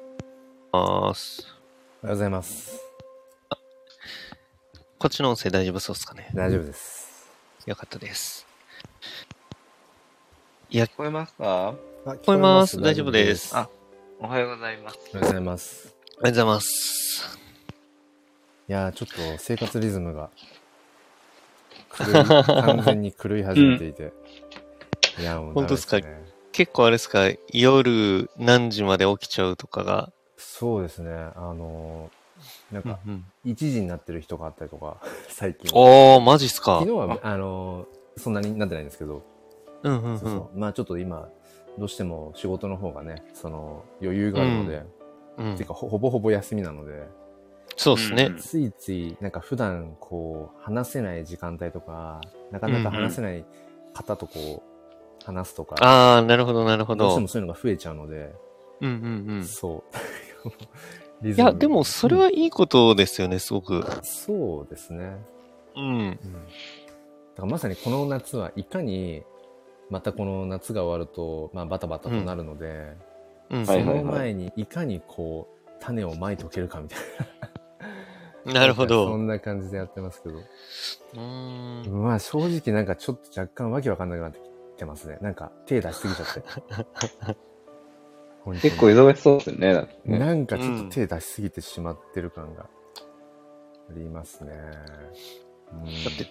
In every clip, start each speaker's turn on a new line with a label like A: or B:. A: ます。
B: おはようございます。
A: こっちの音声大丈夫そうですかね
B: 大丈夫です。
A: よかったです。いや、
C: 聞こえますか
B: あ、聞
A: こえます大丈夫です
B: あ、
C: おはようございます。
B: おはようございます。
A: おはようございます。
B: いやー、ちょっと生活リズムが、狂い完全に狂い始めていて。いやー、もうダメね、
A: 本当っすか結構あれですか、夜何時まで起きちゃうとかが。
B: そうですね。あのーなんか、1時になってる人があったりとか、 最近。昨
A: おー、マジっすか
B: 日。は、あのーそんなになってないんですけど、
A: うんうん
B: そう
A: うん
B: そうまあちょっと今、どうしても仕事の方がね、その、余裕があるので、
A: うん
B: て。かほほぼほぼ休みなので、
A: そうですね。
B: ついついなんか普段こう話せない時間帯とかなかなか話せない方とこう話すとか、
A: あー、なるほどなるほ
B: どうして
A: ど
B: も。そういうのが増えちゃうので、
A: うんうん
B: そう
A: う
B: リ
A: ん。い
B: ズム
A: や、でもそれはいいことですよね、すごく。
B: そうですね、
A: うん。
B: うん、だからまさにこの夏はいかにまたこの夏が終わると、まあ、バタバタとなるので、
A: うん。
C: はい
B: そ
C: はい
B: の前にいかにこう種をまいておけるかみたいな
A: なるほ
B: そ
A: ど。
B: んな感じでやってますけど
A: うーん。
B: まあ正直なんかちょっと若干わけわかんなくなってきてますね。なんか手出しすぎちゃって。 本当に
C: 結構忙しそうですよね。だってね
B: なんかちょっと手出しすぎてしまってる感がありますね。うん
A: だって、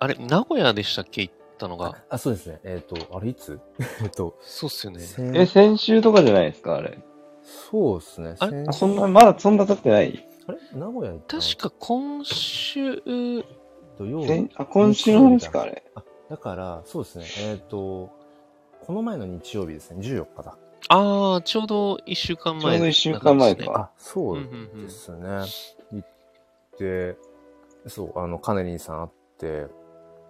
A: あれ、名古屋でしたっけ行ったのが。
B: あ、そうですね。えっ、と、あれいつ えっと、
A: そうっすよね。
B: 先
C: え、先週とかじゃないですかあれ。
B: そうですね。
A: あれ
B: 先
C: そんな、まだそんな経ってない。
B: あれ名古屋行ったの
A: 確か今週、
B: 土曜
C: 先あ、今週の話かあれ。
B: あ、だから、そうですね。えっ、と、この前の日曜日ですね。14日だ。
A: ああ、ちょうど一週間前、
C: ちょうど一週間前か
B: あ、そううん
A: うんうん
B: ですね。行って、そう、あの、カネリンさんあって、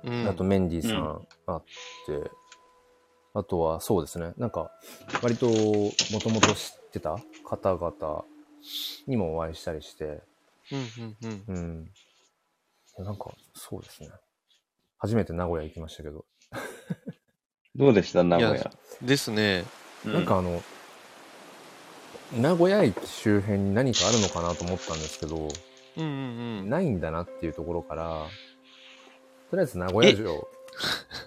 A: うん、
B: あとメンディーさんあって、あとはそうですね、なんか、割と、もともと知ってた方々にもお会いしたりして、
A: うんうんうん
B: うん。なんか、そうですね。初めて名古屋行きましたけど、
C: どうでした名古
A: いや
C: 屋。
A: ですね。
C: う
B: なんか、あの、名古屋駅周辺に何かあるのかなと思ったんですけど、
A: うんうん
B: ないんだなっていうところから、とりあえず名古屋城、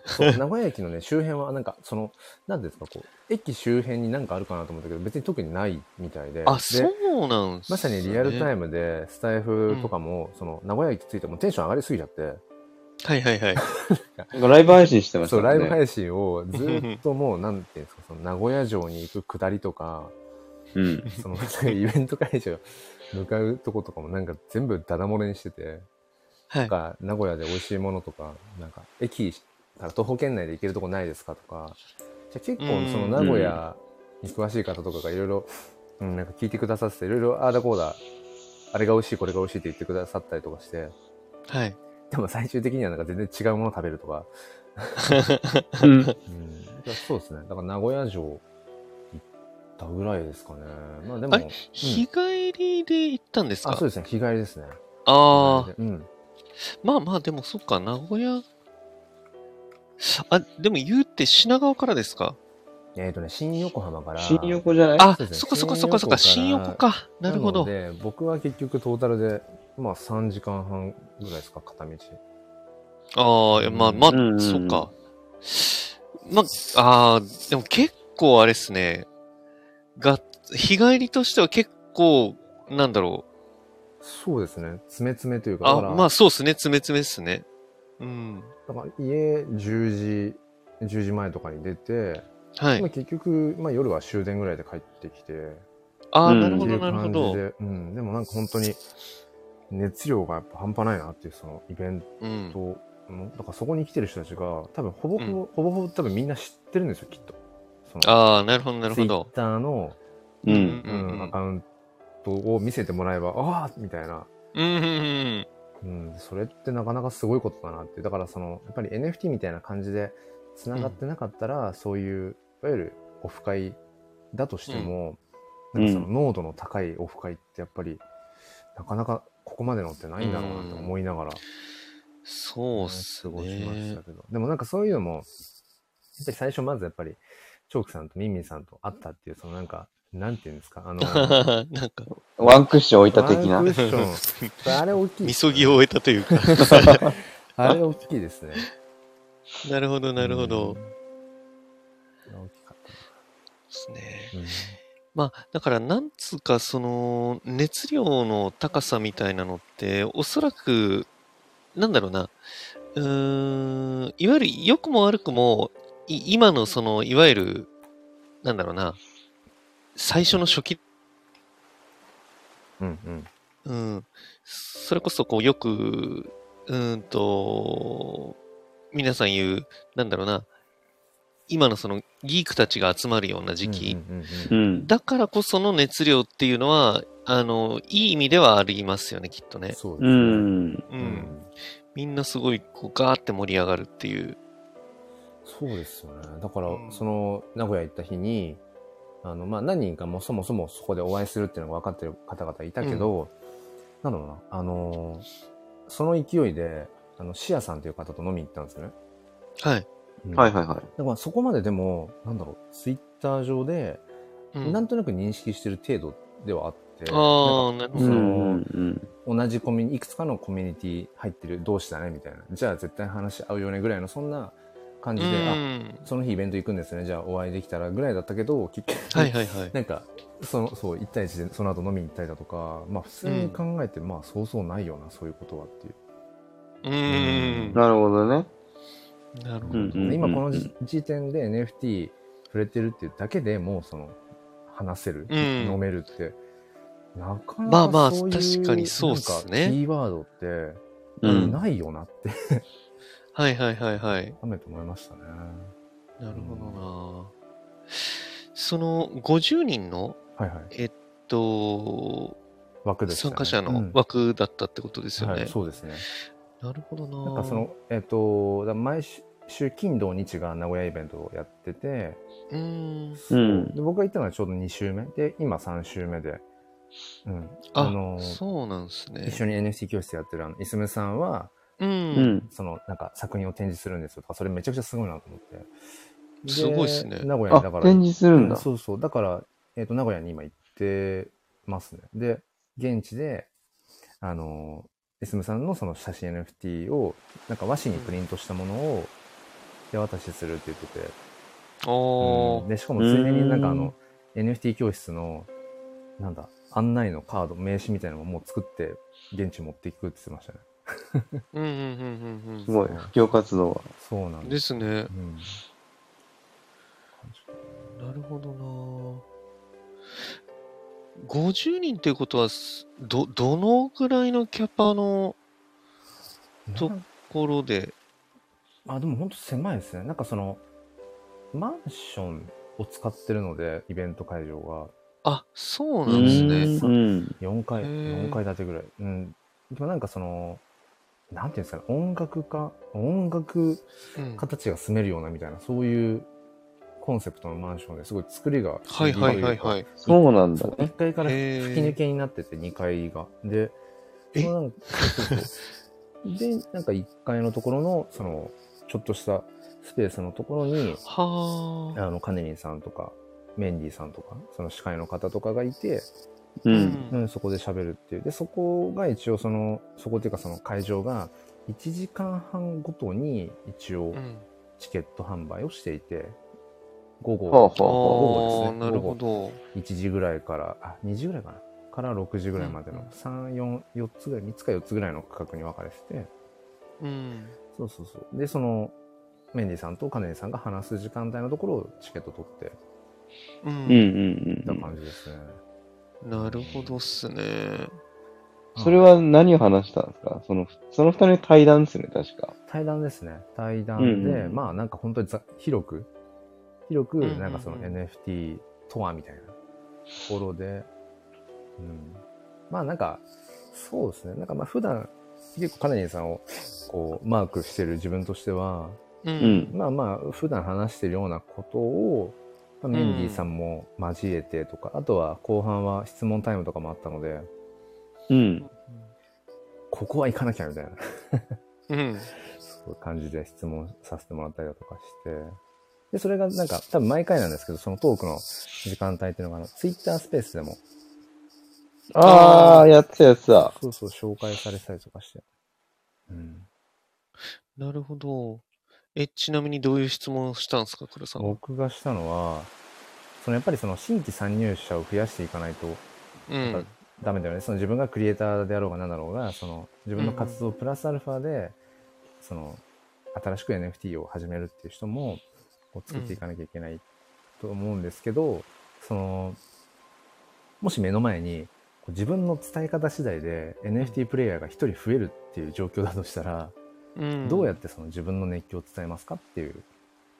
B: そう名古屋駅のね、周辺は、なんか、その、なんていうんですか、こう、駅周辺になんかあるかなと思ったけど、別に特にないみたいで、
A: あ、
B: で
A: そうなんす、ね、
B: まさにリアルタイ
A: ム。
B: ムで、スタイフとかも、その、名古屋駅着いてもテンション上がりすぎちゃって、
A: はいはいはい。
C: なんかライブ配信してました
B: そう、
C: もんね。
B: ライブ配信をずっともう、なんていうんですか、その、名古屋城に行く下りとか、
C: うん。
B: その、なんかイベント会場向かうとことかも、なんか全部ダダ漏れにしてて、
A: は
B: ないん。か名古屋で美味しいものとか、なんか駅から徒歩圏内で行けるとこないですかとか、じゃあ結
A: う
B: 構
A: ん
B: その名古屋に詳しい方とかがいろいろ、うん、なんか聞いてくださってて、いろいろああだこうだ、あれが美味しいこれが美味しいって言ってくださったりとかして、
A: はい。
B: でも最終的にはなんか全然違うもの食べるとか、うん、だからそうですね。だから名古屋城行ったぐらいですかね。まあでも、
A: あれ日帰りで行ったんですか、
B: あ、そうですね。日帰りですね。
A: ああ、
B: 日帰りでうん。
A: まあまあ、でもそっか、名古屋。あ、でも言うて品川からですか
B: えっ、とね、新横浜から、
C: 新横じゃない
A: あ
B: そう、です
A: そ
B: ね
A: っかそっかそっかそっか、新
B: 新横
A: 横
B: から
A: か。なるほど。
B: なので、僕は結局トータルで、まあ3時間半ぐらいですか、片道。
A: ああ、いやまあまあ、
C: うんうんうん
A: そっか。まあ、あーでも結構あれですね。が、日帰りとしては結構、なんだろ
B: そうですね。詰め詰めという
A: う。
B: か、
A: あ、
B: だから
A: まあそうですね、詰め詰めですね。うん。
B: だから家10時、10時前とかに出て、
A: はい
B: まあ。結局、まあ夜は終電ぐらいで帰ってきて、
A: ああ、
C: うん
A: なるほ
B: って
A: ど、
B: いう
A: なるほ
B: 感じ
A: ど。
B: で、うん、でもなんか本当に熱量がやっぱ半端ないなっていう、そのイベン
A: うん。
B: トの、だからそこに来てる人たちが、多分ほぼほぼ、
A: うん
B: ほぼほぼ多分みんな知ってるんですよ、きっと。その
A: ああ、なるほど、なるほど
B: ツイッ。ターの
C: う。
A: うん
B: うんアカ
A: ん。
B: ウントを見せてもらえば、ああみたいな、
A: うんうんうん。
B: うん、それってなかなかすごいことだなって、だからその、やっぱり NFT みたいな感じで繋がってなかったら、そういう、いわゆるオフ会だとしても、
C: うん
B: なんかその濃度の高いオフ会ってやっぱり、なかなかここまでのってないんだろうなって思いながら、
A: そうっす
B: 過ごしまし
A: ね
B: た。けど、でもなんかそういうのも、やっぱり最初まずやっぱり、チョークさんとミンミンさんと会ったっていう、そのなんか、なんていうんですか、あの、
A: なんか、
C: ワンクッション置いた的
B: ワ
C: な
B: ンク。ッション。あれ大 きい、
A: みそぎを。終えたというか。
B: あれ大きいですね。
A: なるほど、なるほど。で
B: うん。大きかっ
A: すね。
B: た。うん
A: まあ、だから、なんつうか、その、熱量の高さみたいなのって、おそらく、なんだろうな、うーん、いわゆる、良くも悪くも、い今の、その、いわゆる、なんだろうな、最初の初期
B: うんうん。
A: うん、それこそこうよく、うーんと、皆さん言う、なんだろうな、今のそのギークたちが集まるような時期、
B: うんうん
C: う
B: うん
C: ん。
A: だからこその熱量っていうのは、あの、いい意味ではありますよね、きっと
B: うん
A: ね。
B: そうで
C: う
B: すね。
C: ん。
A: う。。
B: うん
A: みんなすごい、こう、ガーって盛り上がるっていう。
B: そうですよね。だから
A: うん、
B: その、名古屋行った日に、あの、まあ、何人かもそもそもそこでお会いするっていうのが分かってる方々いたけど、なんだろうな、あのー、その勢いで、あの、シアさんという方と飲みに行ったんですよね。
A: はい。
B: うん
C: はいはいは
B: だからそこまででも、なんだろう、ツイッター上で、
A: うん、
B: なんとなく認識してる程度ではあって、
A: ああ、なる
C: い。
A: ほど。
B: う
C: うん。
B: ん
C: うん。
B: 同じコミュニいくつかのコミュニティ入ってる同士だねみたいなじゃあ絶対話し合うよねぐらいのそんな感
A: う
B: じで、あ
A: ん。
B: その日イベント行くんですねじゃあお会いできたらぐらいだったけど結局、
A: はいはいはい。
B: なんかそのそう1対1でその後飲みに行ったりだとかまあ普通に考えて、まあそうそうないよなそういうことはっていう、
A: うーん。
C: なるほどね。
A: なるほ
C: う
A: ど。
C: んうんうん
B: 今この時時点で NFT 触れてるっていうだけでもうその話せる、
A: うん
B: 飲めるってなかなか
A: まあまあ
B: そういう
A: 確かにそうっすね
B: なんかキーワードって
C: うん。
B: ないよなって
A: はいはいはいはい。
B: 改めて思いましたね。
A: なるほどな。その50人の、
B: はいはい。
A: えっと、
B: 枠です、ね。
A: 参加者
B: う
A: の
B: ん
A: 枠だったってことですよね。
B: はい、そうですね。
A: なるほどな。
B: なんかその、えっ、と、だ毎週金土日が名古屋イベントをやってて、
A: うーん。
C: うん
B: で僕が行ったのはちょうど2週目で、今3週目で、うん。
A: あ、
B: の
A: そうなんですね。
B: 一緒に NFT 教室やってるあの、いすむさんは、
A: うん。
C: うん。
B: その、なんか作品を展示するんですよとか、それめちゃくちゃすごいなと思って。です
A: ごいっすね
B: 名古屋
C: あ
B: にだか、ら
C: 展示するんだ。
B: そうそう。だから、えっ、と、名古屋に今行ってますね。で、現地で、あの、エスムさんのその写真 NFT を、なんか和紙にプリントしたものを手渡しするって言ってて。
A: お
B: う
A: ー
B: んで、しかもついでになんかあ
C: う
B: の、NFT 教室の、なんだ、案内のカード、名刺みたいなのももう作って、現地持っていくって言ってましたね。
A: うんうんうんうん
C: すごい。布教活動は。
B: そうな
A: うんん。
B: で。
A: ですすね。
B: うん。
A: なるほどな。50人っていうことはす、ど、どのぐらいのキャパのところで、
B: まあでも本当狭いですね。なんかその、マンションを使ってるので、イベント会場が
A: あ、そう
C: う
A: なんですね。
C: んうん。
B: 4階、
A: へー
B: 4階建てぐらい。うん。でもなんかその、なんていうんですかね、音楽家、音楽
A: うん
B: 家たちが住めるようなみたいな、そういうコンセプトのマンションですごい作りが。。
A: はいはいはいはいい。
C: そうなんだ
B: そう、
C: ね。
B: 1階から吹
A: へー
B: き抜けになってて、2階が。で、
A: え
B: そのなんかそうそうそうで、なんか1階のところの、その、ちょっとしたスペースのところに、
A: はあ。
B: あの、カネリンさんとか、メンディーさんとか、その司会の方とかがいて、
A: う
C: う。
A: ん
B: うん、そこで喋るっていう。で、そこが一応その、そこっていうかその会場が、1時間半ごとに一応
A: うん
B: チケット販売をしていて、午
C: ほう
B: 後
A: あ
C: ほ
A: あ
B: 午後ですね
A: なるほど。
B: 1時ぐらいから、あ、2時ぐらいかな。から6時ぐらいまで
A: うん
B: の
A: うん
B: 3、4、4つぐらい、3つか4つぐらいの区画に分かれてて、
A: うん。
B: そうそうそう。で、その、メンディーさんとカネリンさんが話す時間帯のところをチケット取って
A: う
C: う。うん
A: ん。
C: うんう
B: た
C: ん。
B: 感じですね。
A: なるほどっすね。
C: それは何を話したんですかその、その二人の対談ですよね、確か。
B: 対談ですね対談で、
C: うんうん
B: まあなんか本当にざ広く広く
A: うんうんうん
B: なんかその NFT とはみたいなところで、うん、まあなんかそうですねなんかまあ普段結構カネリンさんをこうマークしてる自分としては
A: う
C: う。ん。
B: まあまあ普段話してるようなことを、まあ、メンディーさんも交えてとか、あとは後半は質問タイムとかもあったので
C: うん。
B: ここは行かなきゃみたいな
A: うん。
B: そういう感じで質問させてもらったりだとかして。で、それがなんか、多分毎回なんですけど、そのトークの時間帯っていうのが、あの、ツイッタースペースでも、
C: ああ、やってたやつだ。
B: そうそう、紹介されてたりとかして。うん。
A: なるほど。え、ちなみにどういう質問をしたんですか、黒さんは。
B: 僕がしたのは、そのやっぱりその新規参入者を増やしていかないと
A: うん。
B: ダメだよね。その自分がクリエイターであろうが何だろうが、その自分の活動プラスアルファで、その新しく NFT を始めるっていう人もこう作っていかなきゃいけないと思うんですけど、その、もし目の前にこう自分の伝え方次第で NFT プレイヤーが一人増えるっていう状況だとしたら、
A: うん。
B: どうや
A: っ
B: ってその自分の熱狂を伝えますかっていう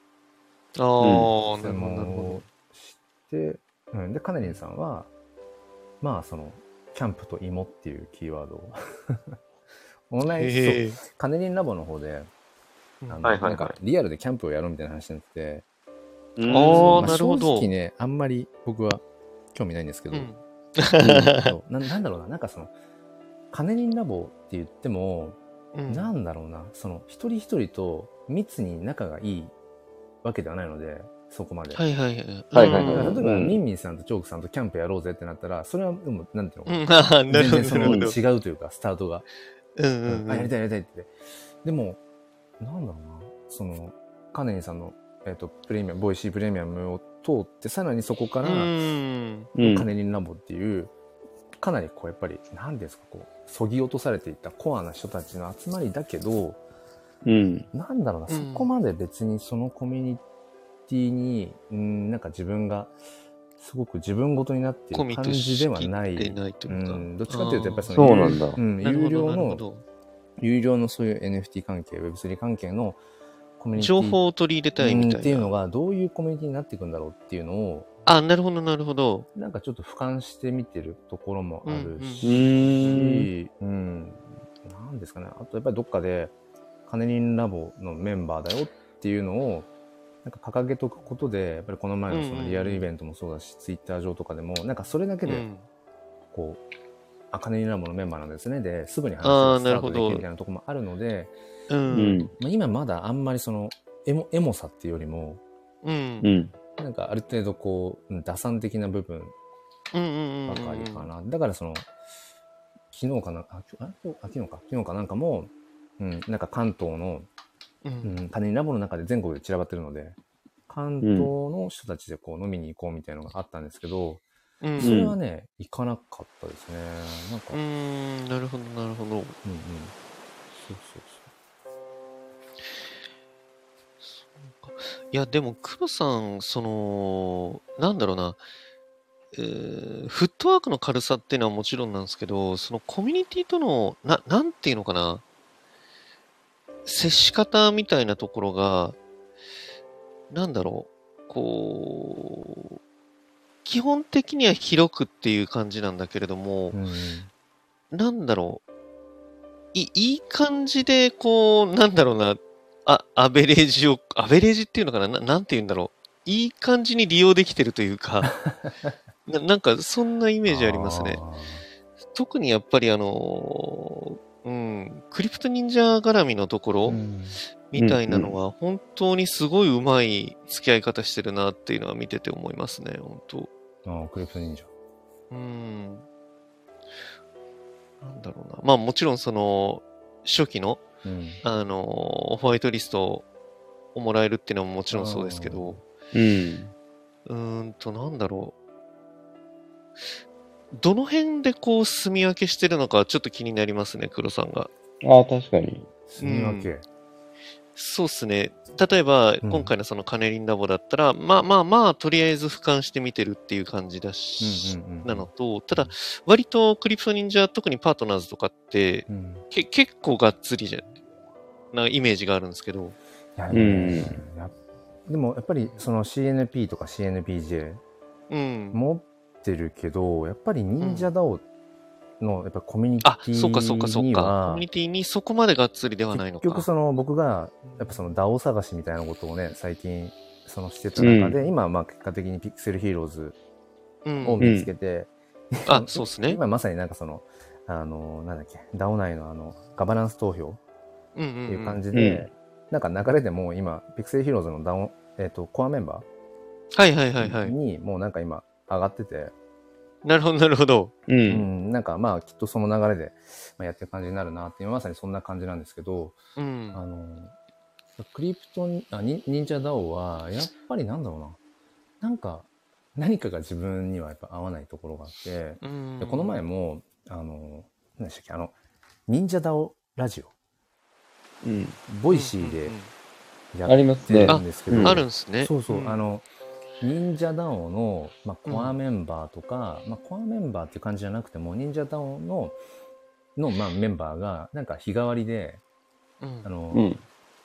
A: ああ、
B: 質
A: なるほど、なる
B: 問を
A: ほ
B: して、うん、でカネリンさんはまあそのキャンプと芋っていうキーワードを オン
A: ど。
B: ラインそう
A: へえ。
B: カネリンラボの方であの、
A: うん
C: はいはいはい
B: なんかリアルでキャンプをやろうみたいな話になってて、
C: あ
A: あー
B: ま
A: なるほど
B: 正直ねあんまり僕は興味ないんですけど、
A: う
B: うん
A: ん。
B: そうななんだろうななんかそのカネリンラボって言っても、
A: うん
B: なんだろうなその一人一人と密に仲がいいわけではないのでそこまで。
A: はいはいはい。
C: はいはい
B: だから
C: はい
B: 例えば、
C: うん
B: ミンミンさんとチョークさんとキャンプやろうぜってなったら、それはでも、なんていうのか
A: う
B: な、
A: ん、ああ、なるほ
B: 全
A: ど、
B: 然そ
A: なる
B: の
A: ほど。
B: 違うというか、スタートが、
A: うん
B: う
A: うんん
B: あ、やり
A: う
B: たいやりたいって。でも、なんだろうな、その、カネリンさんの、えっ、と、プレミアム、ボイシープレミアムを通って、さらにそこから、
A: ん。
C: うん。
B: カネリンラボっていう、かなりこう、やっぱり、なんていうんですか、こう、そぎ落とされていったコアな人たちの集まりだけど、
C: うん。
B: なんだろうな、
A: うん
B: そこまで別にそのコミュニティに、うん、なんか自分が、すごく自分ごとになってい
A: コミ
B: る
A: ッ
B: 感
A: トし
B: じ
A: き
B: ではな
A: っ
B: い。
A: てないと
B: う
A: いうか。
B: ん、どっちかっていうと、やっぱりそ
C: そ
B: の
C: うなんだ。
B: うん、
A: なるほど
B: 有料
A: なるほ
B: の、
A: ど
B: 有料のそういう NFT 関係、Web3 関係のコミュニテ
A: 情
B: ィ
A: 報を取り入れたいみたいな。
B: うんっていうのが、どういうコミュニティになっていくんだろうっていうのを、
A: あ、なるほど、なるほど。
B: なんかちょっと俯瞰して見てるところもある
C: う
B: し、
C: ーん。
B: うん、なんですかね、あとやっぱりどっかで、カネリンラボのメンバーだよっていうのを、なんか掲げとくことで、やっぱりこの前のそ
A: うんう
B: の
A: ん
B: リアルイベントもそうだし、ツイッター上とかでも、なんかそれだけ
A: う
B: で、
A: ん。
B: こう、あ、カネリンラボのメンバーなんですね、で、すぐに話
A: あー
B: をスタ
A: なる
B: ートでき
A: ほ
B: る
A: ど
B: みたいなところもあるので、
A: う。
C: うんん。
B: まあ、今まだあんまりその、エモ、エモさっていうよりも、
A: うん。うん。う
C: うんん。
B: なんかある程度こう、うん打算的な部分
A: うん。
B: ばかりかな。だからその、昨日かな、あ、今日あ今日あ昨日か、昨日かなんかも、うん、なんか関東の、
A: う。
B: うんん、カネリンラボの中で全国で散らばってるので、関東の人たちでこう飲みに行こうみたいなのがあったんですけど、
A: うん。
B: それはね、行かなかったですね。なんか、
A: う
B: うんうん。
A: ん。なるほど、なるほど。
B: そうそう
A: いや、でも、黒さん、その、なんだろうな、えーフットワークの軽さっていうのはもちろんなんですけど、そのコミュニティとの、な、なんていうのかな、接し方みたいなところが、なんだろう、こう、基本的には広くっていう感じなんだけれども
B: そう。、うんうん。
A: なんだろう。いいい感じで、こう、なんだろうな、あ、アベレージを、アベレージっていうのかなななんて言うんだろう。いい感じに利用できてるという か、ななんかそんなイ
B: イ
A: メージありますね。。特にやっぱりあのーうん、クリプト忍者絡みのところ、
B: うん
A: みたいなのは本当にすごいうまい付き合い方してるなっていうのは見てて思いますね、本当。
B: ああ、クリプト忍者。
A: うん。なんだろうな。まあもちろんその、初期の、
B: うん。
A: あの、ホワイトリストをもらえるっていうのももちろんそうですけど、
C: うん。
A: うーんと、なんだろう。どの辺でこう、住み分けしてるのかちょっと気になりますね、黒さんが。
C: ああ、確かに。
B: すみ分け。
A: そうですね。例えば、
B: うん
A: 今回のそのカネリンラボだったら、まあまあまあ、とりあえず俯瞰して見てるっていう感じだし、
B: うんうんうんうん
A: なのと、ただ、割とクリプト忍者、特にパートナーズとかって、
B: うん。
A: け結構がっつりじゃなイメージがあるんですけど、
B: いやでもねやでもやっぱりその CNP とか CNPJ
A: うん。
B: 持ってるけど、やっぱり忍者ダオのやっぱコミュニテ
A: あ、そうかそうか
B: ィ
A: そう
B: に
A: か。コミ
B: は
A: ュ、ニティにそこまでがっつりではないの
B: 結
A: か。
B: 局その僕がやっぱそのダオ探しみたいなことをね、最近そのしてた中で、
C: うん
B: 今はまあ結果的にピクセルヒーローズ
A: うん
B: を見つけて、
A: あ、そうですね。
B: 今まさになんかその、あの、なんだっけ、ダオ内のあの、ガバナンス投票
A: うんう
B: っていうん
A: う
B: 感
A: ん。
B: じ
C: うんう
B: で、なんか流れでもう今、ピクセルヒーローズのダウンえっ、と、コアメンバ
A: はいはいはいは
B: ー
A: い。
B: に、もうなんか今、上がってて、
A: なるほどなるほど。
C: う。
B: うんん、なんかまあ、きっとその流れで、まあ、やってる感じになるなって、今まさにそんな感じなんですけど、
A: うん。
B: あの、クリプトン、あ、に忍者ダオは、やっぱりなんだろうな。なんか、何かが自分にはやっぱ合わないところがあって、
A: うん
B: でこの前も、あの、何でしたっけ、あの、忍者ダオラジオ、
C: うん。
B: ボイシーでや
C: あり
B: っ
C: ます
B: て
C: ね。
B: るんですけど、
C: うん
A: あるんですね。
B: そうそう、
A: ん
B: あ、の、忍者ダオの、まあ、
A: うん
B: コアメンバーとか、まあ、コアメンバーっていう感じじゃなくても、忍者ダオの、の、まあ、メンバーが、なんか日替わりで、
A: うん
B: あの、
C: うん。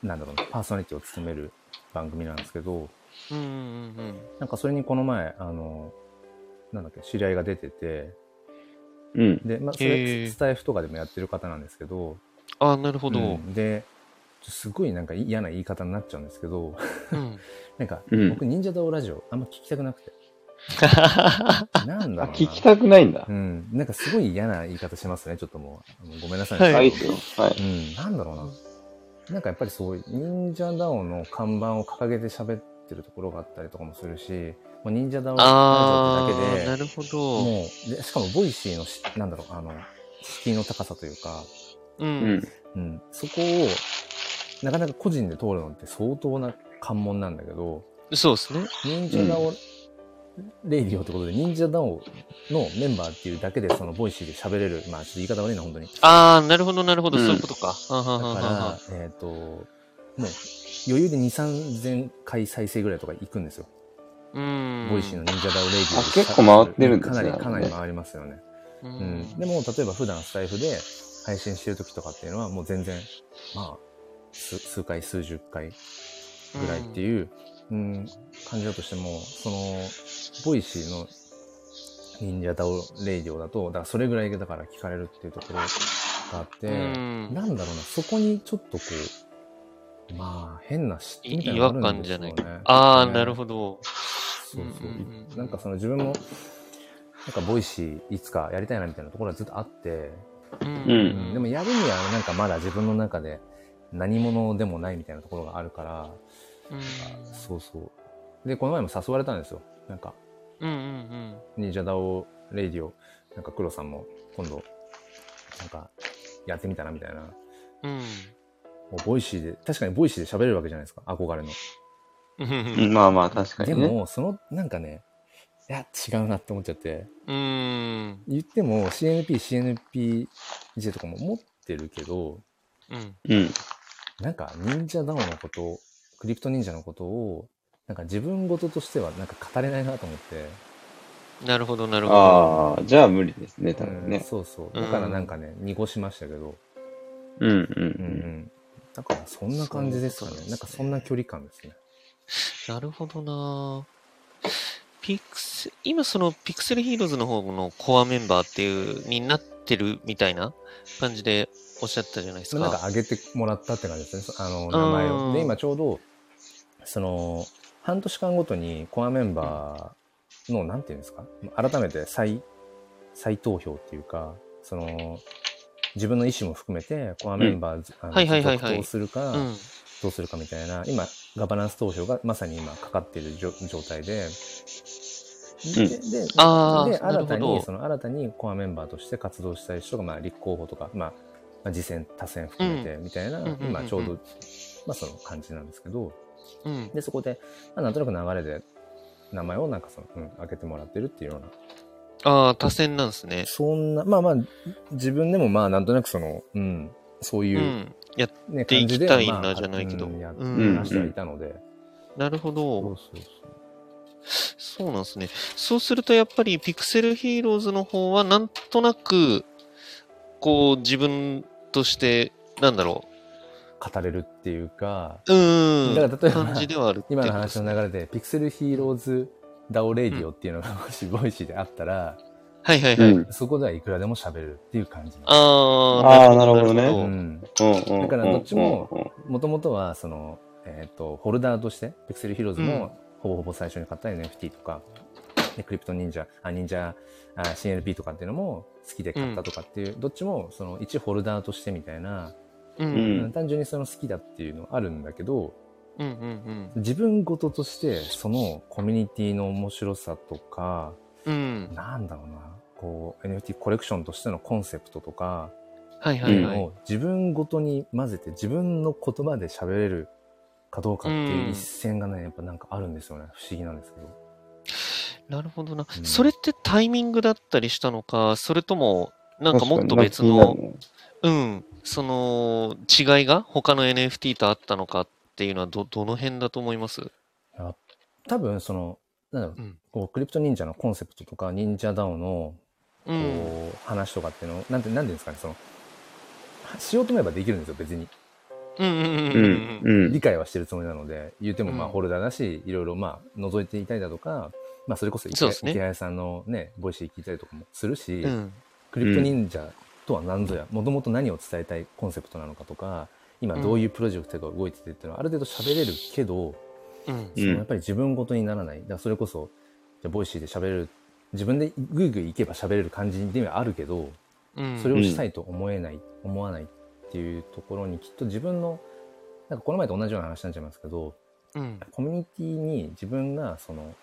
B: なんだろうな、パーソナリティを務める番組なんですけど、
A: うんうんうん
B: なんかそれにこの前、あの、なんだっけ、知り合いが出てて、
C: うん。
B: で、まあ、そ
A: へー
B: れ、スタイフとかでもやってる方なんですけど、
A: あ、なるほど。
B: う
A: うん
B: んで、すごいなんか嫌な言い方になっちゃうんですけど、 なんか、
C: うん
B: 僕、忍者ダオラジオ、あんま聞きたくなくて。なん
C: あ
B: だろうな。
C: 聞きたくないんだ
B: う。ん。なんかすごい嫌な言い方しますね、ちょっともう。もうごめんなさい、
A: は
B: ね。
A: い
C: はい、ですよ。はい。
B: うん、なんだろうな。なんかやっぱりすごい、忍者ダオの看板を掲げて喋ってるところがあったりとかもするし、もう忍者ダオ
A: あ
B: ラジオって
A: あ、
B: だ
A: な
B: けで、
A: るほど。
B: もうで、しかもボイシーのし、なんだろう、あの、敷居の高さというか、
A: う。
C: うんん。
B: うん、そこを、なかなか個人で通るのって相当な関門なんだけど、
A: そうですね。
B: 忍者ダオ、レイディオってことで、忍者ダオのメンバーっていうだけで、そのボイシーで喋れる、まあちょっと言い方悪いな、本当に。
A: ああ、なるほどなるほど。
C: う
A: そ
C: ん
A: ういうことか。はは
B: だ
A: はは
B: か
A: は
B: ら、えっ、と、もう余裕で2、3000回再生ぐらいとか行くんですよ。
A: うん。
B: ボイシーの忍者ダオレイディオ
C: あ結構回ってるんですね
B: かなり、かなり回りますよね。
A: う
B: うんん。でも、例えば普段スタイフで配信してる時とかっていうのは、もう全然、まあ、数数回、数十回ぐらいっていう、うん感じだとしても、その、ボイシーの忍者ダオレイディオだと、だからそれぐらいだから聞かれるっていうところがあって、
A: うん
B: なんだろうな、そこにちょっとこう、まあ、変な嫉妬みたい
A: 違
B: な
A: 和
B: のがある
A: 感
B: んで
A: じ
B: しょ
A: ゃ
B: うね
A: ないか。ああ、なる
B: ど。
A: ほど。
B: そうそ
A: う
B: う
A: んうんうん
B: なんかその自分も、なんかボイシーいつかやりたいなみたいなところはずっとあって、
A: う
C: うん
B: うんでもやるにはなんかまだ自分の中で何者でもないみたいなところがあるから、
A: うん
B: そうそう。で、この前も誘われたんですよ。なんか、
A: うんうん
B: 忍者ダオレイディオ、なんか黒さんも今度、なんか、やってみたらみたいな。も
A: うん。うん
B: うボイシーで、確かにボイシーで喋れるわけじゃないですか、憧れの。
A: う
C: うん
A: ん
C: まあまあ、確か
B: で
C: にね。
B: も、その、なんかね、いや、違うなって思っちゃって。
A: うん
B: 言っても CNP、CNPJ とかも持ってるけど、
A: うん
C: うん。
B: なんか忍者ダオのこと、クリプト忍者のことを、なんか自分事としてはなんか語れないなと思って。
A: なるほどなるほど。
C: ああ、じゃあ無理ですね、多
B: うん
C: 分ね。
B: そうそう。
A: うん
B: だからなんかね、濁しましたけど。
C: うんう
B: うんん。だからそんな感じですかね
A: そういうことです。ね
B: なんかそんな距離感ですね。
A: なるほどなピクセ今そのピクセルヒーローズの方のコアメンバーっていう、になってるみたいな感じでおっしゃったじゃないです
B: まあ
A: か。
B: なんか上げてもらったって感じですね。そあの、
A: ん
B: 名前を。で、今ちょうど、その、半年間ごとにコアメンバーの、なんていうんですか改めて再、再投票っていうか、その、自分の意思も含めて、コアメンバー、あの
A: はいはいはいはい
B: 続投するか、
A: うん。
B: どうするかみたいな、今、ガバナンス投票がまさに今かかっているじょ状態で、で、で
A: あー
B: で
A: なる
B: 新
A: ほど
B: たに、その新たにコアメンバーとして活動したい人が、まあ、立候補とか、まあ、まあ、次戦、他戦含めてみたいな、
A: んうんうんうん
B: 今ちょうど、まあ、その感じなんですけど、
A: うん。
B: で、そこで、まあ、なんとなく流れで、名前をなんかその、うん、開けてもらってるっていうような、
A: ああ、多選なんですね。
B: そんな、まあまあ、自分でもまあ、なんとなくその、うん、そういうう、
A: ん。やっ
B: ね、
A: てい
B: 感
A: き
B: じで
A: た
B: は、
A: い
B: まあ、
A: な、じゃないけど。
B: うんやっ
A: う
B: て
A: ん
B: ま。してはいたので、
A: なるほ
B: そ
A: ど
B: う。そうそう。
A: そうなんですね。そうすると、やっぱり、ピクセルヒーローズの方は、なんとなく、こう、自分として、なんだろ
B: 語れるっていうか、
A: う。うーん。
B: だから例えば
A: 感じではあるっていうこ
B: 今
A: とで
B: の話
A: す
B: の流れで、ピクセルヒーローズダオレイディオっていうのがもしボイシーであったら、
A: はいはいうはい。
C: ん。うん。
B: そこではいくらでも喋れるっていう感じ。
A: あー
C: あーなるほど
A: な
B: う
C: ね
A: る
B: ん。
C: うん。
B: だからどっちも
C: うんうん
B: もともとは、その、えっ、と、ホルダーとして、ピクセルヒーローズもほぼほぼ最初に買った NFT とか、でクリプト忍者、あ、忍者、あ CLP とかっていうのも好きで買ったとかっていう、どっちも、その、一ホルダーとしてみたいな、
A: ほどう
C: うん
A: ん。
B: 単純にその好きだっていうのはあるんだけど、
A: うんうん
B: 自分事としてそのコミュニティの面白さとか
A: うん。うん。
B: なんだろうなこう NFT コレクションとしてのコンセプトとか
A: はいはいはい。
B: を自分ごとに混ぜて自分の言葉で喋れるかどうかっていう一線がねやっぱなんかあるんですよね不思議なんですけど
A: なるほどな、
B: うん
A: それってタイミングだったりしたのか、それとも、なんかもっと
C: 確
A: 別
C: かになんか
A: の
C: 気、になるね
A: うん、その違いが他の NFT とあったのかっていうのはど、どの辺だと思います
B: 多分そのなんだろう
A: うん。
B: こうクリプト忍者のコンセプトとか忍者ダオの
A: う
B: こ
A: ん。
B: う話とかっていうのをなんてなんていうんですかねそのしようと思えばできるんですよ別に
A: うんうんうん
C: うん
A: うん。
C: うん
B: 理解はしてるつもりなので言うてもまあ
A: うん
B: ホルダーだし、いろいろまあ覗いていたりだとか、まあ、それこそ池
A: そう
B: 谷
A: ですね
B: 池谷さんのねボイシー聞いたりとかもするし、
A: うん。
B: クリプト忍者とは何ぞやもともと何を伝えたいコンセプトなのかとか今どういうプロジェクトが動いててっていうのはある程度喋れるけど、
A: うん。
C: うん
B: そのやっぱり自分ごとにならないだからそれこそじゃあボイシーで喋れる自分でグイグイ行けば喋れる感じではあるけど、
A: うん。
B: それをしたいと思えない、思わないっていうところにきっと自分のなんかこの前と同じような話になっちゃいますけど
A: うん。
B: コミュニティに自分がその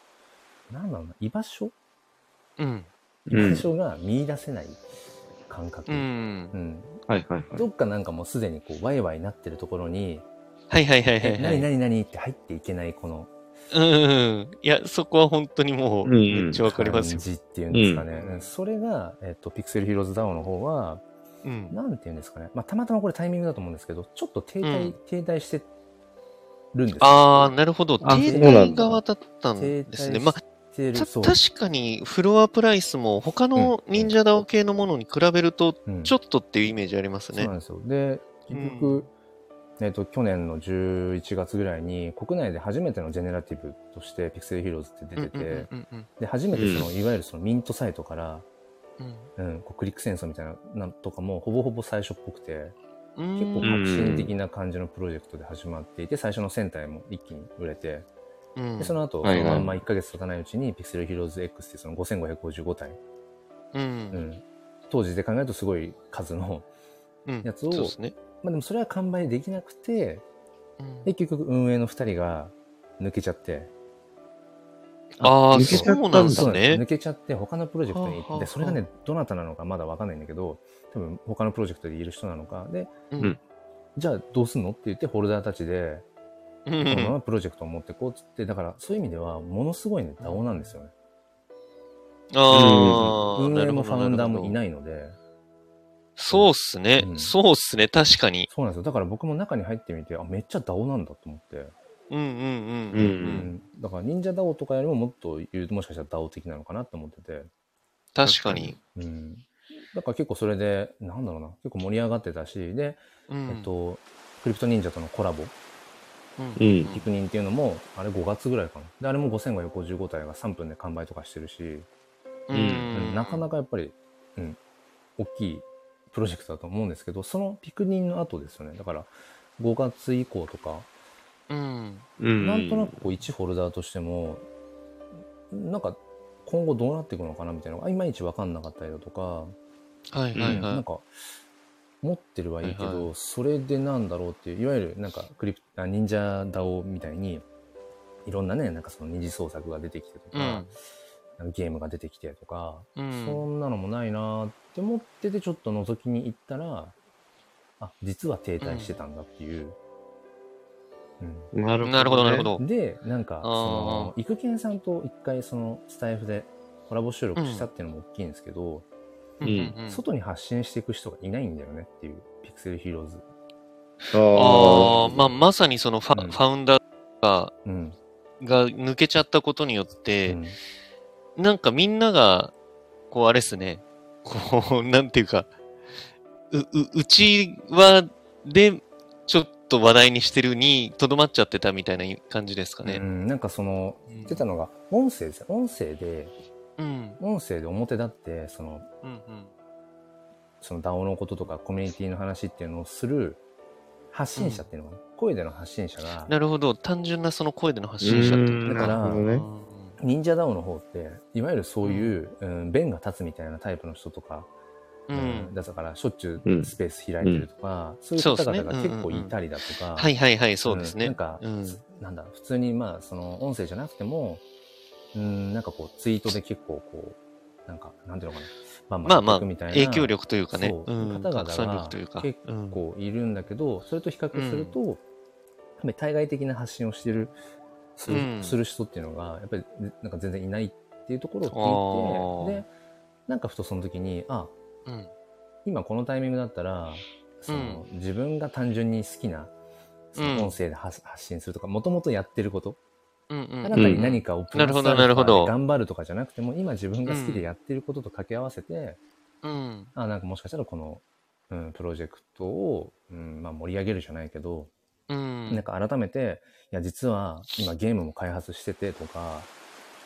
B: なんだろうな居場所
A: うん。
B: 居場所が見出せない感覚、
A: うん。
B: うん
C: はいはいはい。
B: どっかなんかもうすでにこうワイワイなってるところに
A: はいはいは
B: 「
A: いは
B: え
A: い、は
B: 何
A: い。
B: 何何?」って入っていけないこの
A: うんうん。いや、そこは本当にもう、
C: うんうん
A: めっちゃわかり
B: 感
A: ますよ。
B: じっていうんですかね、
A: うん
B: うんそれが、えっとピクセルヒーローズダウンの方は
A: うん。
B: なんていうんですかね、まあ、たまたまこれタイミングだと思うんですけどちょっと停滞,、
A: うん
B: 停滞してるんですよ
A: あー、なるほど。停
C: あそうなんだ
A: 滞側だったんですね。まあ、
B: 停滞してる
A: た
B: そう
A: 確かにフロアプライスも他の忍者ダオ系のものに比べると
B: うん
A: ちょっとっていうイメージあります
B: そう
A: ね
B: な。んですよ。で、結局、えっ、と、去年の11月ぐらいに、国内で初めてのジェネラティブとして、ピクセルヒーローズって出てて、
A: うんうんうんうん
B: で、初めてその、いわゆるそのミントサイトから、
A: うん
B: うん、こうクリック戦争みたいななんとかも、ほぼほぼ最初っぽくて、
A: うん
B: 結構革新的な感じのプロジェクトで始まっていて、最初の戦隊も一気に売れて、
A: うん
B: でその後、
C: はいは
B: そ
C: い
B: のまんま1ヶ月経たないうちに、ピクセルヒーローズ X っていうその5555体、
A: う
B: うんん、当時で考えるとすごい数の、
A: うん
B: やつを
A: そうですね。
B: まあでもそれは完売できなくて、
A: うん
B: で結局運営の2人が抜けちゃって
A: ああ、
C: 抜けちゃったん
A: そうなんです
B: そうなんです
A: ね
B: 抜。けちゃって他のプロジェクトに
A: はあ
B: 行
A: は
B: っ
A: あ
B: てそれがねどなたなのかまだわかんないんだけど多分他のプロジェクトでいる人なのかで
A: うん
B: じゃあどうすんのって言ってホルダーたちで
A: うん
B: このままプロジェクトを持ってこうっつってだからそういう意味ではものすごいね DAO なんですよね
A: ああ、
B: 運
A: な
B: 営
A: る
B: も
A: ほ
B: フ
A: ど
B: ァウンダーもい
A: なるほど
B: ないので
A: そうっすね
B: う。ん
A: そうっすね。確かに。
B: そうなんですよだから僕も中に入ってみてあめっちゃ DAO なんだと思って、
A: うんうんうんう。
C: う
B: う
C: ん
B: んんだから忍者 DAO とかよりももっと言うともしかしたら DAO 的なのかなと思ってて
A: 確かに。
B: うん、だから結構それでなんだろうな結構盛り上がってたしで、
A: うん
B: えっと、クリプト忍者とのコラボ
A: うん
C: うん
B: 「幾人」っていうのもあれ5月ぐらいかなであれも5555体が3分で完売とかしてるし、
A: う
B: うん
A: ん
B: なかなかやっぱり、うん、大きいプロジェクトだと思うんですけどそのピクニンの後ですよねだから5月以降とか、
A: うん。
C: うん。
B: なんとなくこう1ホルダーとしてもなんか今後どうなっていくのかなみたいなのがいまいち分かんなかったりだとか
A: はいはい
B: な
A: は
B: んか持ってるはいいけど、
A: はいは
B: それでなんだろうっていういわゆるなんかクリプあ忍者ダオみたいにいろんなねなんかその二次創作が出てきてと
A: い。う
B: か
A: ん、
B: なんかゲームが出てきてとか、
A: うん
B: そんなのもないなーって思っててちょっと覗きに行ったらあ実は停滞してたんだっていう。うん
C: なるほどね。
A: なるほどなるほど。
B: でなん
A: あ
B: か
A: ー
B: その育賢さんと一回そのスタイフでコラボ収録したっていうのも大きいんですけど、
A: うんうんうん
B: 外に発信していく人がいないんだよねっていうピクセルヒーローズ、
A: ああ、まあ、
C: あ
A: まさにそのファ,、
B: うん
A: ファウンダーが
B: うん
A: が抜けちゃったことによっ
B: う
A: て、
B: ん
A: なんかみんなが、こう、あれっすね、こう、なんていうか、う、う、うちは、で、ちょっと話題にしてるに、とどまっちゃってたみたいな感じですか
B: う
A: ね。
B: んなんかその
A: うん
B: 言ってたのが音声ですよ音声で
A: うん、
B: 音声で表立ってその
A: うん、うん。
B: その DAO のこととかコミュニティの話っていうのをする発信者っていうのが、声での発信者が
A: なるほど。単純なその声での発信者って。
C: ー。
B: だから
C: なるほどね。
B: 忍者 DAO の方っていわゆるそういう、うん、弁が立つみたいなタイプの人とか
A: うん。
B: だからしょっちゅ
C: う
B: うんスペース開いてるとか、そういう方々が結構いたりだとか、
A: はいはいはい、そうです
B: んな
A: ね
B: ん。か、
A: うん
B: つなんだ、普通にまあ、その音声じゃなくても、うん、なんかこう、ツイートで結構こう、なんか、なんていうのかな、バン
A: ま
B: バ
A: あ
B: ン
A: ま
B: やっ
A: あ、
B: てくみたいな
A: 影響力というかね、
B: そう
A: うん、
B: 方々
A: 拡散力
B: が
A: というか。
B: 結
A: うん
B: 構いるんだけど、それと比較すると、やっぱり対外的な発信をしてる、する,、
A: うん
B: する人っていうのが、やっぱりなんか全然いないっていうところを聞いて、
A: あー
B: で、なんかふとその時に、あ、
A: うん
B: 今このタイミングだったらその、自分が単純に好きなその
A: うん
B: 音声で発,、発信するとかもともとやってること、
A: うんうん
B: あなたに何かをプラス
A: なるほど
B: アルファで
A: なるほど
B: 頑張るとかじゃなくても今自分が好きでやってることと掛け合わせて、
A: うん
B: あなんかもしかしたらこの、うん、プロジェクトを、うんまあ、盛り上げるじゃないけど、
A: うん
B: なんか改めていや実は今ゲームも開発しててとか、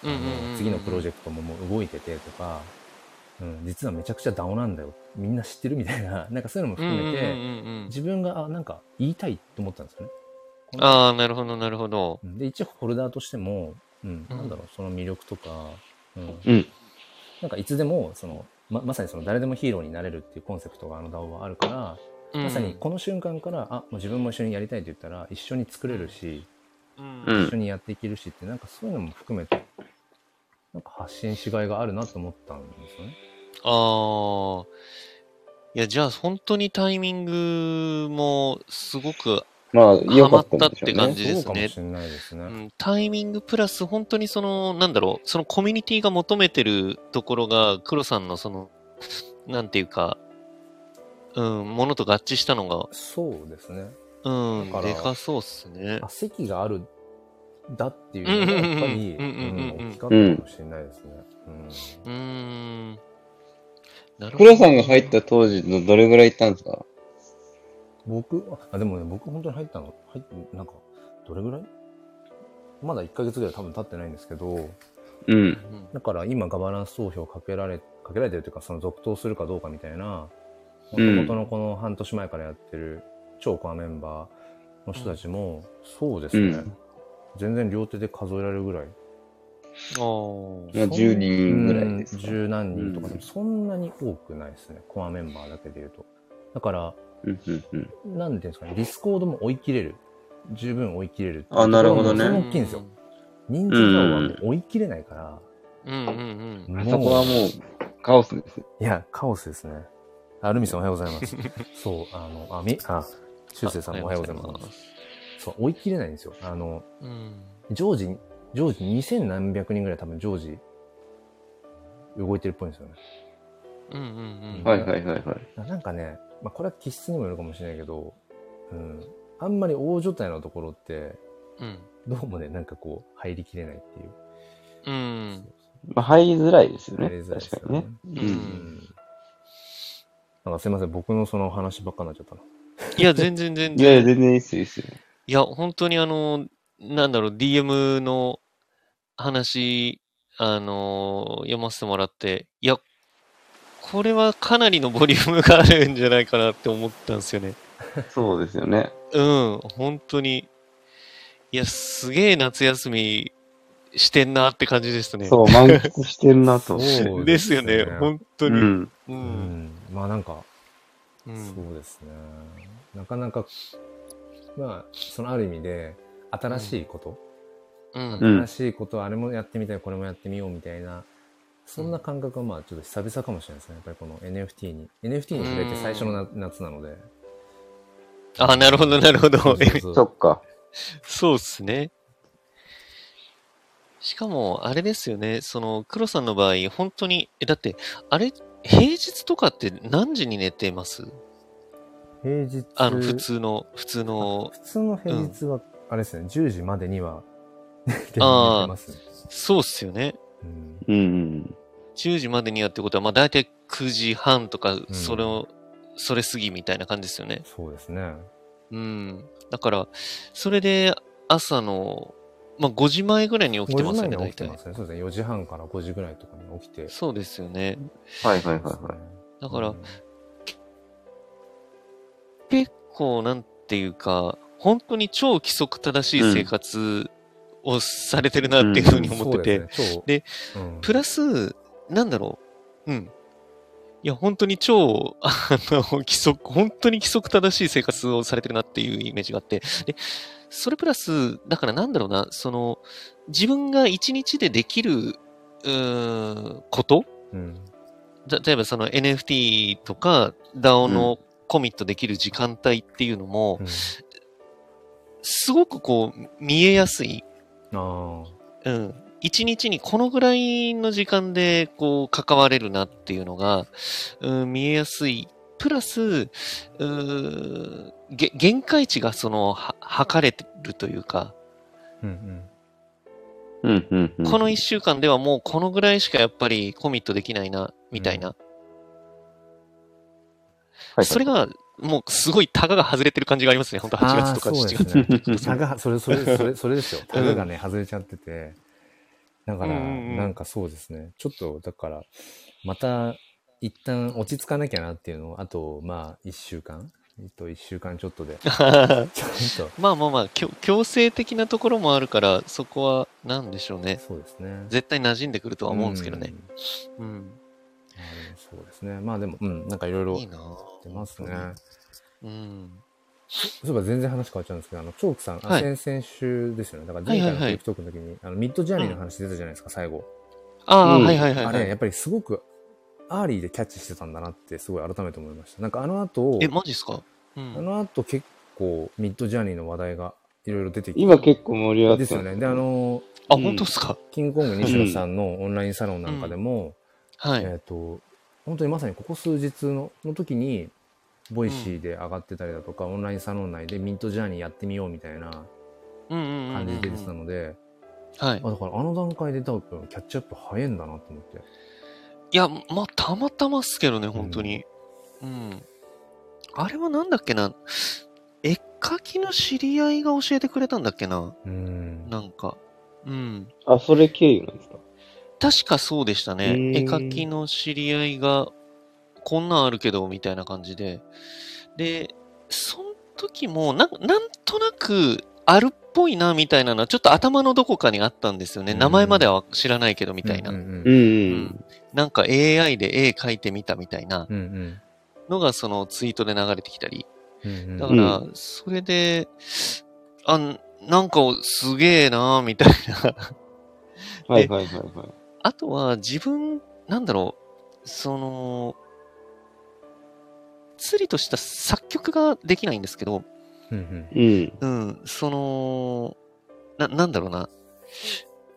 A: うんうん
B: あ
A: う
B: の
A: ん
B: 次のプロジェクトももう動いててとか、うん、実はめちゃくちゃダオなんだよみんな知ってるみたいななんかそういうのも含めて、
A: うんうんうんうんうん
B: 自分があなんか言いたいと思ったんですよね。
A: ああ、なるほどなるほど。
B: うんで一応フォルダーとしても、うん、
A: うん
B: なんだろうその魅力とか、うん、
C: うん。
B: なんかいつでもそのままさにその誰でもヒーローになれるっていうコンセプトがあの DAO はあるから、
A: うん
B: まさにこの瞬間からあもう自分も一緒にやりたいって言ったら一緒に作れるし、
A: うん
C: うん
B: 一緒にやっていけるしってなんかそういうのも含めてなんか発信しがいがあるなと思ったんですよね。
A: ああ。いや、じゃあ本当にタイミングもすごく、
C: まあ、良かった
A: ハ
C: んでしょう
A: マったって感
C: ね
A: じ。ですね
B: そうかもしれないですね。
A: うんタイミングプラス本当にその、なんだろう、そのコミュニティが求めてるところが、黒さんのその、なんていうか、うん、ものと合致したのが、
B: そうですね。
A: うん、
B: だか
A: で
B: ら
A: かそうっすね。
B: あ席があるだっていうのがやっ
A: うう
B: ぱり、うん
A: んうんうんうんうん
B: ん、大きかったかもしれないですね。うん
A: うーん。なるほど。
C: 黒さんが入った当時のどれぐらい行ったんですか
B: 僕、あ、でもね、僕本当に入ったの、入って、なんか、どれぐらいまだ1ヶ月ぐらい多分経ってないんですけど、
C: うん。
A: うん
B: だから今ガバナンス投票かけられ、かけられてるというか、その続投するかどうかみたいな、もと
C: うん
B: もとのこの半年前からやってる超コアメンバーの人たちも、そうですね、
C: うん
B: 全然両手で数えられるぐらい。
A: あー
C: まあ、10人ぐらいです
B: うん
C: か。
B: 十何人とかで
C: うん
B: もそんなに多くないですね、コアメンバーだけで言うと。だから、
C: うんうんうん。
B: なんていうんですかね、ディスコードも追い切れる。十分追い切れるっていう
C: あなるほどね
B: ところもそれも大きいんですよ。人数量はもう追い切れないから、
A: うんうんうん。
B: もう
C: あそこはもう、カオスです。
B: いや、カオスですね。あ、ルミさんおはようございます。 そう、あの、あ、み、あ、修正さんもおはようございます。
A: す。
B: そう、追い切れないんですよ。あの、
A: うん。
B: 常時、常時2000何百人ぐらい多分常時、動いてるっぽいんですよね。
A: うんうんうん。
C: はいはいはいはい。
B: なんかね、まあ、これは気質にもよるかもしれないけど、うん、あんまり大所帯のところって、
A: うん。
B: どうもね、なんかこう、入りきれないっていう。
A: うん。
C: まあ、入りづらいですよね。
B: 入りづらいですよ
C: 確かにね
B: ね。
C: う。
B: うんん。なんかすいません、僕のその話ばっかになっちゃったな。
A: いや、全然全
C: いやいや、
A: 然。
C: 全然いいっすよ、いいっすよ。
A: いや、本当にあの、なんだろう、DM の話、あの、読ませてもらって、いや、これはかなりのボリュームがあるんじゃないかなって思ったんですよね。
C: そうですよね。
A: うん、本当に。いや、すげえ夏休みしてんなって感じでしたね。
C: そう、満喫してんな と。
B: そう
A: ですよね、本当
C: う
A: に。
C: ん。
A: う。
B: うんん。まあなんか、
A: う
B: そ
A: ん。
B: うですね。なかなか、まあ、そのある意味で、新しいこと、
A: うん。
C: うん
B: 新しいこと、あれもやってみたい、これもやってみようみたいな、そんな感覚はまあちょっと久々かもしれないですね。やっぱりこの NFT に。NFT に触れて最初のな夏なので。
A: あ、なるほど、なるほ
B: そう
A: ど。
B: そう
C: そ
B: そう
C: っか。
A: そうっすね。しかも、あれですよね。その、黒さんの場合、本当に、え、だって、あれ、平日とかって何時に寝てます
B: 平日。
A: あの、普通の、普通の、
B: 普通の平日は、あれですね、10時までには、出
A: あー
B: ますね。
A: そうっすよね。
B: うん
C: うんうん
A: 10時までにやってことは、まあ、大体9時半とか、
B: ん
A: それを、それ過ぎみたいな感じですよね。
B: そうですね。
A: うん。だから、それで、朝の、まあ、5時前ぐらいに起きて
B: 5
A: ま
B: 時
A: すよ
B: 前に
A: ね、
B: は起
A: 大
B: きてま
A: 体。
B: すね。そうですね。4時半から5時ぐらいとかに起きて。
A: そうですよね。
C: うん。はいはいはいはい。
A: だから、
B: うん
A: 結構なんていうか、本当に超規則正しい生活をされてるなっていうふうに思ってて、
B: そうすね
A: で、
B: 超うん
A: プラス、なんだろう、うん。いや、本当に超、あの、規則、本当に規則正しい生活をされてるなっていうイメージがあって。で、それプラス、だからなんだろうな、その、自分が一日でできる、うーん、こと
B: うん。
A: た例えばその NFT とか DAO のコミットできる時間帯っていうのも、
B: うん
A: すごくこう、見えやすい。
B: あ
A: うん。一日にこのぐらいの時間で、こう、関われるなっていうのが、うん、見えやすい。プラス、うーげ限界値がその、は測れてるというか、
B: あ。うんうん。
C: うんうんうん。
A: この一週間ではもうこのぐらいしかやっぱりコミットできないな、みたいな。
C: はい
A: それが、もうすごいタガが外れてる感じがありますね。本当8月とか
B: あーそ
A: 7
B: うで
A: 月。
B: すね。
C: うん
B: タガ、それ、それ、それ、それ ですよ。タガがね、外れちゃってて。だから、
A: うんうんうん
B: なんかそうですね。ちょっと、だから、また、一旦落ち着かなきゃなっていうのを、あと、まあ、一週間あと一週間ちょっとで、ちゃんと。
A: まあまあまあ、強強制的なところもあるから、そこは何でしょうね。
B: そうですね。
A: 絶対馴染んでくるとは思うんですけどね。うん。
B: まあでもそうですね。まあでも、うん、なんかいろいろ
A: いい
B: や
A: なぁ
B: ってますね。
A: うん。
B: そういえば全然話変わっちゃうんですけど、あの、チョークさん、あ
A: はい
B: 先々週ですよね。だから前回の
A: はいはいはい
B: TikTok の時に、あの、ミッドジャーニーの話出たじゃないですか、最後。
A: ああ、
C: うん
A: はいはいはい、
B: あ
A: は
B: れ、や
A: い。
B: っぱりすごく、アーリーでキャッチしてたんだなって、すごい改めて思いました。なんかあの後、
A: え、マジっすかう
B: あ
A: ん。
B: の後結構、ミッドジャーニーの話題がいろいろ出てきて、
C: 今結構盛り上がって
B: で
C: ます
B: よね。で、あの、
A: あ、
C: うん
A: 本当っすか
B: キングコング西野さんのオンラインサロンなんかでも、
A: はい。
B: えっ、と、本当にまさにここ数日のの時に、ボイシーで上がってたりだとか、オンラインサロン内でミントジャーニーやってみようみたいな
A: うんうんうんうん。
B: 感じで出てたので、
A: はい。
B: あだからあの段階で多分キャッチアップ早いんだなと思って。
A: いや、まあ、たまたまっすけどね、本当に。うん。あれはなんだっけな。絵描きの知り合いが教えてくれたんだっけな。
B: うん。
A: なんか。うん。
C: あ、それ経由なんですか
A: 確かそうでした
C: う
A: ね。
C: ーん
A: 絵描きの知り合いが、こんなんあるけど、みたいな感じで。で、その時も、なんなんとなく、あるっぽいな、みたいなのは、ちょっと頭のどこかにあったんですよね。
B: うん
A: 名前までは知らないけど、みたいな。
B: うんうん
C: うん
B: うん。
C: うん。
A: なんか AI で絵描いてみたみたいな
B: うんうん
A: のが、そのツイートで流れてきたり。
B: うんうん
A: だから、それで、あ、なんかすげえな、みたいな。
C: はいはいはいはい。
A: あとは自分、なんだろう、その、つりとした作曲ができないんですけど、
B: うんうん
C: うん。
A: うん、その、な、なんだろうな、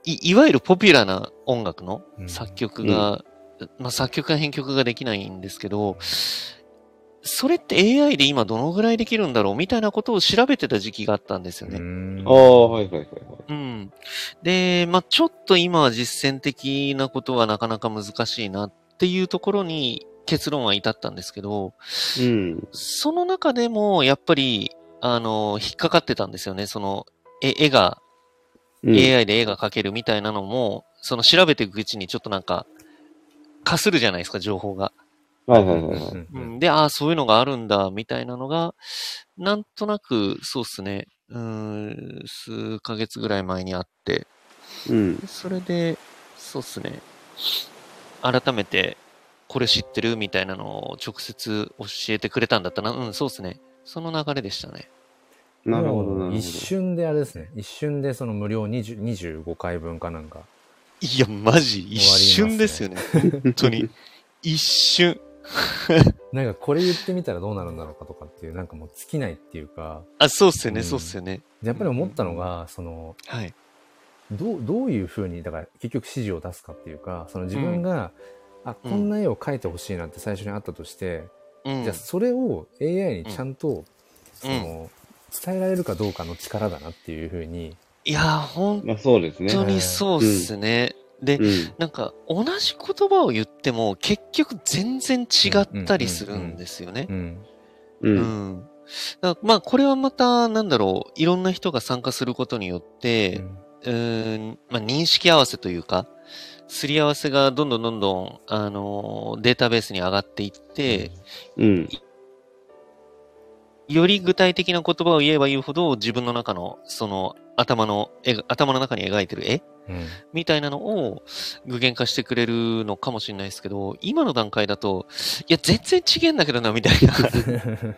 A: いいわゆるポピュラーな音楽の
B: うん
A: 作曲が、まあ、作曲家編曲ができないんですけど、それって AI で今どのぐらいできるんだろうみたいなことを調べてた時期があったんですよね。
B: うん
C: ああ、はいはいはいはい。
A: うん。で、まあちょっと今は実践的なことはなかなか難しいなっていうところに結論は至ったんですけど、
C: うん。
A: その中でもやっぱり、あの、引っかかってたんですよね。その、え絵が、
C: うん
A: AI で絵が描けるみたいなのも、その調べていくうちにちょっとなんか、かするじゃないですか、情報が。
C: はいは
B: う
C: い
B: ん
C: はいは
B: うん
C: い。
A: う
B: うん
A: ん、で、ああ、そういうのがあるんだ、みたいなのが、なんとなく、そうですね、うーん、数ヶ月ぐらい前にあって、
C: うん。
A: それで、そうっすね。改めて、これ知ってるみたいなのを直接教えてくれたんだったな。うん、そうっすね。その流れでしたね。
C: なるほどなるほど
B: 一。瞬であれですね。一瞬でその無料20 25回分かなんか。
A: いや、マジ、一瞬ですよね。本当に。一瞬。
B: なんかこれ言ってみたらどうなるんだろうかとかっていう、なんかもう尽きないっていうか、
A: あ、そうっすよ
B: う
A: ね、
B: ん
A: そうっすよね。
B: でやっぱり思ったのが、その、
A: はい。
B: どうどういうふうにだから結局指示を出すかっていうかその自分が、あこんな絵を描いてほしいなって最初にあったとして、
A: うん。
B: じゃあそれを AI にちゃんと、その伝えられるかどうかの力だなっていうふうに、
A: いやー、本
C: まあそうですね。
A: 当にそうっすね。で、
C: うん。
A: なんか、同じ言葉を言っても、結局全然違ったりするんですよね。
B: うん
C: う。
A: うんん。だまあ、これはまた、なんだろう、いろんな人が参加することによって、うーん、まあ、認識合わせというか、すり合わせがどんどんどんどん、あのーデータベースに上がっていって、
C: うん。
A: より具体的な言葉を言えば言うほど、自分の中の、その、頭の、え頭の中に描いてる絵
B: ううん。
A: みたいなのを具現化してくれるのかもしれないですけど、今の段階だと、いや、全然違えんだけどな、みたいな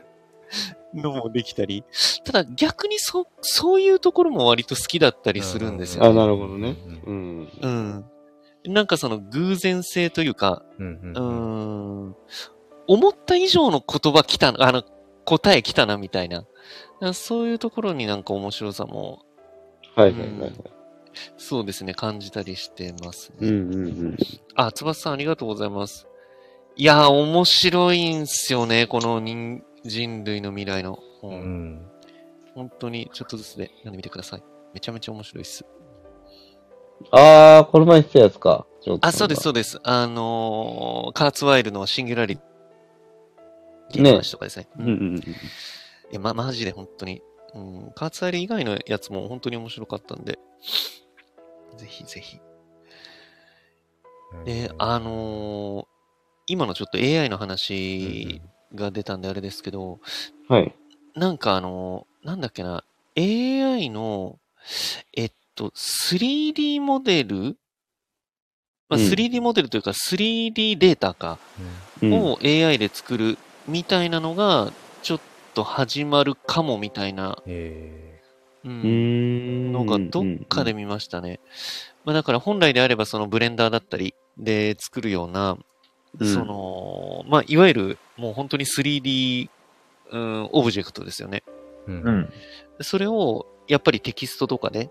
A: のもできたり、ただ逆にそ、そういうところも割と好きだったりするんですよ
C: あ、
A: ね。
C: なるほどね。
B: う
C: うん。
A: うん。なんかその偶然性というか、
B: うん
A: うーん、思った以上の言葉来たな、あの、答え来たな、みたいな。そういうところになんか面白さも、
C: はいはいはいはい。
A: そうですね、感じたりしてます
C: う
A: ね。
C: んうんうん。
A: あ、つばさんありがとうございます。いやー、面白いんすよね、この人人類の未来の。う
B: うんん。
A: 本当に、ちょっとずつで読んでみてください。めちゃめちゃ面白いっす。
C: あー、この前言ってたやつか。ジョークさんが
A: あ、そうです、。そうです。あのーカーツワイルのシンギュラリティ
C: ね
A: の話とかですね。
C: う
A: うん
C: うんんうん。
A: いや、ま、マジで本当に。うん、カーツアイル以外のやつも本当に面白かったんで、ぜひぜひ。で、あのー今のちょっと AI の話が出たんであれですけど、
C: はい。
A: なんかあのーなんだっけな、AI の、えっと、3D モデルまあ、
C: うん
A: 3D モデルというか 3D データか、
C: うん
A: を AI で作るみたいなのが、ちょっと始まるかもみたいな、
B: え
A: うんの
C: の
A: がどっかで見ましたね。まあ、だから本来であればそのブレンダーだったりで作るような、そ、の、まあ、いわゆるもう本当に 3D、うん、オブジェクトですよね。
B: え。うん
C: う。ん。
A: それをやっぱりテキストとかで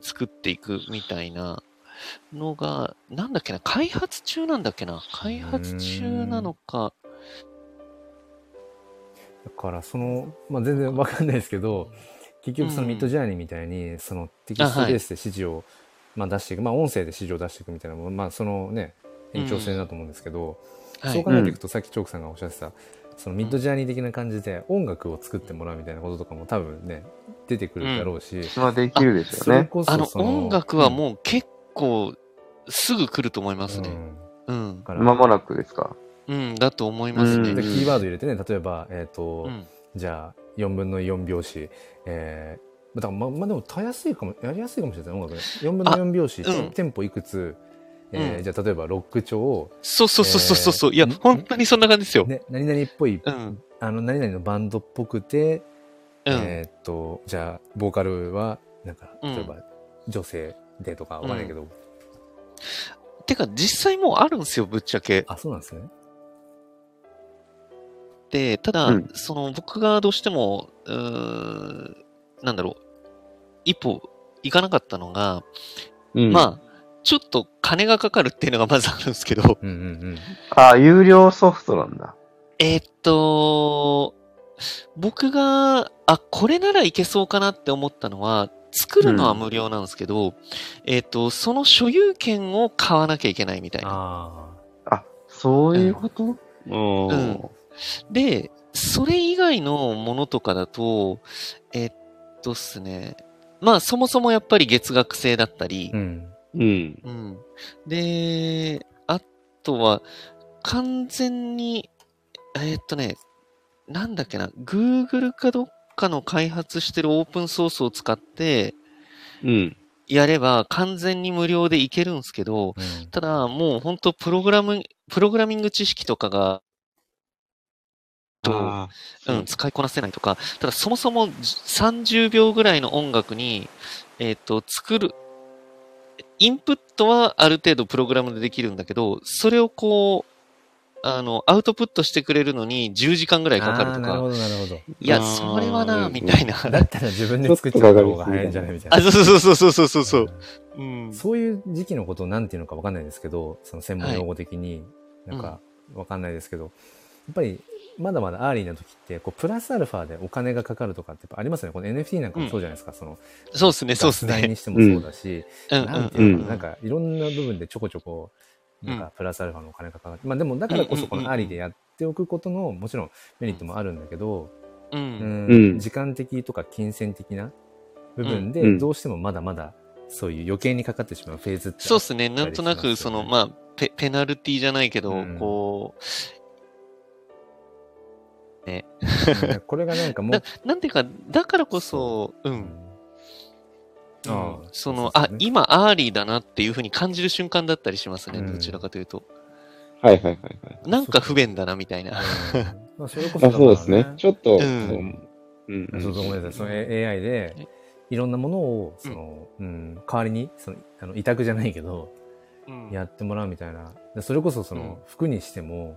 A: 作っていくみたいなのが、なんだっけな、開発中なんだっけな。開発中なのか、
B: だから、その、まあ、全然わかんないですけど、結局そのミッドジャーニーみたいに、そのテキストベースで指示を、まあ、出していく、まあ、音声で指示を出していくみたいなもの、まあ、そのね、延長線だと思うんですけど、
A: は
B: そう
A: い
B: 考えていくと、さっきチョークさんがおっしゃってた、そのミッドジャーニー的な感じで音楽を作ってもらうみたいなこととかも多分ね、出てくるだろうし、
C: はできるでし
B: そ
C: ょう
B: れ
C: ね。
B: こそ
A: あの、
B: そ
A: 音楽は
B: う
A: もう結構すぐ来ると思いま
B: です
A: ね。うん
B: だ。から、
C: まもなくですか。
A: うん、だと思います
C: う
B: で
C: ん
A: ね。
B: キーワード入れてね、例えば、えっ、と、
A: うん。
B: じゃあ、4分の4拍子、えー、だからま、まあ、でも、たやすいかも、やりやすいかもしれない、音楽ね。4分の4拍子、
A: あうん
B: テンポいくつ、えー
A: うん
B: じゃあ、例えば、ロック調を、
A: そうそうそうそうそう。いや
B: えー、
A: 本当にそんな感じですよ。
B: ね、何々っぽい、
A: うん。
B: あの、何々のバンドっぽくて、
A: うん。
B: えーっと、じゃあ、ボーカルは、なんか、
A: うん
B: 例えば、女性でとか、わかんないけど、
A: てか、実際もうあるんですよ、ぶっちゃけ。
B: あ、そうなんですね。
A: で、ただ、
C: うん
A: その、僕がどうしても、うーん、なんだろう、一歩行かなかったのが、
C: うん
A: まあ、ちょっと金がかかるっていうのがまずあるんですけど、
B: うんうんうん。
C: あ。あー、有料ソフトなんだ。
A: えーっと、僕が、あ、これならいけそうかなって思ったのは、作るのは無料なんですけど、えーっと、その所有権を買わなきゃいけないみたいな。
B: あ
C: あ、そういうことう
A: うんで、それ以外のものとかだと、えーっとっすね、まあそもそもやっぱり月額制だったり
B: あ。う、ん。
C: うん。
A: うん。で、あとは、完全に、えーっとね、なんだっけな、Google かどっかの開発してるオープンソースを使って
C: うん。
A: やれば完全に無料でいけるんですけど、
B: うん
A: ただもう本当プログラム、プログラミング知識とかが、と、
C: あ
A: う
C: ー
A: ん、使いこなせないとか、ただそもそもじ30秒ぐらいの音楽に、えっ、と、作る、インプットはある程度プログラムでできるんだけど、それをこう、あの、アウトプットしてくれるのに10時間ぐらいかかる
B: あー
A: と
B: なる
A: か、
B: ほど、なるほど。
A: いや、
C: あー
A: それはな、
C: うん
A: みたいな。
B: だったら自分で作っちゃった方が早いんじゃないみたいな。
A: あ、そうそうそうそうそうそうそう。うん。
B: そういう時期のことをなんていうのかわかんないですけど、その専門用語的に、
A: い
B: なんかわかんないですけど、やっぱりまだまだアーリーな時って、こうプラスアルファでお金がかかるとかってやっぱありますよね。この NFT なんかもそうじゃないですか。その、
A: そうですね、そうです
B: ガス代
A: ね。
B: にしてもそうだし、
A: うんうん
B: なんて
A: う
B: いうの
A: ん
B: かな、なんかいろんな部分でちょこちょこ、なん
A: うん
B: かプラスアルファのお金がかかる。まあでもだからこそこのアーリーでやっておくことの、もちろんメリットもあるんだけど、
A: う。
B: うんん
C: うん
B: 時間的とか金銭的な部分
C: う
B: で、
C: ん
B: どうしてもまだまだそういう余計にかかってしまうフェーズってあっ
A: そうですね、なんとなく、その、まあ、ペペナルティじゃないけど、
B: うん
A: こう、
B: うんこれがなんかも
A: ななんていうか、だからこそ、うん。うん
B: ああ
A: そ
B: そ
A: の
B: う、です
A: あ
B: ね、
A: 今、アーリーだなっていうふうに感じる瞬間だったりしますね、
B: うん
A: どちらかというと。
C: はいはいはいはい。
A: なんか不便だな、みたいな。
B: まあ、それこそだ
C: あ
B: から
C: そうですね。ちょっと、
A: ん
C: そううん
B: そうそうごめんなさい。その A- AI で
A: え、
B: いろんなものを、その、うん、代わりに、その、あの委託じゃないけど、
A: うん
B: やってもらうみたいな。でそれこそ、そ
A: うん
B: の、服にしても、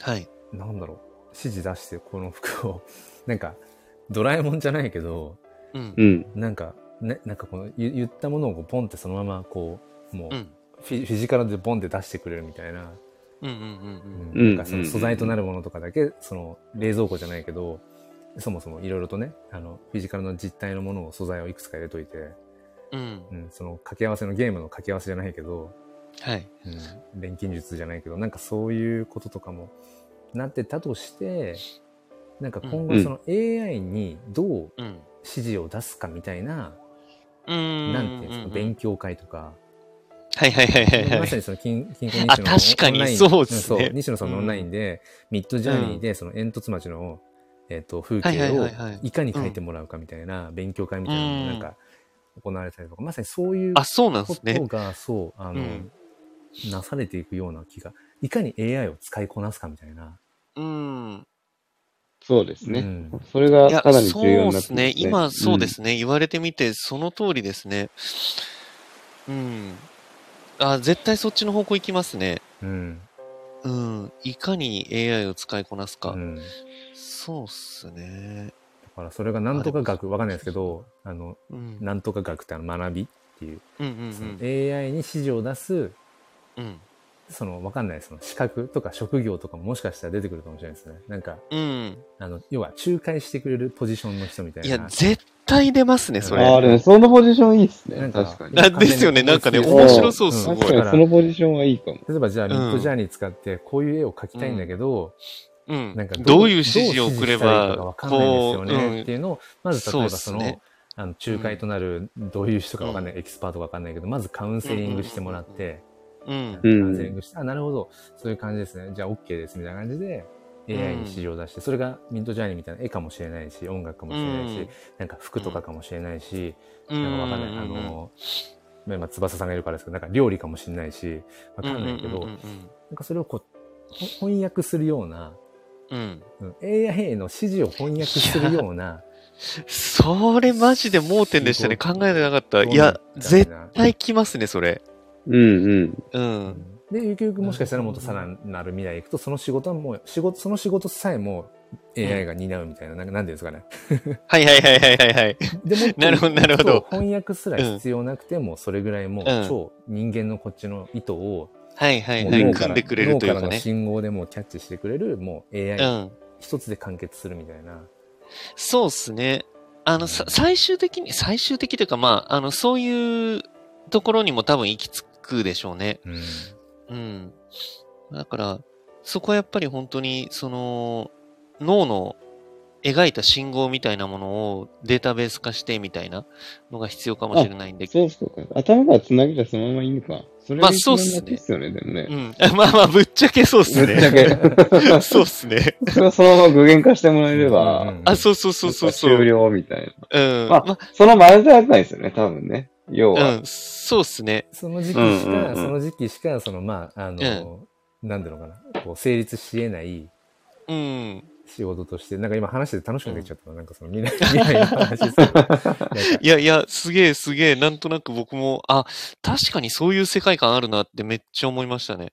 A: はい。
B: なんだろう、指示出して、この服を、なんか、ドラえもんじゃないけど、
A: うん
C: う。ん。
B: なんか、ね、なんかこの、ゆ言ったものをこうポンってそのまま、こう、もう、
A: うん。
B: フィフィジカルでポンって出してくれるみたいな。
A: うんうんうん
B: うんなんか
C: うん
B: その素材となるものとかだけ、その冷蔵庫じゃないけど、そもそもいろいろとね、あの、フィジカルの実体のものを素材をいくつか入れといて、
A: うん。うん。
B: うん、その掛け合わせのゲームの掛け合わせじゃないけど、
A: はい。
B: うん、錬金術じゃないけど、なんかそういうこととかもなってたとして、なんか今
C: う
B: 後
C: ん
B: その AI にどう
A: うん。
B: 指示を出すかみたいな、
A: うーん。
B: なんていうんですか、勉強会とか、
A: はいはいはいはいは
B: まさ
A: い。
B: にその金、金庫西
A: あ
B: 野のオン
A: 確かに
B: オンライン
A: そうですね
B: んそう西野さんのオンラインで、ミッドジャーニーで、その煙突町の、えっ、と、風
A: は
B: 景
A: い
B: を
A: はいはいはい
B: いかに描いてもらうかみたいな、勉強会みたいなの
A: うん
B: がなんか、行われたりとか、まさにそういう
A: あ、そうなんで
B: こ
A: すね
B: と。が、そう、あの、
A: うん
B: なされていくような気が、いかに AI を使いこなすかみたいな。
A: うん。
C: そうですね。
B: うん
C: それが
A: いや
C: かなり
A: そ
C: 重要
A: うで
C: になって
A: す
C: ますね
A: ね。。今、そうですね。言われてみて、その通りですね。うん。あ、絶対そっちの方向行きますね。
B: うん。
A: うん。いかに AI を使いこなすか。
B: うん。だ
A: そうっすね。
B: からそれがなんとか学、わかんないですけど、あの、
A: うん。
B: なんとか学ってあの学びっていう、
A: うんう
B: その
A: ん
B: AI に指示を出す
A: うん。うん。
B: その、わかんない、その資格とか職業とかももしかしたら出てくるかもしれないですね。なんか、
A: うん。
B: あの、要は仲介してくれるポジションの人みたいな。
A: いや、絶対出ますね、そ
C: うん。ああ、
A: れ。
C: でもそのポジションいいです
B: な
C: ね。
B: んか
C: 確かに。
A: あですよねなんかね
B: 完全に
C: 面白そう
A: すごい
C: 確か
B: だ
C: に
B: ら
C: そのポジションはいいかも。
B: 例えばじゃあ、
A: うん
B: ミッドジャーニー使って、こういう絵を描きたいんだけど、
A: うん
B: なんか。
A: どういう指示を送れば、
B: どう指示したらいいかわかんないですよね
A: う
B: っていうのを、まず例えばそ
A: そう
B: の、
A: っすね
B: あの、仲介となる、どういう人かわかんない、エキスパートかわかんないけど、まずカウンセリングしてもらって、
A: うん。
C: うん
B: カウンセリングして、あ、なるほど、そういう感じですね。じゃあ OK です、みたいな感じで、AI に指示を出して、それがミッドジャーニーみたいな絵かもしれないし、音楽かもしれないし、
A: うん
B: なんか服とかかもしれないし、
A: うん。
B: なんかわかんない、あの、まあ、翼さんがいるからですけど、なんか料理かもしれないし、わかんないけど、
A: うんうん
B: なんかそれをこう、ほ翻訳するような、
A: うんうん。
B: うん AI の指示を翻訳するような、
A: それマジで盲点でしたね。
B: すご
A: 考
B: い
A: えてなかった。
B: どう
A: い
B: な
A: や
B: る、みたい
A: 絶
B: な
A: 対来ますね、それ。
C: うんうん。
A: う。
B: うんんで、ゆくゆくもしかしたらもっとさらなる未来行くと、その仕事はもう、仕事、その仕事さえも AI が担うみたいな、なんかなんていうんですかね。
A: はいはいはいはいはいはい。
B: でもっと
A: なるほどなるほど
B: そう翻訳すら必要なくても、それぐらいもう、
A: うん
B: 超人間のこっちの意図を、
A: はいはい
B: もう
A: は
B: 脳
A: い。
B: か
A: 組
B: ら
A: んでくれる
B: 脳
A: とい
B: か
A: う
B: ら
A: か
B: の
A: ね。
B: 信号でもうキャッチしてくれる、もう
A: う
B: AI
A: ん。
B: 一つで完結するみたいな。
A: そうっすね。あの、さ最終的に、最終的というか、まあ、あの、そういうところにも多分行き着くでしょうね。
B: うん。
A: うん。だから、そこはやっぱり本当に、その、脳の描いた信号みたいなものをデータベース化してみたいなのが必要かもしれないんで、
C: そうそうか。頭から繋げたらそのままいいのか。それ
A: ま
C: が
A: あ
C: 一番
A: そうっすね
C: 楽ですよね、でも
A: う
C: ね。
A: ん。 まあまあ、ぶっちゃけそうっ
C: ぶ
A: す
C: っちゃ
A: ね。
C: け。
A: そうっすね。
C: それをそのまま具現化してもらえれ
B: うんうん
C: ば
B: う、ん
A: あ、そうそうそうそうそう。
C: 終了みたい
A: うん。
C: な。まあ、その前じゃないですよね、多分ね。要
A: まあ、うん。
C: は。
A: そうっすね。
B: その時期しか、
C: うんうんうん
B: その時期しか、その、まあ、あの、なんだろうかな、こう、成立し得ない
A: うん。
B: 仕事として、なんか今話してて楽しくなってきちゃったな、なんかその未来、未来の 話ですけどなんか
A: いやいや、すげえすげえ、なんとなく僕も、あ、確かにそういう世界観あるなってめっちゃ思いましたね。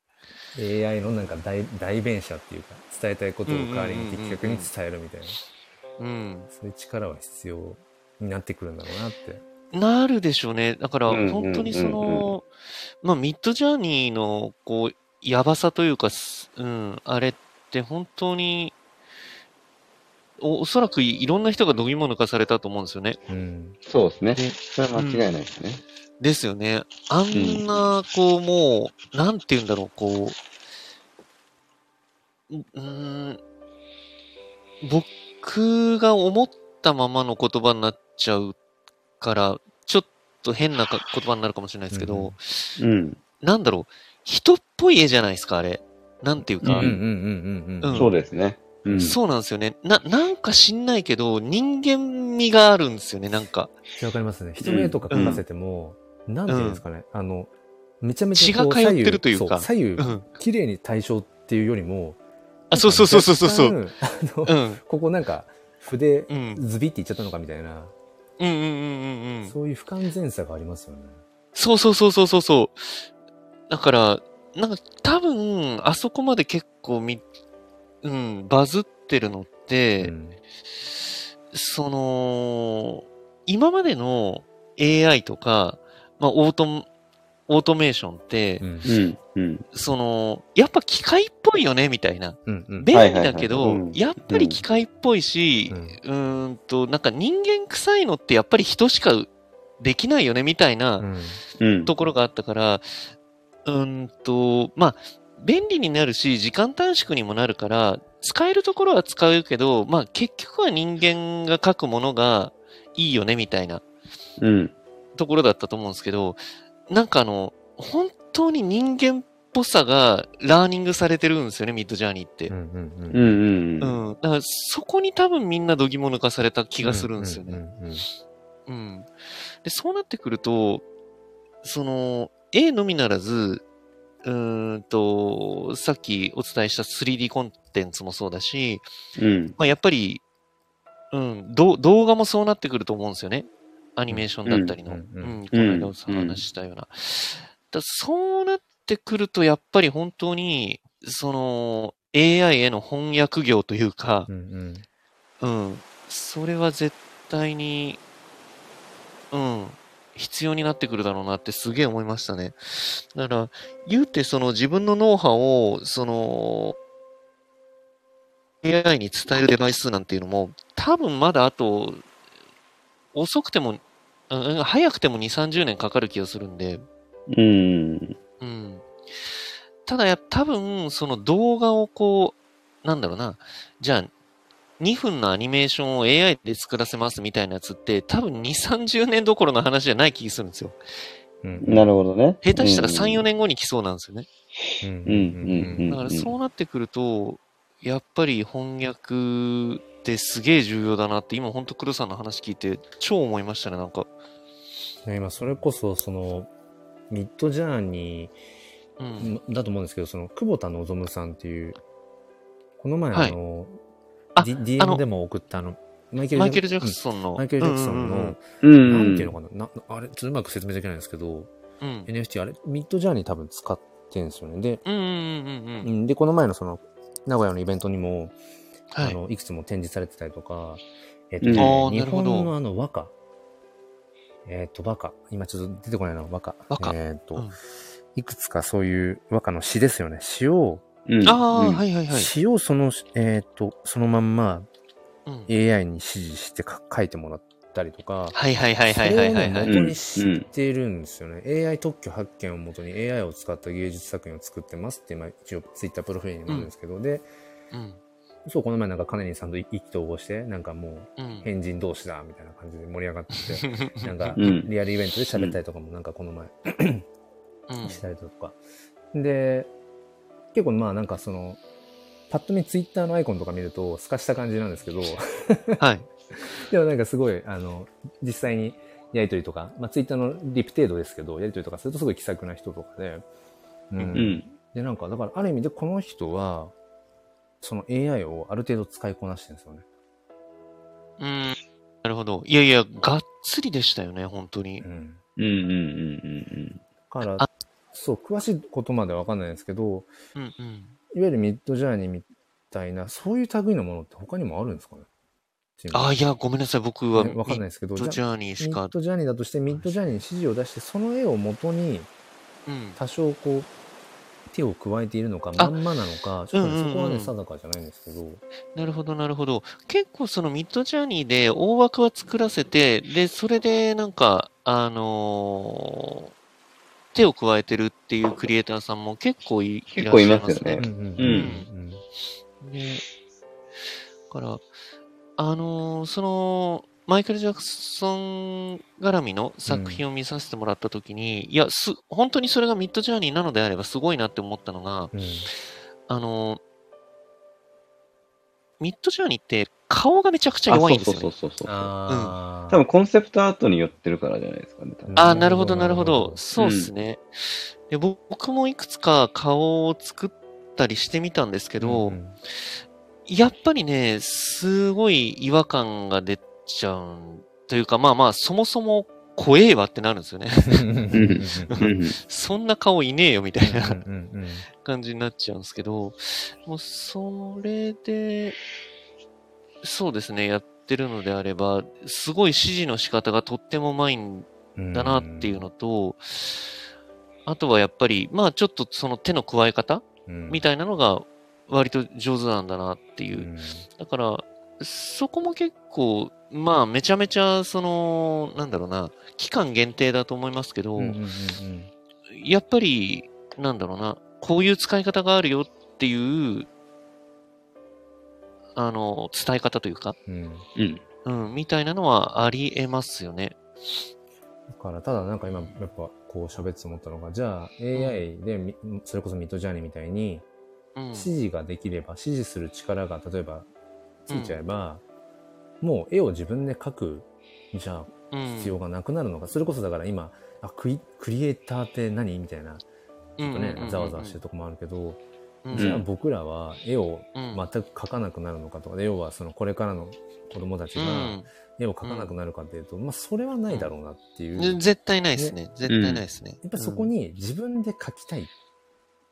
B: AI のなんか代代弁者っていうか、伝えたいことを代わりに的確に伝えるみたいな、
A: うん。
B: そういう力は必要になってくるんだろうなって。
A: なるでしょうね。だから、
C: うんうん
A: 本当にそ
C: うん
A: の、まあ、ミッドジャーニーの、こう、やばさというか、すうん、あれって本当に、おおそらくいいろんな人が度肝抜かされたと思うんですよね。
B: うん。
C: そうですね
A: ね。
C: それは間違いないですね。
A: ですよね。あんな、こう、もう、なんて言うんだろう、こう、ううーん、僕が思ったままの言葉になっちゃうから、ちょっと変なか言葉になるかもしれないですけ
B: うんう
A: ど、
C: うん。
A: なんだろう、人っぽい絵じゃないですか、あれ。なんていう
B: うん
A: か、
B: うんうんうんうん。
A: うん
C: そうですね。うん。
A: そうなんですよね。な、なんか知んないけど、人間味があるんですよね、なんか。
B: わかりますね。人の絵とか描かせても、なんていうんですかね、あの、めちゃめち
A: 血
B: ゃこ
A: が
B: う
A: 通
B: 左
A: って
B: 右
A: るというか。
B: そう左
A: う
B: 右、
A: ん。
B: 綺麗に対象っていうよりも、
A: あ、そうそうそうそうそうそう。
B: なんか若干あ
A: う
B: の、
A: ん。
B: ここなんか、筆
A: う、ん。
B: ズビっていっちゃったのかみたいな、
A: うんうんうんうんうん。
B: そういう不完全さがありますよね。
A: そうそうそうそうそうそう。だから、なんか多分、あそこまで結構み、うん、バズってるのっ
B: う
A: て、
B: ん。
A: その、今までの AI とか、まあ、オート、オートメーションって、
B: うん。
C: うん。うん。
A: その、やっぱ機械っぽいよね、みたいな。
B: うん。うん。
A: 便利だけ
C: はいは
A: ど
C: いはいうん、
A: やっぱり機械っぽいし、うーんと、なんか人間臭いのってやっぱり人しかできないよね、みたいな、
B: うん。
C: うん。
A: ところがあったから、うーんと、まあ、便利になるし、時間短縮にもなるから、使えるところは使うけど、まあ、結局は人間が書くものがいいよね、みたいな
C: うん。
A: ところだったと思うんですけど、なんかあの、本当に人間っぽさがラーニングされてるんですよね、ミッドジャーニーって
B: う。ん。うん。うん。
C: うん。うん。
A: う
C: うん。
A: ん。だから、そこに多分みんな度肝抜かされた気がするんですよね。
B: うん。うん
A: うん。で、そうなってくると、その、A のみならず、うーんと、さっきお伝えした 3D コンテンツもそうだし、
C: うん。
A: まあ、やっぱり、うん、ど動画もそうなってくると思うんですよね。アニメーションだったりの。
B: う
A: うんん、
B: うんうん
A: この間お話ししたような。だそうなってくると、やっぱり本当に、その、AI への翻訳業というか、
B: うん。うん。
A: うん。それは絶対に、うん。必要になってくるだろうなってすげえ思いましたね。だから、言うてその自分のノウハウを、その、AI に伝えるデバイスなんていうのも、多分まだあと、遅くても、うんうん早くても2、30年かかる気がするんで、
C: うん。
A: うん。ただや、多分、その動画をこう、なんだろうな、じゃあ、2分のアニメーションを AI で作らせますみたいなやつって、多分2、30年どころの話じゃない気がするんですよ。
B: うん
C: なるほどね。
A: 下手したら3、4。年後に来そうなんですよね。
B: うん
C: うん
A: だからそうなってくると、やっぱり翻訳ってすげえ重要だなって、今本当黒さんの話聞いて超思いましたね、なんか。
B: ね今それこそそのミッドジャーニ
A: うん。
B: ーだと思うんですけどその久保田望さんっていうこの前
A: はい
B: あの、
A: あ
B: D、
A: あ
B: DM
A: の
B: でも送ったあのマイケ
A: マイケル・ジャ
B: ャ
A: クソンの。
B: うんマイケル・ジャクソンの、
C: う
B: なん
C: ん。
B: ていうのかななあれちょっとうまく説明できないんですけど、
A: うんうんうん。
B: NFT あれミッドジャーニー多分使ってんですよねで,、
A: うんうんうんうん
B: う
A: うん。
B: ん、でこの前のその名古屋のイベントにも、
A: は
B: あ
A: い。
B: のいくつも展示されてたりとか、えっと
C: うん
A: あー
B: 日
A: なるほ
B: 本
A: ど
B: のあの和歌、えっと和歌、今ちょっと出てこないな、和歌。
A: 和歌
B: えっと、
A: うん
B: いくつかそういう和歌の詩ですよね。詩を、
C: うん。。
A: ああ、はいいはいはい。
B: 詩をその、えっと、そのまんま
A: うん。
B: AI に指示してか書いてもらったりとか、
A: はいはいはいはいはいはい、は
B: そ
A: い
B: れをね元にしてるんですよね。AI 特許発見をもとに AI を使った芸術作品を作ってますって、今一応ツイッタープロフィールにもあるんですけど、で、
A: うん。
B: そう、この前なんかカネリンさんと意気投合して、なんかもう、
A: うん。
B: 変人同士だみたいな感じで盛り上がっててなんか
C: うん
B: リアルイベントで喋ったりとかもなんかこの前
A: うん
B: したりとか、で結構まあなんかそのパッと見ツイッターのアイコンとか見ると透かした感じなんですけど
A: はい。
B: でもなんかすごいあの実際にやりとりとか、まあ、ツイッターのリプ程度ですけどやりとりとかするとすごい気さくな人とかで、うん
C: うん。
B: でなんかだからある意味でこの人はその AI をある程度使いこなしてるんですよね。
A: うん。なるほど。いやいや、がっつりでしたよね、本当に
B: う。ん
C: うん。うん。うん。
B: から
A: あ、
B: そう、詳しいことまではわかんないんですけど、
A: うんうん。
B: いわゆるミッドジャーニーみたいな、そういう類のものって他にもあるんですかね
A: ああ、いや、ごめんなさい、僕
B: わ、
A: は、
B: ね、わかんない
A: い。
B: ですけど、
A: ミッドジ
B: じゃあ
A: ャーニー
B: ミ
A: し
B: ッ
A: か。
B: ドジャーニーだとして、ミッドジャーニーに指示を出して、その絵を元に
A: うん。
B: 多少こう、手を加えているのか、ま
A: あ
B: んまなのか、ちょっとね
A: うんうんうん
B: そこはね、定かじゃないんですけど、
A: なるほど、なるほど。結構そのミッドジャーニーで大枠は作らせて、で、それでなんか、あのー手を加えてるっていうクリエイターさんも結構い
C: 結構いますよね
A: らっしゃ
C: うん
B: うんうん
A: ね、だから、あのーその、マイケル・ジャクソン絡みの作品を見させてもらったときに、いやす、本当にそれがミッドジャーニーなのであればすごいなって思ったのが、
B: うん
A: あのーミッドジャーニーって顔がめちゃくちゃ弱いんですよ、ね。
C: そうそうそうそうそう。
B: あ
C: 多分コンセプトアートによってるからじゃないですかね。多分
A: あ
B: う
A: あ、
B: ん
A: なるほど、なるほ
B: なるほ
A: ど
B: ど。
A: そうですね、で。僕もいくつか顔を作ったりしてみたんですけど、
B: うん
A: やっぱりね、すごい違和感が出ちゃうんというか、まあまあ、そもそも怖えわってなるんですよね。
C: うんうん
A: そんな顔いねえよみたいな
B: うんうんうん
A: 感じになっちゃうんですけど、もうそれで、そうですね、やってるのであれば、すごい指示の仕方がとってもうまいん
B: うん
A: だなっていうのと、あとはやっぱり、まあちょっとその手の加え方みたいなのが割と上手なんだなっていうう。
B: ん
A: だから、そこも結構、まあめちゃめちゃ、その、なんだろうな、期間限定だと思いますけど、
B: うんうんうん
A: やっぱり、なんだろうな、こういう使い方があるよっていう、あの、伝え方というか、
B: うんうん
C: うん
A: うん、みたいなのはありえますよね。
B: だから、ただなんか今、やっぱこう喋って思ったのが、じゃあ AI でみ、それこそミッドジャーニーみたいに、
A: うん
B: 指。示ができれば、指示する力が例えばついちゃえば、もう絵を自分で描く、じゃあ
A: うん
B: 必要がなくなるのか、それこそだから今あクリクリエイターって何みたいなちょっとねざわざわしてるとこもあるけど、
A: うん
B: じゃあ僕らは絵を
A: うん
B: 全く描かなくなるのかとかで要はそのこれからの子供たちが絵を描かなくなるかっていうと、まあ、それはないだろうなっていう、
A: うん
B: やっ
A: 絶対ないですね。絶対ないですね。
B: ぱりそこに自分で描きたいっ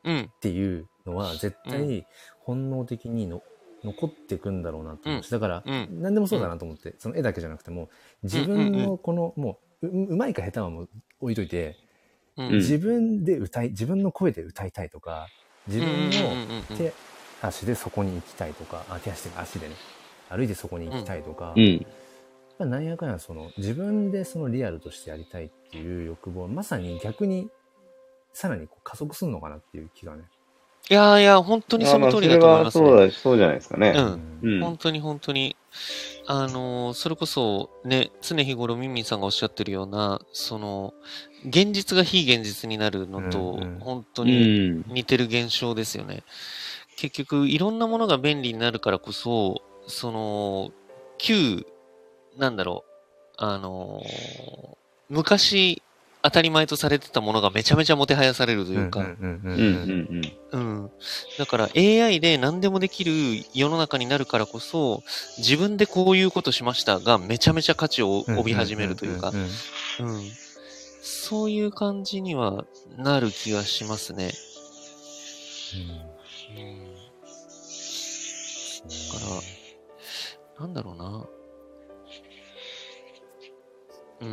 A: うん、
B: ていうのは絶対本能的にの、残ってくんだろうなと思うし、だから
A: うん、うん。
B: 何でもそうだなと思って、その絵だけじゃなくても自分のこの、もうううまいか下手はもう置いといて、
A: う
C: うん
A: ん
B: 自分で歌い自分の声で歌いたいとか自分
A: うん
B: の
A: うんうんうん
B: 手足でそこに行きたいとかあ手足で足でね歩いてそこに行きたいとか、
C: う
B: やっ
C: ん
B: ぱなんやかんやその自分でそのリアルとしてやりたいっていう欲望はまさに逆にさらにこう加速するのかなっていう気がね。
A: いやいや、本当にその通りだと思います、
C: あまあそれは
A: ね。
C: そうだそうじゃないですかね。
A: うん
C: うん
A: 本当に本当に。あのー、それこそ、ね、常日頃ミンミンさんがおっしゃってるような、その、現実が非現実になるのと
B: うんうん、
A: 本当
C: 当
A: に似てる現象ですよね。結局、いろんなものが便利になるからこそ、その、旧、なんだろう、あのー、昔、当たり前とされてたものがめちゃめちゃもてはやされるというか、
C: うんうん
A: うん。だから AI で何でもできる世の中になるからこそ、自分でこういうことしましたが、めちゃめちゃ価値を帯び始めるというか、うん。そういう感じにはなる気がしますね。うん。だから、なんだろうな。うん。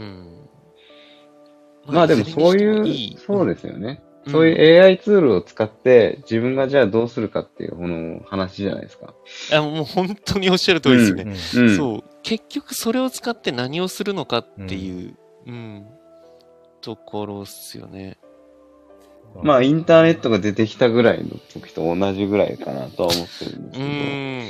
C: うん。まあでもそう
A: い
C: い、
A: いう
C: そうですよね。
A: うん
C: そういう AI ツールを使って自分がじゃあどうするかっていうこの話じゃないですか。
A: あもう本当におっしゃる通りですね。
C: うん。
A: そう結局それを使って何をするのかっていう、うんところっすよね。
C: まあインターネット
B: が
C: が出てきたぐらいの時と同じぐらいかなとは思ってるんで
A: う
C: すけど。
A: ーん。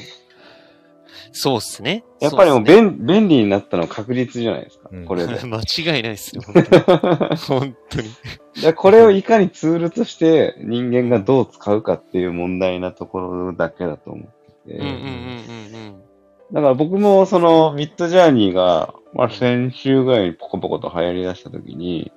A: そうっすね。
C: やっぱりもう
A: そ
C: 便便利になったのは確率じゃないですか
B: うん、
C: これ
A: うっ
C: で。
A: すね 間違いないっす ね、本当に。本当に。
C: でこれをいかにツールとして人間がどう使うかっていう問題なところだけだと思ってて、
A: うんうんうんうん
C: だから僕もそのミッドジャーニーが、まあ、先週ぐらいにポコポコと流行り出した時に、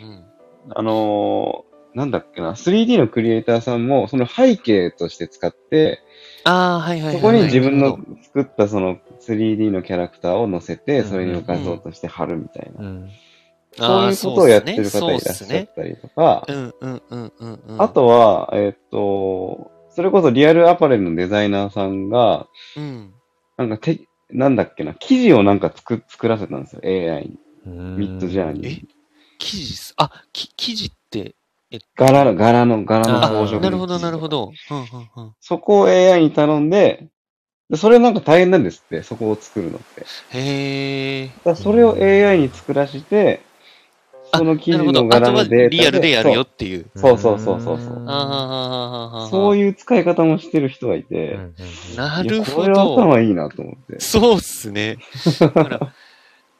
A: うん。うんうん
C: あのーなんだっけな、3D のクリエイターさんもその背景として使って、
A: ああ、はいはいはい、
C: そ
A: はい。
C: こに自分
A: なるほ
C: の
A: ど
C: 作ったその 3D のキャラクターを載せて、それに
B: うん
C: の画像として貼るみたいな。
A: あ
C: そ
A: ー
C: ういうことをやってる
A: そ
C: 方
A: う
C: い
A: っ
C: らっ
A: す
C: しゃっ
A: ね。
C: たりとか、
A: そうっすねうんうんうんうんうん。
C: あ、とは、えーっと、それこそリアルアパレルのデザイナーさんが、
A: うん。
C: なんかて、なんだっけな、記事をなんか作作らせたんですよ、AI に。ミッドジャーニー。
A: 記事っす。あ、き記事って。
C: 柄の、柄の、柄の
A: あ
C: 装飾の
A: なるほど、なるほ
C: ど。
A: ど。うんうんうん。
C: そこを AI に頼んで、でそれなんか大変なんですって、そこを作るのって。だか
A: へえ。
C: らそれを AI に作らせて、
A: あ
C: その記
A: な
C: 事
A: るほ
C: の
A: ど。あ
C: 柄
A: とは
C: のデータ
A: リアルでやるよっていう。
C: そうそうそうそうそうそう。
A: ああああああああ
C: そういう使い方もしてる人がいて、
A: ない
C: や
A: る
C: こ
A: ほ
C: れは
A: ど。
C: 頭いいなと思って。
A: そうっす ね。だから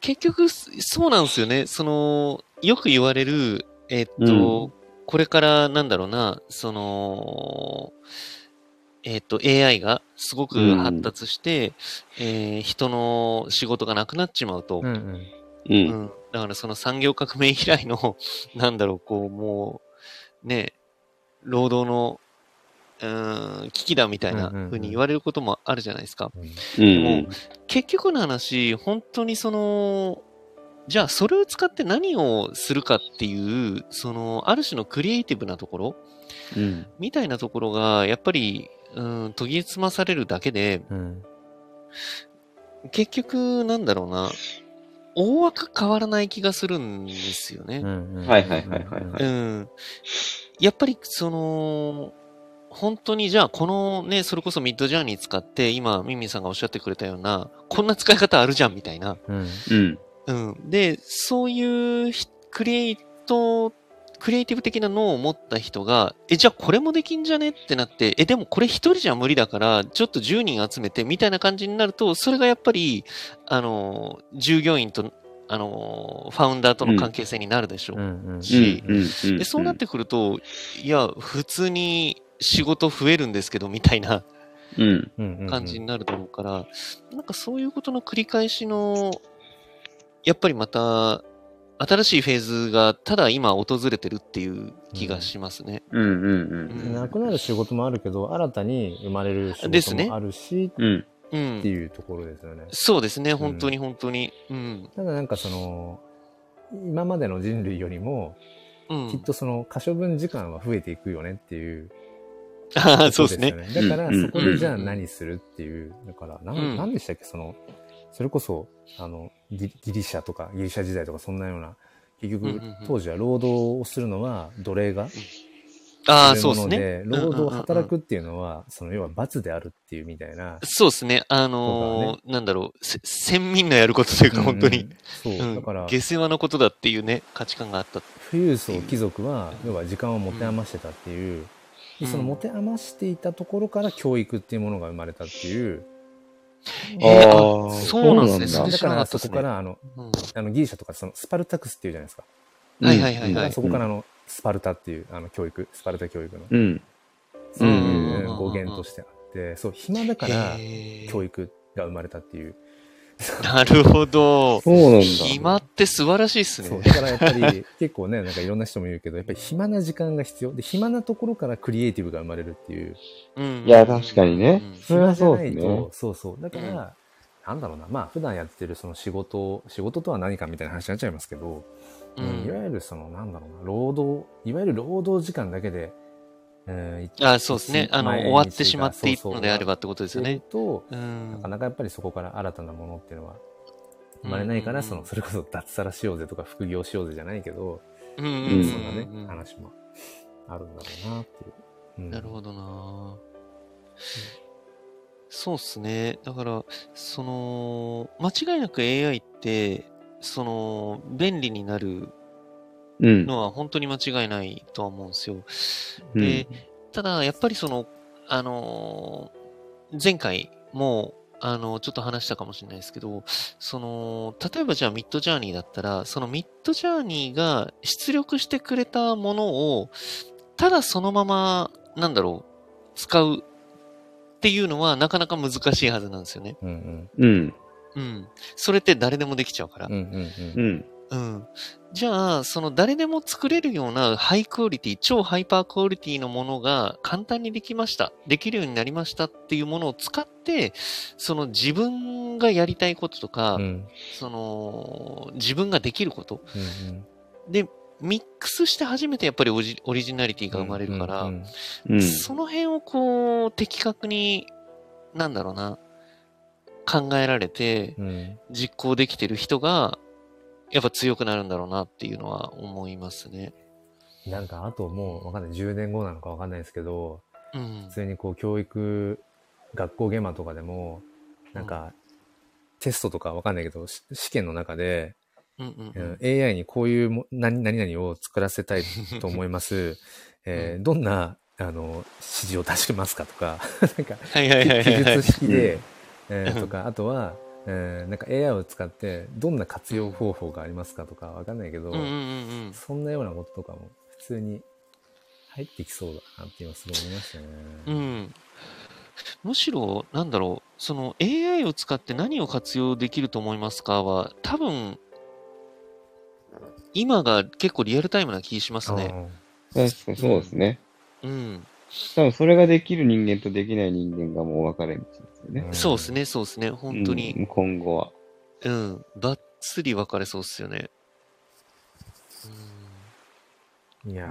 A: 結局、そうなんですよね。その、よく言われる、えっと、これからなんだろうな、その、えっ、と、AI がすご
C: う
A: く
C: ん
A: 発達して、えー人の仕事がなくなっちまうと、
B: うんうん。
C: う。
A: うんん、だからその産業革命以来の、 なんだろう、こう、もう、ね、労働の、うーん、危機だみたいな
B: うんうんうん
A: 風に言われることもあるじゃないですか。
C: う
A: も
C: ん。
A: 結局の話、本当にその、じゃあそれを使って何をするかっていう、その、ある種のクリエイティブなところ
C: うん。
A: みたいなところが、やっぱり、うん、研ぎ澄まされるだけで、
B: うん。
A: 結局、なんだろうな、大枠変わらない気がするんですよね。
B: うん。
C: はいはいはいはいは
A: う
C: い
A: ん。やっぱり、その、本当にじゃあ、このね、それこそミッドジャーニー使って、今、ミミさんがおっしゃってくれたような、こんな使い方あるじゃん、みたいな。
B: うん。
C: うん。
A: うん。で、そういうひクリエイト、クリエイティブ的な脳を持った人が、え、じゃあこれもできんじゃねってなって、え、でもこれ一人じゃ無理だから、ちょっと10人集めて、みたいな感じになると、それがやっぱり、あの、従業員と、あの、ファウンダーとの関係性になるでしょう。
B: うん。
A: し
C: うん。うん
A: で、そうなっ、てくると、いや、普通に仕事増えるんですけど、みたいな
C: うん。
B: うん。
A: 感じになるだろうから、なんかそういうことの繰り返しの、やっぱりまた、新しいフェーズが、ただ今訪れてるっていう気がしますね。
C: うん。うん。
B: なくなる仕事もあるけど、新たに生まれる仕
A: です
B: 事
A: ね
B: もあるし、
C: うん。
A: う
B: って
A: ん。
B: いうところですよね。
A: そうですね、本当に本当に。うん。
B: ただなんかその、今までの人類よりも、
A: うん。
B: きっとその可処分時間は増えていくよねっていう。
A: ああ、そうですね。
B: ことよねだか
C: うん
B: ら、そこでじゃあ何するっていう。だから、な
A: うん
B: ん、なんでしたっけ、その、それこそ、あの、ギリギリシャとか、ギリシャ時代とか、そんなような、結
A: うんう
B: 局
A: んうん、
B: 当時は労働をするのは奴隷が。
A: ああ、
B: する
A: そう
B: も
A: です
B: の
A: ね。
B: で労働を働くっていうのは、その、要は罰であるっていうみたいな。
A: そうですね。あのーなんだろう、せ先民のやることというか、本当
B: う
A: に
B: ん。うん。そうう。
A: ん
B: だから、
A: 下世話のことだっていうね、価値観があった。
B: 富裕層貴族は要は時間を持て余してたってい
A: う
B: う、
A: ん
B: その持て余していたところから教育っていうものが生まれたっていう、
A: えー
C: あー
A: あそうなんですね。
C: そ
A: そ
C: うなんだ
A: れ
B: だ
A: 知
B: か
A: なか
B: ら
A: らった
B: そ
A: です
B: こか
A: ね。
B: らあの
A: うん
B: あのギリシャとかそのスパルタクスっていうじゃないですか、
A: はいはいはいはい
B: そこからあのスパルタっていうあの教育スパルタ教育の
C: うん。
B: そう
C: うんうん
B: いう
A: うんうん
B: 語源としてあってそう暇だから
A: へー
B: 教育が生まれたっていう、
A: なるほど。
C: そうなんだ。
A: 暇って素晴らしいです
B: そう
A: ね。
B: だからやっぱり結構ねなんかいろんな人も言うけどやっぱり暇な時間が必要で暇なところからクリエイティブが生まれるっていう
A: うん
C: いや確かにねそれはそうです
B: 暇
C: ね
B: じゃないとそうそう。だから、
A: うん
B: なんだろうな。まあ、普段やってるその仕事を、仕事とは何かみたいな話になっちゃいますけど、
A: うん
B: うんいわゆるその、なんだろうな、労働、いわゆる労働時間だけで、うん、
A: うんあそうですね。あの、
B: 毎日
A: 終わってしまっているのであればってことですよね。
B: と、
A: う
B: なんか。なかやっぱりそこから新たなものっていうのは生まれないから、
A: うん
B: その、それこそ脱サラしようぜとか副業しようぜじゃないけど、
A: うんうん
C: う
A: うんん。
B: そんなね、
A: うん
B: 話もあるんだろうなっていう。うん
A: なるほどなそうですね。だから、その、間違いなく AI って、その、便利になる
C: うん。
A: のは本当に間違いないとは思うんですよ。
C: うん
A: で、ただ、やっぱりその、あのー前回も、あのーちょっと話したかもしれないですけど、その、例えばじゃあミッドジャーニーだったら、そのミッドジャーニーが出力してくれたものを、ただそのまま、なんだろう、使うっていうのはなかなか難しいはずなんですよね。
B: うんうん。
C: うん。
A: うん。それって誰でもできちゃうから
B: うん。うん
C: う
B: うん。
C: ん。
A: うん。じゃあ、その誰でも作れるようなハイクオリティ、超ハイパークオリティのものが簡単にできました。できるようになりましたっていうものを使って、その自分がやりたいこととか、
B: うん
A: その自分ができること。
B: うん。
A: で、ミックスして初めてやっぱりオリジオリジナリティが生まれるから、
B: うんうんうん
C: うん。
A: その辺をこう、的確に、なんだろうな、考えられて、
B: うん
A: 実行できてる人が、やっぱ強くなるんだろうなっていうのは思いますね。
B: なんかあともうわかんない10年後なのかわかんないですけど
A: うん
B: 普。通にこう教育学校現場とかでもなんかテストとかわかんないけどし試験の中で、
A: うんうんう
B: うんん AI にこういうも何何々を作らせたいと思います、えーどんなあの指示を出しますかとか なん か
A: はいはいはいはいは
B: 記
A: い。
B: 述式
C: う
B: で、えーとかあとは、えーなんか AI を使ってどんな活用方法がありますかとかわかんないけ
A: う
B: ど、
A: んうんうんうん。
B: そんなようなこととかも普通に入ってきそうだなって今すごい思いましたね。
A: うん。むしろ、なんだろう、その AI を使って何を活用できると思いますかは、多分、今が結構リアルタイムな気しますね。
C: 確かにそうですね。
A: うん。
C: 多分それができる人間とできない人間がもう分かれ道ですよね。
A: そうですね、そうですね。本当に、
C: うん今後は。
A: うん。ばっつり分かれそうっすよね。
B: うん。いや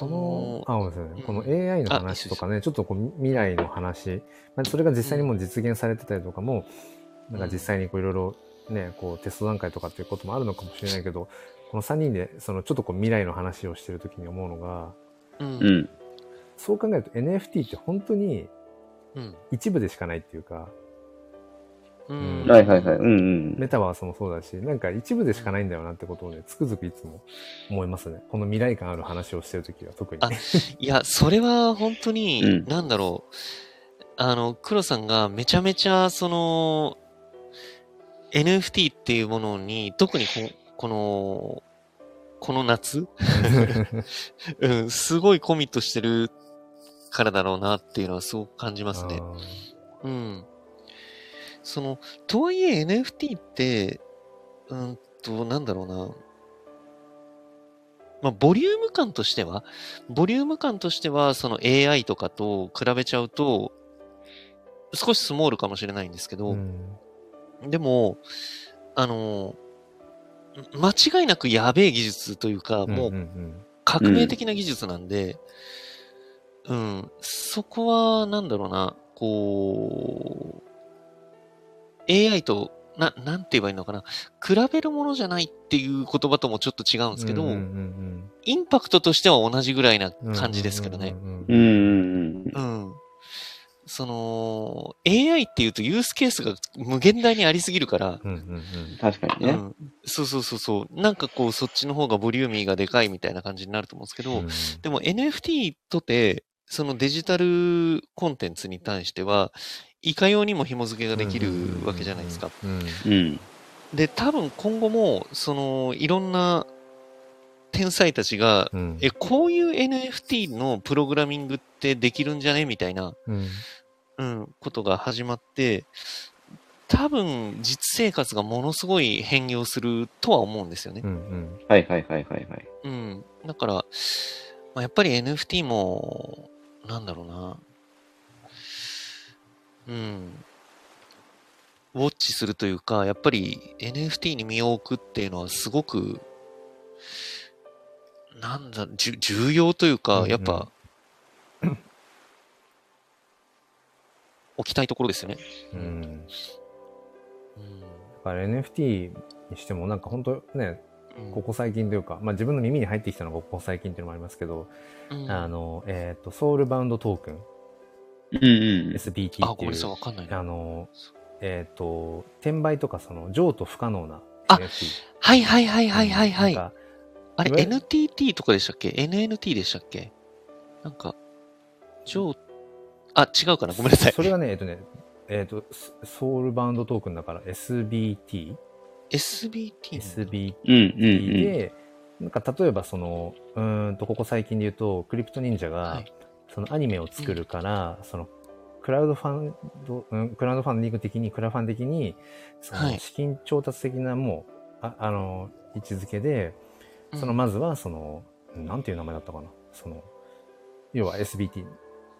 A: うん
B: ー、この、、あ、ごめんなさい。この
A: うん
B: AI の話とかね、ちょっとこう未来の話、まあそれが実際にもう実現されてたりとかも、
A: うん
B: なんか実際にこういろいろね、こうテスト段階とかっていうこともあるのかもしれないけど、この3人で、そのちょっとこう未来の話をしてるときに思うのが、
A: うん。
C: う
A: うん。
C: ん。
B: そう考えると NFT って本当に
A: うん。
B: 一部でしかないっていうか、
A: うん
C: はいはいはい。うんうん。
B: メタバースもそうだし、なんか一部でしかないんだよなってことをね、つくづくいつも思いますね。この未来感ある話をしてるときは特に。
A: あいや、それは本当
C: う
A: に
C: ん、
A: なんだろう。あの、黒さんがめちゃめちゃ、その、NFT っていうものに、特にここの、この 夏、うん、すごいコミットしてるからだろうなっていうのはすごく感じますね。うん。その、とはいえ NFT って、うんと、なんだろうな。まあ、ボリューム感としては、ボリューム感としては、その AI とかと比べちゃうと、少しスモールかもしれないんですけ
B: あー
A: ど、
B: うん
A: でも、あの、間違いなくやべえ技術というか、もうん
B: ん
A: 革命的な技術なんで、うん、そこは、なんだろうな、こう、AI と、な、なんて言えばいいのかな、比べるものじゃないっていう言葉ともちょっと違うん
B: うん
A: ですけど、
B: うんうんうん
A: インパクトとしては同じぐらいな
B: うん
A: 感じですけどね。
B: うん
C: うんうん
A: うんその、AI っていうとユースケースが無限大にありすぎるから、
B: うんうんうん
C: うん。確かに
A: う
C: ね。
A: ん、そうそうそうそう、なんかこう、そっちの方がボリューミーがでかいみたいな感じになると思うんですけど、
B: うん
A: でも NFT とて、そのデジタルコンテンツに対しては、いかようにも紐付けができるわけじゃないですか。。
B: うん
C: うん。
A: で、多分今後も、その、いろんな天才たちが、
B: うん
A: え、こういう NFT のプログラミングってできるんじゃねみたいな、
B: うん
A: うん、ことが始まって、多分実生活がものすごい変容するとは思うんですよね
B: うんう。ん
C: はいはいはいはいはい。
A: うん。だから、まあ、やっぱり NFT も、なんだろうな。うん。ウォッチするというか、やっぱり NFT に身を置くっていうのはすごく、なんだ、じゅ重要という
B: うん
A: か
B: う、ん
A: やっぱ、置きたいところですよね。
B: うん
A: うん
B: だから NFT にしてもなんか本当ね、ここ最近というか、まあ自分の耳に入ってきたのがここ最近っていうのもありますけど、
A: うん
B: あ
A: あ
B: の、えっと、ソウルバウンドトークン、
C: うんうん。
B: SBT って
A: ごめん
B: い
A: なさい、
B: う
A: わ、かんないな。
B: あの、えっと、転売とかその譲渡不可能な
A: あ
B: NFT。
A: はいはいはいはいはいはい。
B: なんか
A: あれ、
B: いわゆる
A: NTT とかでしたっけ ?NNT でしたっけなんか、上、あ、違うかなごめんなさい
B: そ。れがね、えっとね、えっと、ソソウルバウンドトークンだから SBT、
A: SBT。
B: SBT
C: うんうん
B: で、なんか例えばその、うーんと、ここ最近で言うと、クリプト忍者が、
A: はい
B: そのアニメを作るから、その、クラウドファンド、うん、クラウドファンディング的に、クラファン的に、そ
A: は
B: の
A: い
B: 資金調達的なもう、ああの、位置づけで、
A: うん
B: その、まずはその、なんていう名前だったかな。その、要は SBT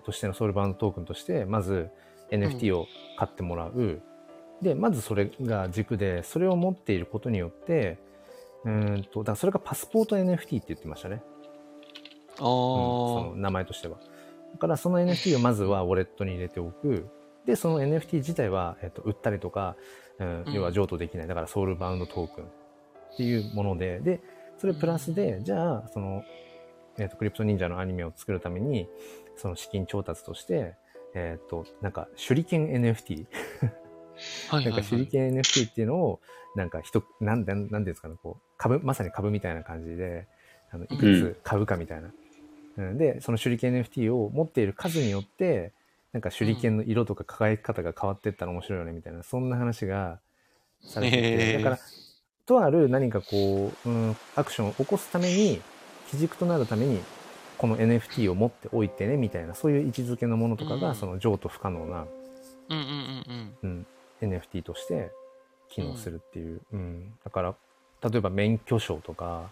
B: としてのソウルバウンドトークンとして、まず NFT を買ってもらう。で、まずそれが軸で、それを持っていることによって、うーんと、だからそれがパスポート NFT って言ってましたね。
A: あ
B: うんその
A: ー
B: 名前としては。だからその NFT をまずはウォレットに入れておく。で、その NFT 自体は、えっと売ったりとか、うん
A: うん
B: 要は譲渡できない。だからソウルバウンドトークンっていうもので、で、それプラスで、じゃあ、その、えっ、と、クリプト忍者のアニメを作るために、その資金調達として、えっ、と、なんか、手裏剣 NFT。
A: はいはい
B: なんか
A: はい。
B: 手裏剣 NFT っていうのを、なんか人、なんなんなんていうんですかね、こう、株、まさに株みたいな感じで、あのいくつ買うかみたいな。うん、で、その手裏剣 NFT を持っている数によって、なんか手裏剣の色とか輝き方が変わっていったら面白いよねみたいな、そんな話がされてて、
A: へー
B: だから、とある何かこう、うん、アクションを起こすために、基軸となるために、この NFT を持っておいてねみたいなそういう位置づけのものとか
A: う
B: が
A: ん
B: その譲渡不可能な、
A: うんうんうん
B: うん、NFT として機能するっていう、うんだから例えば免許証とか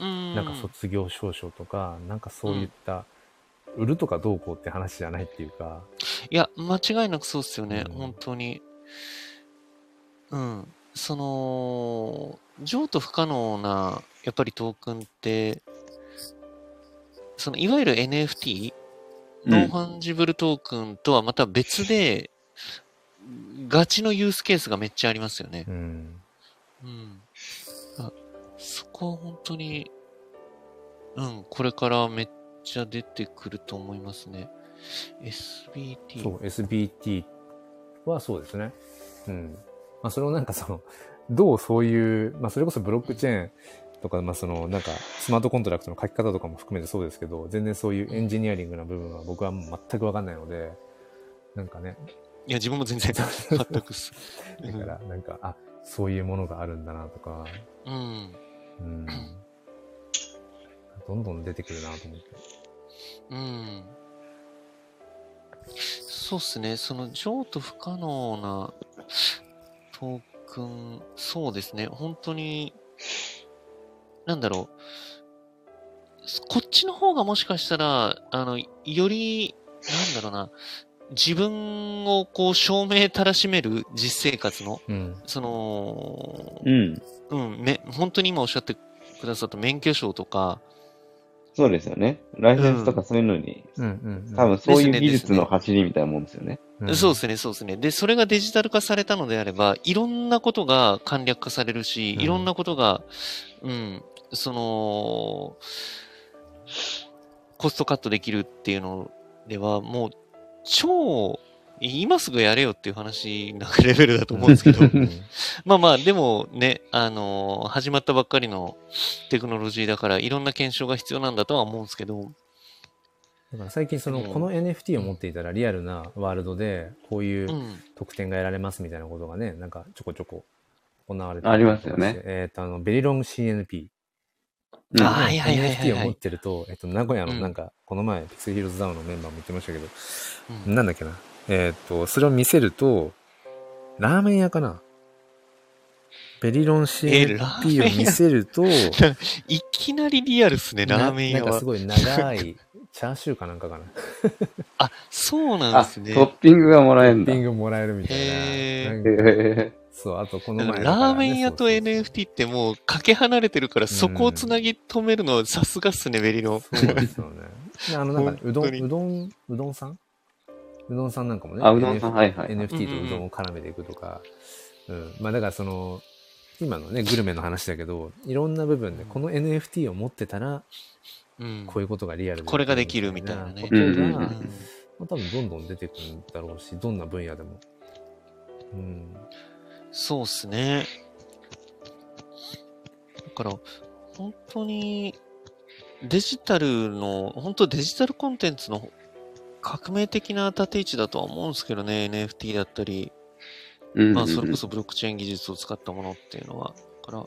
A: うん。
B: なんか卒業証書とか、なんかそういった、売るとかどうこうって話じゃないっていうか、
A: いや、間違いなくそうですよね、
B: うん
A: 本当に。うん。その、譲渡不可能な、やっぱりトークンって、その、いわゆる NFT、ノンファンジブルトークンとはまた別で、ガチのユースケースがめっちゃありますよね。
B: うん、
A: うん。あ、そこは本当に、うん、これからめっちゃ出てくると思いますね。SBT。
B: そう SBT はそうですね。うんまあ、それをなんかそのどうそういう、まあ、それこそブロックチェーンとか,、まあ、そのなんかスマートコントラクトの書き方とかも含めてそうですけど全然そういうエンジニアリングな部分は僕はもう全く分かんないのでなんかね
A: いや、自分も 全然全くっす。
B: だからなんか、あそういうものがあるんだなとか、
A: うん。
B: うん、どんどん出てくるなと思って。
A: うん。そうっすね。その、譲渡不可能なトークン、そうですね。本当に、なんだろう。こっちの方がもしかしたら、あの、より、なんだろうな、自分をこう証明たらしめる実生活の、
B: うん
A: その、
C: うん。
A: うん、め、本当に今おっしゃってくださった免許証とか、
C: そうですよね。ライセンスとかそういうのに、
B: うんうん
C: 多分そう
A: です
C: い
A: ね
C: う技術の走りみたいなもんですよね。
B: うん
A: そうですね、そうですね。で、それがデジタル化されたのであれば、いろんなことが簡略化されるし、
B: うん
A: いろんなことが、うん、その、コストカットできるっていうのでは、もう、超、今すぐやれよっていう話なレベルだと思うんですけ ど、
B: うん
A: まあまあ、でもね、あの始まったばっかりのテクノロジーだから、いろんな検証が必要なんだとは思うんですけど、
B: だから最近その、
A: うん、
B: この NFT を持っていたらリアルなワールドで、こういううん特典が得られますみたいなことがね、なんかちょこちょこ行われて
C: ありますよね
B: してえっ、と、あの、ベリロン CNP。
C: うん
A: あはいはいはいはい
B: NFT を持ってると、えっと、名古屋の
A: うん
B: なんか、この前、ピクセルヒーローズダウンのメンバーも言ってましたけど、
A: うん
B: なんだっけな。えっ、と、それを見せると、ラーメン屋かなベリロン
A: えラーメン
B: CNP
A: 屋
B: を見せると、
A: いきなりリアルっすね、ラーメン屋
B: ななんか
A: は
B: す。ごい長いチャーシューかなんかかな。
A: あ、そうなん
C: あ、
A: です
C: ト
A: ね。
C: ッピングがもらえるん
B: トッ
C: だ。
B: ピ
C: へ
B: ングもらえるみたい
A: へ
B: な
A: ー
B: なんか。
C: え
B: そう、あとこの
A: だから
B: 前だ
A: ラ
B: からね、
A: ーメン屋と
B: そうそう
A: NFT ってもうかけ離れてるから、そこをつなぎ止めるのはさすがっすね、ベリロン。
B: そうですよね。であの、なんか、うどん、
A: 本当に
B: うどん、うどんさんうどんさんなんかもね。
C: あうどんさん
B: NF-
C: はいはい
B: NFT とうどんを絡めていくとか。うん。まあ、だからその、今のね、グルメの話だけど、いろんな部分で、この NFT を持ってたら、
A: うん。
B: こういうことがリアルで
A: これができるみたいなね
B: ことが、
C: うんうんうん
B: ま
A: うん
B: あ、多分どんどん出てくるんだろうし、どんな分野でも。うん。
A: そうっすね。だから、本当に、デジタルの、本当デジタルコンテンツの革命的な縦位置だとは思うんですけどね、NFT だったり。
C: うん
A: まあ、それこそブロックチェーン技術を使ったものっていうのは、だから、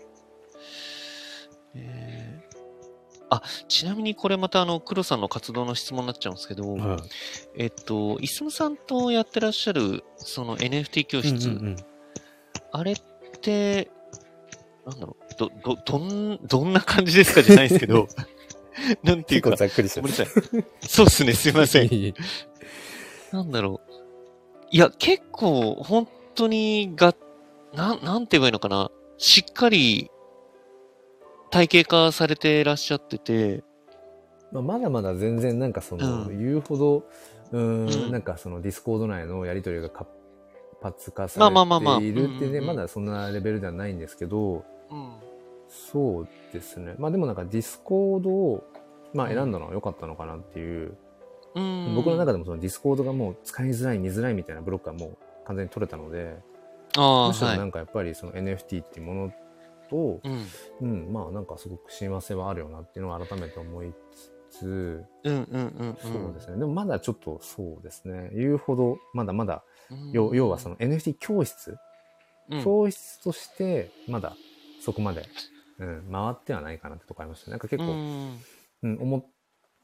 A: えーあ、ちなみにこれまたあの、黒さんの活動の質問になっちゃうんですけど、えっと、イスムさんとやってらっしゃる、その NFT 教室、
B: うんうんうん
A: あれって、なんだろう、ど、ど、どん、どんな感じですかじゃないですけ ど、なんていう
B: 結
A: か
B: 構、ざっくりして
A: ご めんなさい。そうっすね、すいません。
B: ん。
A: なんだろう。いや、結構、本当にが、なん、なんて言えばいいのかな。しっかり、体系化されてらっしゃってて、
B: まあ、まだまだ全然なんかその、
A: うん
B: 言うほどうーん、
A: うん
B: なんかそのディスコード内のやり取りが活発化さ
A: まあまあまあまあ
B: れているっ
A: う
B: て
A: んうん
B: ね
A: うん
B: まだそんなレベルではないんですけど
A: うん。
B: そうですねまあでもなんかディスコードをまあ選んだのは良かったのかなっていう、
A: うん。
B: 僕の中
A: で、
B: でもそのディスコードがもう使いづらい見づらいみたいなブロックはもう完全に取れたので
A: ああ、
B: むしろ
A: はい
B: な。んかやっぱりその NFT っていうものと、
A: うん。
B: うん、まあなんかすごく幸せはあるよなっていうのを改めて思いつつ、
A: うんうんうん。
B: そうですね。でもまだちょっとそうですね。言うほど、まだまだ、
A: うん。
B: 要要はその NFT 教室、
A: うん、
B: 教室として、まだそこまで、うん、回ってはないかなってとこありましたね。なんか結
A: う
B: 構、
A: ん
B: うん、思っっ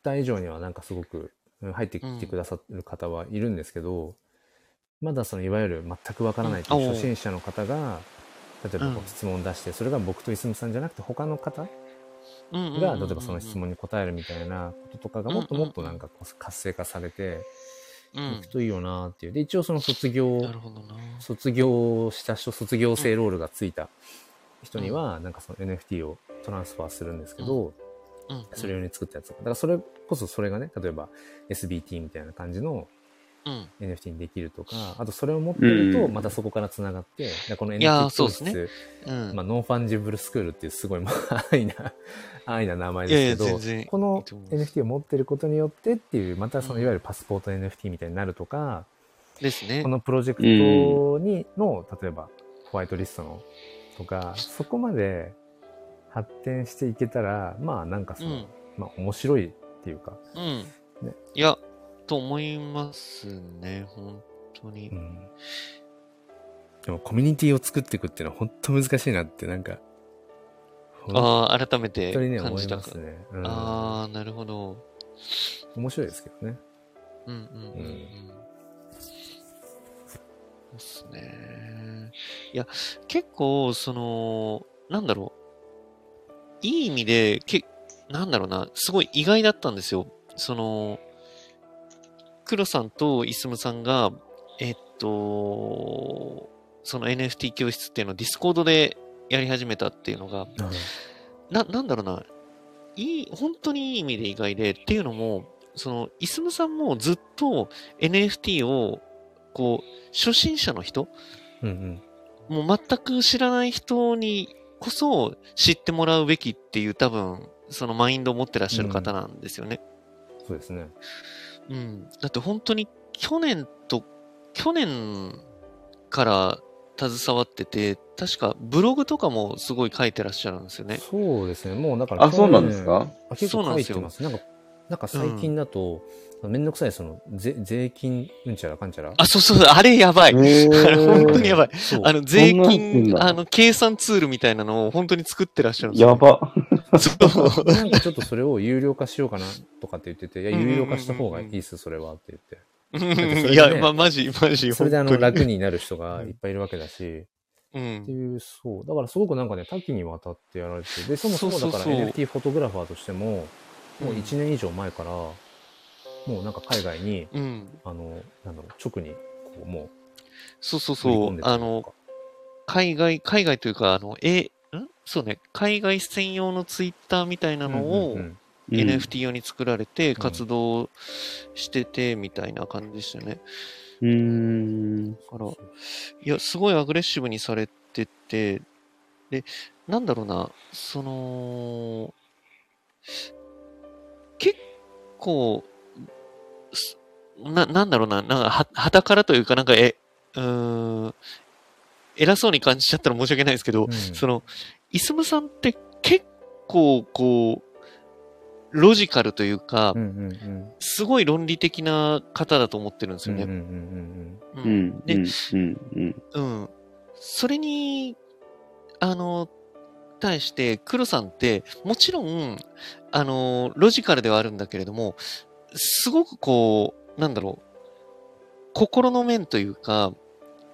B: た以上にはなんかすごくうん入ってきてくださる方はいるんですけど、まだそのいわゆる全くわからないという
A: うん
B: 初心者の方が、例えばこ
A: うん
B: う質問を出して、それが僕といすみさんじゃなくて他の方
A: うんうんうんうん
B: が、例えばその質問に答えるみたいなこととかがもっともっとなんかこう活性化されて
A: う
B: い
A: ん
B: くといいよなっていう。で、一応その卒業、
A: なるほどな。
B: 卒業した人、卒業生ロールがついた人には、なんかその NFT をトランスファーするんですけど、
A: うんうん
B: それ用に作ったやつ。だからそれこそそれがね、例えば SBT みたいな感じの
A: うん。
B: NFT にできるとか、あとそれを持ってると、
C: うん
B: またそこから繋がって、でこの
A: いや
B: NFT
A: ーそうっ
B: 教室、
A: すねうん。
B: まあ、ノンファンジブルスクールっていうすごい、まあ、安易な、安易な名前
A: いやい
B: で
A: や、
B: すけど、
A: 全然。
B: この
A: いいと思います
B: NFT を持ってることによってっていう、またその
A: うん
B: いわゆるパスポート NFT みたいになるとか、
A: ですね
B: こ。のプロジェクトにの、例えばホワイトリストのとか、そこまで発展していけたら、まあなんか
A: う
B: その、
A: ん。
B: まあ面白いっていうか、
A: うん
B: ね。
A: いや、と思いますね、本当に
B: う。んでもコミュニティを作っていくっていうのは本当難しいなってなんか本
A: ああ、改めて
B: 当にね
A: 感
B: 思
A: じ
B: い
A: た
B: ま
A: か
B: す。ね、うん、
A: ああ、なるほど。
B: 面白いですけどね
A: うんうんうんう
B: うん
A: ん。そうっすね。いや、結構、その、なんだろう。いい意味で、け、なんだろうな、すごい意外だったんですよ。その、黒さんといすむさんが、えっと、その NFT 教室っていうのをディスコードでやり始めたっていうのが、な、なんだろうな、いい、本当にいい意味で意外で、っていうのも、その、いすむさんもずっと NFT を、こう、初心者の人、
B: うんうん
A: もう全く知らない人にこそ知ってもらうべきっていう多分、そのマインドを持ってらっしゃる方なんですよね。
B: そうですね
A: うん。だって本当に去年と、去年から携わってて、確かブログとかもすごい書いてらっしゃるんですよね。
B: そうですねもうだから
C: あ、そうなんですか
B: あ結
A: そう
B: 構
A: なん
B: 書
A: で
B: い
A: す
B: て
A: よ
B: ますなんかなんか最近だと、めんどくさいその税税金うんちゃらかんちゃら
A: あ、そうそう、あれやばい。
C: へー
A: あれ 本当にやばい。
B: そう
A: あの、税
C: そんなんすん
A: 金、
C: だ
A: あの、計算ツールみたいなのを本当に作ってらっしゃるんですよ。
C: やば。
A: そう。
B: なんかちょっとそれを有料化しようかなとかって言ってて、いや、
A: うんうんうんうん
B: 有料化した方がいいっす、それはって言って。
A: うん
B: ね
A: いや、ま、マジ、マジ、
B: それであの
A: 本当に
B: 楽になる人がいっぱいいるわけだし、
A: う
B: って
A: ん。
B: いう、そう。だからすごくなんかね、多岐にわたってやられてて、で、そもそも
A: そう
B: だ
A: そう
B: から
A: そう
B: NFT フォトグラファーとしても、もう
A: うん
B: 1年以上前から、もうなんか海外に、
A: うん。
B: あの、なんだろう、直に、こう、も
A: そうそう
B: う、振り
A: そ
B: 込ん
A: う
B: で。た
A: あ
B: りと
A: の、
B: か
A: 海外、海外というか、あの、え、んそうね。海外専用のツイッターみたいなの
B: う
A: を
B: んうんうん
A: NFT 用に作られて活動しててみたいな感じでしたね。
C: うん。うん。
A: だから、いや、すごいアグレッシブにされてて、で、なんだろうな、その、結構、すな、なんだろうな、なんか、は、はたからというか、なんか、え、うーん、偉そうに感じちゃったら申し訳ないですけど、
B: うん
A: その、いすむさんって結構、こう、ロジカルというか、
B: うんうんうん。
A: すごい論理的な方だと思ってるんです
B: うん
A: よ
B: うんうんう
A: ね。う
B: ん
C: う
A: ん
C: ん。
A: で
C: うん。うん。
A: うん。それに、あの、対して、黒さんって、もちろん、あの、ロジカルではあるんだけれども、すごくこう、なんだろう、心の面というか、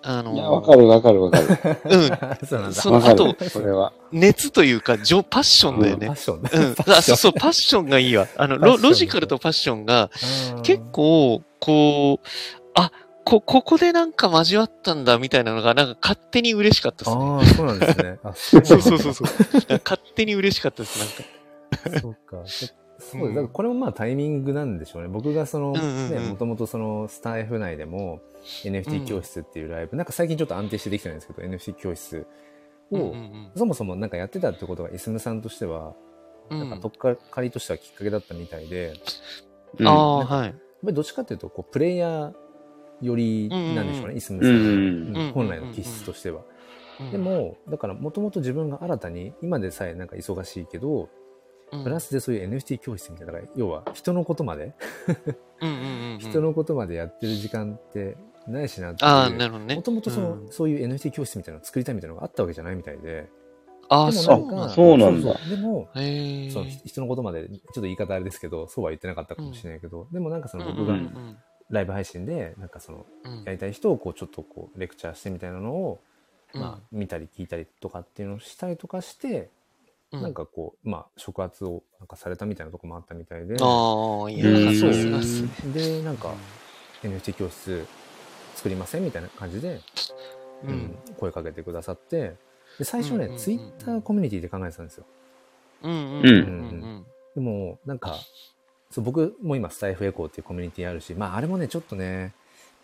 A: あ
C: いや、
A: の、
C: わかるわかるわかる。
A: うん、
B: うん。 そうなんだ。
A: そ
C: わか
A: あと
C: る。それは。
A: 熱というか、じょパッションだよ
B: パ
A: ね
B: ッ。ションだ。
A: うん、あそうそう、パッションがいいわ。あの、ロ
B: パッション
A: ロジカルとパッションが、
B: うん
A: 結構、こう、あ、こ、ここでなんか交わったんだみたいなのが、なんか勝手に嬉しかったですね。
B: ああ、そうなんですね。あそ う
A: そうそうそうそう。勝手に嬉しかったです、なんか。
B: そうか。そううんだからこれもまあタイミングなんでしょうね。僕がその、
A: うんうんうん
B: ね、もともとそのスタイフ内でも
A: うん
B: NFT 教室っていうライブ、なんか最近ちょっと安定してできてないんですけど、NFT 教室を、
A: うんうん
B: そもそもなんかやってたってことが、いすむさんとしては、
A: うん
B: なんか
A: うん
B: とっかかりとしてはきっかけだったみたいで、やっ
C: うん
A: ああ、はい。
B: ぱりどっちかっていうと、こう、プレイヤー寄りなんでしょ
A: う
B: う
A: んうん
B: ね、いすむ
C: う
B: さん
C: ん
B: の。
C: うん。
A: うん
B: 本来の気質としては。で、も、だからもともと自分が新たに、今でさえなんか忙しいけど、プラ
A: ス、
B: スでそういう NFT 教室みたいな、だから要は人のことまで、
A: うんうんうんうん
B: 人のことまでやってる時間ってないしなって
A: ああ、
B: い
A: な
B: う。
A: るほどね。
B: もともとその、
A: うん
B: そういう NFT 教室みたいなのを作りたいみたいなのがあったわけじゃないみたいで、
A: ああ、
B: でも
A: そ
B: ん
A: う
B: か
A: なんだ。
C: そうなんだ
B: そうそうでも、
A: へえ。
B: その人のことまで、ちょっと言い方あれですけど、そうは言ってなかったかもしれないけど、でもなんかその僕
A: う
B: が
A: んうん
B: ライブ配信で、なんかその、
A: うんうん
B: やりたい人をこう、ちょっとこう、レクチャーしてみたいなのを、
A: うん
B: まあ、見たり聞いたりとかっていうのをしたりとかして、
A: うん
B: なんかこう、まあ、触発をなんかされたみたいなとこもあったみたいで、
A: ああ、いや、
C: うん
A: さ
B: そう
A: すがっすね。
B: で、なんか NFT 教室作りませんみたいな感じで、
A: う
B: うん
A: ん。
B: 声かけてくださって、で最初
A: うんうん
B: ね
A: うんう、ん
B: ツイッターコミュニティで考えてたんですよ。
A: うん。
C: うん
A: うん。
B: でも、なんか、そう僕も今、スタイフエコーっていうコミュニティあるし、まあ、あれもね、ちょっとね、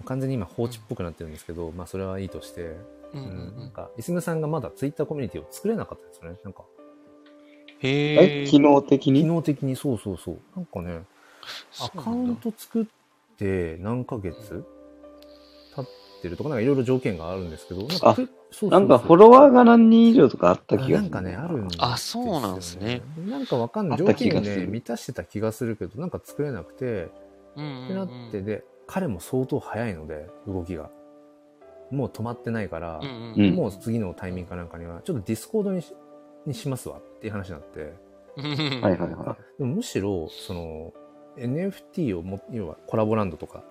B: 完全に今放置っぽくなってるんですけど、まあ、それはいいとして、
A: うんう
B: うんなん
A: ん。
B: か、いすむさんがまだツイッターコミュニティを作れなかったんですよね。なんか、
A: へ
C: え、
A: え。
C: 機能的
B: 機
C: に
B: 能的にそうそうそう。なんかね、ア
A: そう
B: カ
A: な
B: ウ
A: んだ
B: ント作って何ヶ月経ってるとか、なんかいろいろ条件があるんですけど、なんか
C: あ
B: ふ、そうそうそう
C: なんかフォロワーが何人以上とかあった気が
B: あな
C: する。
B: んかね、あるんですよ
A: あそうなんですね。
B: なんかわかんない。
C: あっ
B: 条
C: た気
B: 件
C: がする
B: ね、満たしてた気がするけど、なんか作れなくて、
A: うん
B: っ
A: う
B: て
A: んう
B: なんって、で、彼も相当早いので、動きが。もう止まってないから、
A: うん
C: うん
B: もう次のタイミングかなんかには、ちょっとディスコードにしにしますわっていう話になって、
A: うん
C: はいはいは
B: でもむしろ、その、NFT をも、要はコラボランドとか、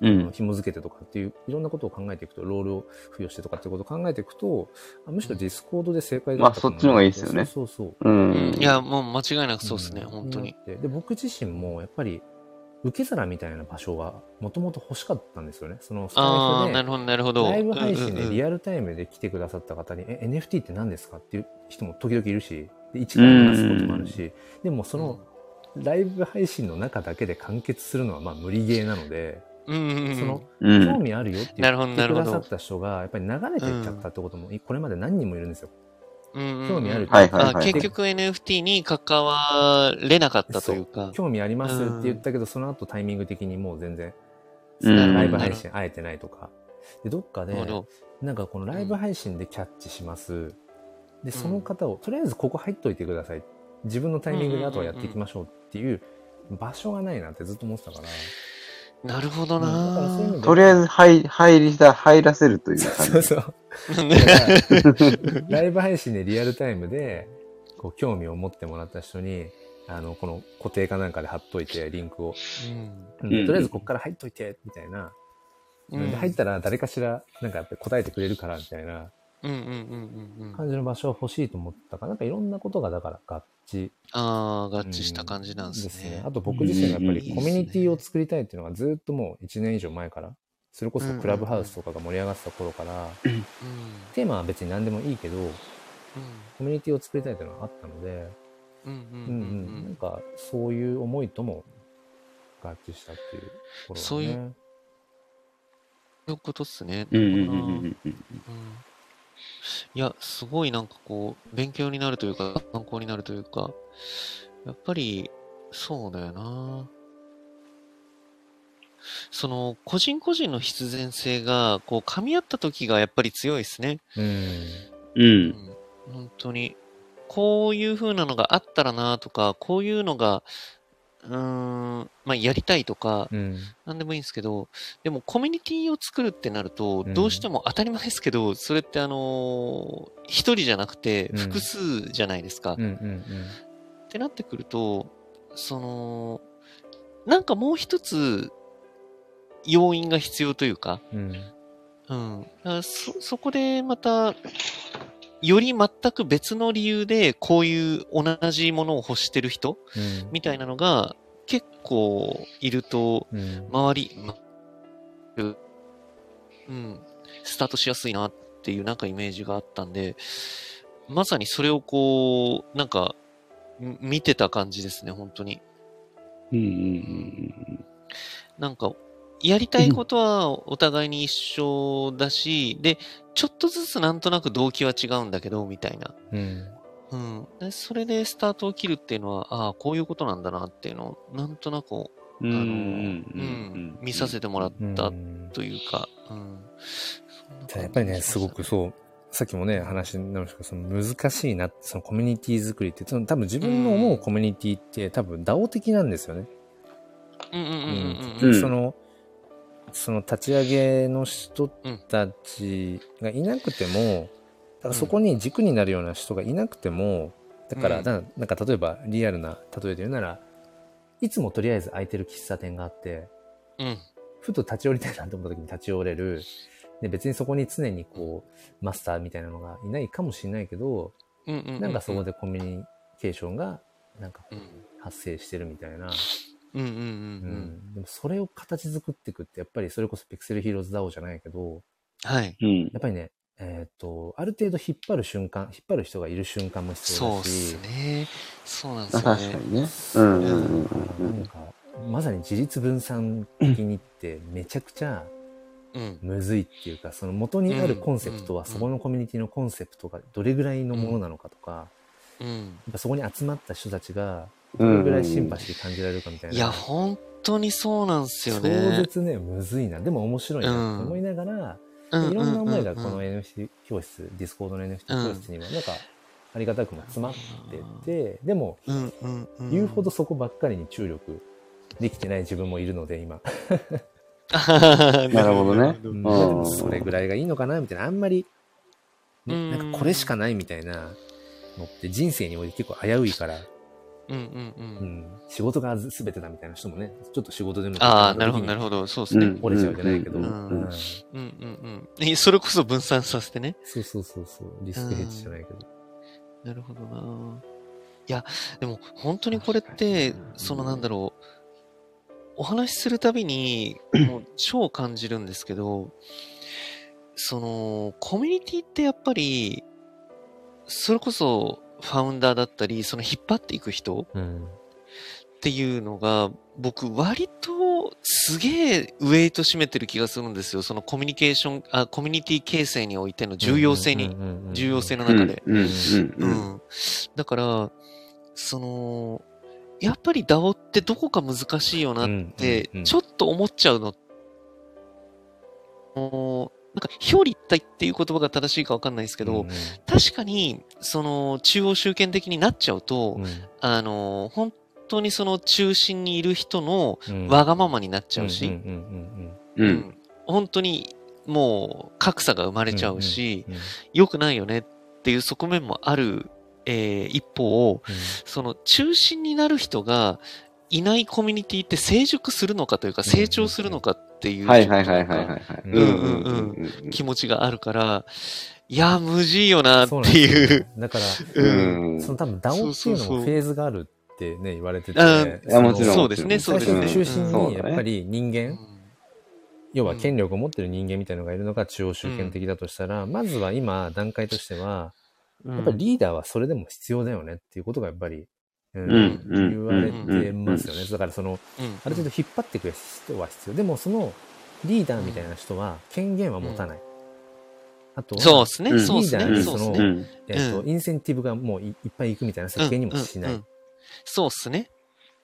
A: うん
C: い。う
B: あの
C: ん。
B: 紐付けてとかっていう、いろんなことを考えていくと、ロールを付与してとかっていうことを考えていくと、あむしろディスコードで正解だったと思
C: まあそっ
B: う
C: ちの方がいいですよね
B: そうそうそう。
C: う
A: うん
C: ん。
A: いや、もう間違いなくそうですね、
B: ん
A: 本当に
B: な。ってで、僕自身もやっぱり、受け皿みたいな場所は、もともと欲しかったんですよね。その、ス
A: あ
B: タイ
A: あ、
B: フ
A: な
B: で
A: るほど、なるほど。
B: ライブ配信で
A: うんうんうん
B: リアルタイムで来てくださった方に、え、NFT って何ですかっていう人も時々いるし、で一から話すこともあるし、でもその、ライブ配信の中だけで完結するのはまあ無理ゲーなので、
A: うんうんうん
B: その
C: う
B: 興
C: ん。
B: 味あるよって
A: な
B: 言
A: るほど
B: っ
A: な
B: て
A: る
B: く
A: ほ
B: だ
A: ど
B: さった人がやっぱり流れていっちゃったってことも、これまで何人もいるんです
A: う
B: よ。
A: んうん
B: 興味ある
C: はいはい
A: あ
C: はい。
A: 結局 NFT に関われなかったというか。
B: 興味ありますって言ったけど、その後タイミング的にもう全然、
C: うん
B: ライブ配信会えてないとか。で、どっかで
A: な、るほど。
B: なんかこのライブ配信でキャッチします。で、その方を、とりあえずここ入っといてください。自分のタイミングで後はやっていきましょうっていう場所がないなってずっと思ってたから。
A: なるほど
B: うんだからそういう意味
A: な
B: で
C: とりあえず入、入りした、入らせるという
B: そ
C: 感
B: う
C: じ。
B: そう。ライブ配信でリアルタイムで、こう、興味を持ってもらった人に、あの、この固定かなんかで貼っといて、リンクを。
A: うん
B: うん
C: うん
B: とりあえずこっから入っといて、みたいな。
A: うん
B: で入ったら誰かしら、なんかやっぱり答えてくれるから、みたいな
A: うんうんうんうんうん。
B: 感じの場所は欲しいと思ったから、なんかいろんなことがだから合致
A: ああ、合致した感じなんですね。
B: あと僕自身がやっぱり
A: うん
B: コミュニティを作りたいっていうのがずっともう1年以上前から、それこそクラブハウスとかが盛り上がってた頃から、
A: うん
B: テーマは別に何でもいいけど、コミュニティを作りたいっていうのがあったので、
A: うんうんう
B: うん
A: うんん
B: うん、
A: う
B: なん
A: ん
B: かそういう思いとも合致したっていうところ、ね、
A: そういうそういうことっすね。
C: うんうん
A: なる
C: う
A: ほどなん
C: うん
A: うんいや、すごいなんかこう、勉強になるというか、参考になるというか、やっぱり、そうだよな。その、個人個人の必然性が、こう、噛み合った時がやっぱり強いですね。
B: うん。
C: う。
A: うんん、本当に。こういう風なのがあったらなとか、こういうのが、うーん、まあ、やりたいとか、
B: うん。
A: なんでもいいんですけど、でもコミュニティを作るってなると、
B: うん
A: どうしても当たり前ですけど、それってあのー一人じゃなくて
B: うん
A: 複数じゃないですか。
B: うん。う
A: っ
B: ん。
A: てなってくると、その、なんかもう一つ要因が必要というか、
B: うん。
A: うん。だからそ、そこでまた、より全く別の理由で、こういう同じものを欲してる人
B: うん。
A: みたいなのが結構いると、
B: うん。
A: 周り、まうん、スタートしやすいなっていうなんかイメージがあったんで、まさにそれをこう、なんか、ん見てた感じですね、本当に。
C: うんうんうん
A: なんか、やりたいことはお互いに一緒だし、で、ちょっとずつなんとなく動機は違うんだけど、みたいな。
B: うん。
A: うん。でそれでスタートを切るっていうのは、ああ、こういうことなんだなっていうのを、なんとなく、あの、
C: う
A: うんん、見させてもらった
B: うん
A: というか、うん。
B: ただやっぱりね、すごくそう、さっきもね、話になるんですけど、その難しいな、そのコミュニティ作りって、その多分自分の思うコミュニティって多分 DAO 的なんですよね。
A: うんうんうんうん
B: う
A: うんん。
C: ん
B: その、その立ち上げの人たちがいなくても、からそこに軸になるような人がいなくても、だから、
A: うん
B: ななんか例えばリアルな例えで言うなら、いつもとりあえず空いてる喫茶店があって、
A: うん。
B: ふと立ち寄りたいなと思った時に立ち寄れる。で、別にそこに常にこう、マスターみたいなのがいないかもしれないけど、
A: うんうんうん。
B: なんかそこでコミュニケーションが、なんか
A: うん。
B: 発生してるみたいな。
A: うんうん
B: う
A: うんうん。
B: ん。でもそれを形作っていくって、やっぱりそれこそピクセルヒーローズ DAO じゃないけど、
A: はい。
C: うん
B: やっぱりね、えっ、と、ある程度引っ張る瞬間、引っ張る人がいる瞬間も必
A: そう
B: 要
A: っ
B: だし
A: す、ね。そうなんです
C: あ
A: よ
C: 確か
A: ね。
C: にね。うんうんうんう
B: なん
C: ん
B: か、まさに自立分散的にってめちゃくちゃ
A: うん。
B: むずいっていうか、その元にあるコンセプトは、
A: うん
B: そこのコミュニティのコンセプトがどれぐらいのものなのかとか、
A: うん。
B: やっぱそこに集まった人たちが、
C: う
B: ど
C: ん。
B: れぐらいシンパシー感じられるかみたいな。
A: いや、本当にそうなんですよ
B: 超
A: ね。
B: 絶ね、むずいな。でも面白いなって思いながら、
A: うう
B: いろんな思いがこ
A: う
B: の
A: ん
B: NFT 教室、ディスコードの NFT 教室には、なんか、ありがたくも詰まってて、でも、
A: うんうんうん。
B: 言うほど。そこばっかりに注力できてない自分もいるので、今。
A: な
C: るほどね
B: うん
C: う
B: で
C: ん
B: もそれぐらいがいいのかなみたいな、あんまり、ね
A: うん
B: なんかこれしかないみたいなのって人生において結構危ういから、
A: うんうんうん。
B: うん、仕事が全てだみたいな人もね、ちょっと仕事でも
A: ああ、なるほど、なる
B: ほ
A: ほど。そうですね。うん
B: 折れちゃうじゃないけど、
C: うん
A: うん
B: うん
A: うんうんえ。それこそ分散させてね。
B: そうそうそうそう、リスクヘッジじゃないけど。
A: なるほどな。いや、でも本当にこれって
B: 確かに、
A: そのなんだろう、お話しするたび に、もう超感じるんですけど、その、コミュニティってやっぱり、それこそファウンダーだったり、その引っ張っていく人、
B: うん
A: っていうのが、僕、割とすげえウェイト占めてる気がするんですよ。そのコミュニケーション、あコミュニティ形成においての重要性に、、重要性
B: の。
A: の中で。
C: うんう
A: う。
C: んうんん
A: だから、その、やっぱり DAO ってどこか難しいよなって
B: うんうんう、ん
A: ちょっと思っちゃうの。もう、なんか、表裏一体っていう言葉が正しいかわかんないですけ
B: け
A: ど、確かに、その、中央集権的になっちゃうと、あの、本当にその中心にいる人の、わがままになっちゃうし、
B: うんうん
C: う
A: うんん本当にもう格差が生まれちゃうし、
B: うんうんうん
A: 良くないよねっていう側面もある、えー一方、その中心になる人がいないコミュニティって成熟するのかというか
B: うんうんうん
A: 成長するのかっていう
C: はいはいはいはいはい。はい
B: う
A: う
B: ん
A: ん
C: うんうん
A: 気持ちがあるから、いや、無事よなっ
B: そ
A: て
B: なんです
A: い
B: よ
A: う。
B: だから、
C: うん
B: その多分 DAO っていう
A: そ
B: の
A: うそうそう
B: もフェーズがあるってね、言われてて。
A: うん
C: いやもちろん
A: そうですね、そう
B: 最
A: で
B: 初
A: す
B: の
A: ね。
B: 中心
C: そう
B: に
C: だ
B: や
C: ね
B: っぱり人間、要
A: う
B: は
A: ん
B: 権力を持ってる人間みたいのがいるのが中央集権的だとしたら、まずは今段階としては、
A: うん
B: やっぱりリーダーはそれでも必要だよねっていうことがやっぱり、う
C: うん
B: ん
C: うん
B: 言われてますよね。だからその、
A: うん
B: ある程度引っ張ってくる人は必要。でもそのリーダーみたいな人は権限は持たない。あとは、
A: そうです
C: う
A: ね、
C: ん
A: そうです
B: リーダー
A: ね、
B: に
A: そうです
B: そ
A: ね
B: の。
C: ん
B: えっと
A: う
B: インセンティブがもういいっぱい行くみたい
A: う
B: な
A: ん
B: 設計にもしない。
A: うんうんそうですね。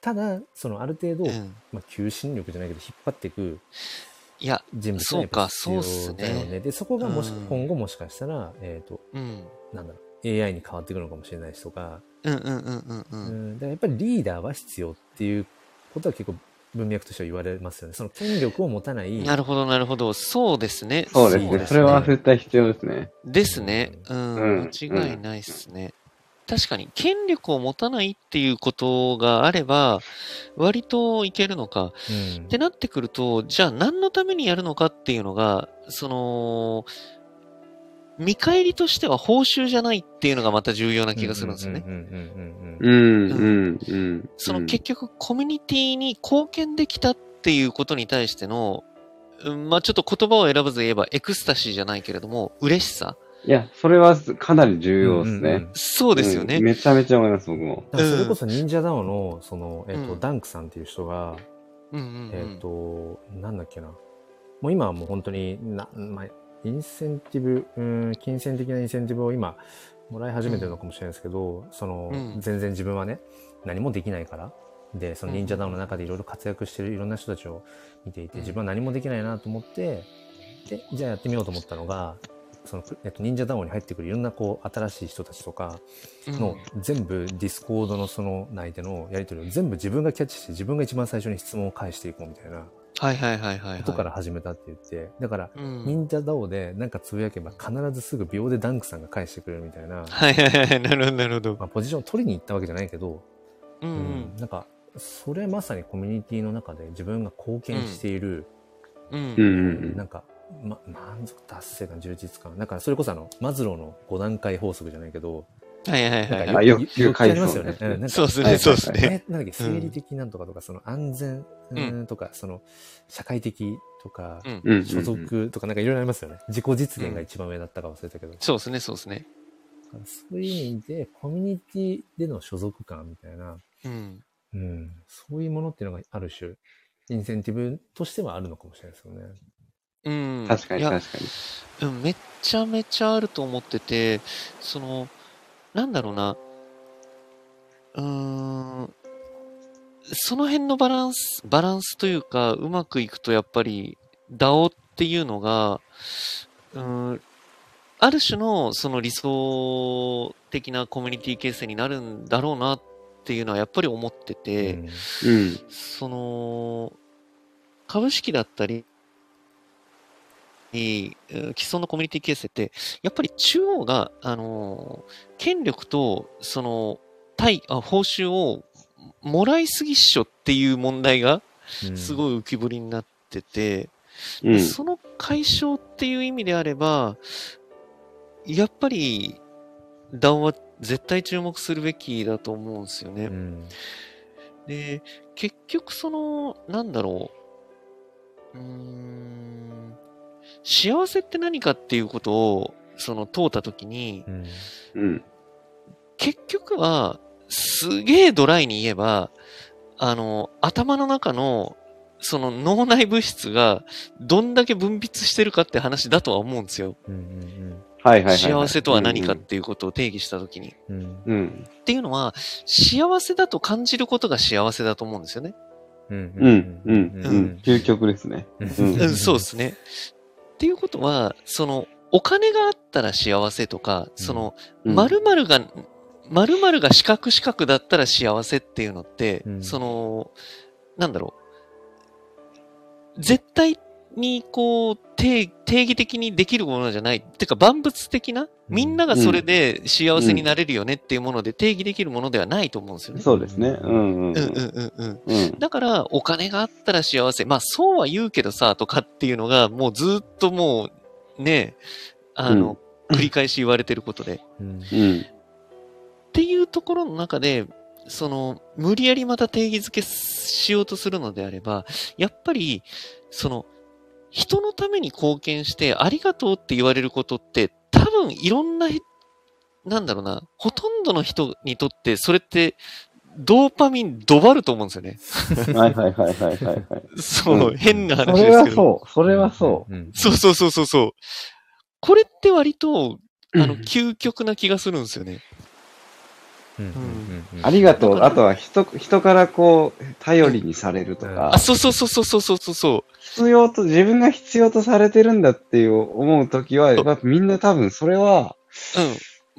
B: ただ、そのある程度、
A: うん
B: まあ、求心力じゃないけど、引っ張っていく
A: いや、
B: 人物がやっぱ必要
A: そうかそうっす
B: だよね。
A: ね
B: で、そこがもし、
A: うん
B: 今後もしかしたら、えっ、と、
A: うん。
B: なんだろう、AI に変わっていくのかもしれないしとか、
A: うんうんうんうんう。
B: うんん、だからやっぱりリーダーは必要っていうことは結構文脈としては言われますよね。その権力を持たない、
A: なるほど、なるほど。そうですね。
C: そうです
B: そうで
C: ね。
B: すね
C: それは絶対必要ですね。
A: ですね。うん
C: うん。
A: 間違いないですね。確かに、権力を持たないっていうことがあれば、割といけるのか。
B: うん
A: ってなってくると、じゃあ何のためにやるのかっていうのが、その、見返りとしては報酬じゃないっていうのがまた重要な気がするんですよね。
B: うんうんうんうんうん
C: うんうんうん。
A: その結局コミュニティに貢献できたっていうことに対しての、うんまあちょっと言葉を選ばず言えばエクスタシーじゃないけれども、嬉しさ
C: いや、それはかなり重要です
B: うんうんう
C: ね
B: ん。
A: そうですよね。
C: うんめちゃめちゃ思います、僕も。
B: だからそれこそ忍者ダオの、その、えっ、と、
A: うん
B: ダンクさんっていう人が、
A: うんうんうん
B: えっ、と、なんだっけな。もう今はもう本当にな、まあ、インセンティブ、うーん、金銭的なインセンティブを今、もらい始めてるのかもしれないですけど、その、
A: うん
B: 全然自分はね、何もできないから。で、その忍者ダウンの中でいろいろ活躍してるいろんな人たちを見ていて、
A: うん
B: 自分は何もできないなと思って、で、じゃあやってみようと思ったのが、その、えっと、忍者ダウンに入ってくるいろんなこう、新しい人たちとか、の全部ディスコードのその内でのやり取りを全部自分がキャッチして自分が一番最初に質問を返していこうみたいな
A: はいはいはいはい、はい。
B: ことから始めたって言って、だから、
A: うん。
B: 忍者ダオでなんかつぶやけば必ずすぐ秒でダンクさんが返してくれるみたいな、
A: はいはいはい。なるほど、なるほど。
B: まあ、ポジションを取りに行ったわけじゃないけど、
A: う。
B: うんなんか、それまさにコミュニティの中で自分が貢献している、
A: う。
C: うんんうん
B: なんか、ま、満足達成感、充実感。だからそれこそあの、マズローの5段階法則じゃないけど、
A: はいはいはい
B: なん
A: は
B: か
A: い。
B: よ
C: あ欲求回
B: よくあり
C: 数
B: ますよね。んなんか
A: そうです
C: は
A: ね、
C: い
A: そうですね。
B: えなんだっけ、生理的なんとかとか、その安全うーんとか、その社会的とか、
A: うん。
C: うんうんうん。
B: 所属とか、なんかいろいろありますよね。自己実現が一番上だったか忘れたけど。
A: そうですね、そうですね。
B: そういう意味で、コミュニティでの所属感みたいな、
A: うん。
B: うん、そういうものっていうのがある種、インセンティブとしてはあるのかもしれないですよね。
A: うん。
C: 確かに
A: いや
C: 確かに。
A: うん、めっちゃめちゃあると思ってて、その、なんだろうな、うーん、その辺のバランス、バランスというか、うまくいくとやっぱり、DAO っていうのが、うーん、ある種のその理想的なコミュニティ形成になるんだろうなっていうのはやっぱり思ってて、
B: うん
C: うん。
A: その、株式だったり、いいえー既存のコミュニティ形成って、やっぱり中央が、あのー権力と、その、対あ、報酬をもらいすぎっしょっていう問題が、す
B: い。
A: ごい浮き彫りになってて、
C: うん。
A: その解消っていう意味であれば、やっぱり、談は絶対注目するべきだと思うんですよね。
B: うん
A: で、結局その、なんだろう。うーん。幸せって何かっていうことを、その、問うたときに
B: う、ん
C: うん。
A: 結局は、すげえドライに言えば、あの、頭の中の、その脳内物質がどんだけ分泌してるかって話だとは思うんですよ。
B: うんうん
C: はいはいはいい。
A: 幸せとは何かっていうことを定義したときに。
B: うんうん
C: うん。
A: っていうのは、幸せだと感じることが幸せだと思うんですよね。
B: うん
C: うん。うん。うん。うん究極ですね。
A: うん、そうですね。っていうことは、その、お金があったら幸せとか、その、
C: うん
A: 〇〇が、〇〇が四角四角だったら幸せっていうのって、
B: うん
A: その、なんだろう。絶対にこう、定定義的にできるものじゃない。てか万物的な、みんながそれで幸せになれるよねっていうもので定義できるものではないと思うんですよね。
C: そうですね。う
A: うんうん
C: んうん。
A: うんうん。
C: うん。
A: だから、お金があったら幸せ。まあ、そうは言うけどさ、とかっていうのが、もうずっともう、ね、あの、繰り返し言われてることで。
B: うん
C: うん。
A: っていうところの中で、その、無理やりまた定義づけしようとするのであれば、やっぱり、その、人のために貢献してありがとうって言われることって、多分いろんなひ、なんだろうな、ほとんどの人にとって、それって、ドーパミンドバると思うんですよね。
C: はいはいはいはいはいはい。
A: そうう、
C: ん
A: 変な
C: そ
A: 話
C: れ
A: です
C: は
A: けど。
C: そう。それはそ
B: うん。
A: そうそうそうそうそう。これって割と、あ
C: う。
A: の、究極な気がするんですよね。
B: うんうんうん
C: ありがと
A: だ
C: う。
A: から
C: あとは人、人からこう、頼りにされると
B: うん
C: か
A: あ、、そうそうそうそうそうそうそうそ
C: 必要と、自分が必要とされてるんだっていう思うときは、やっぱみんな多分それは、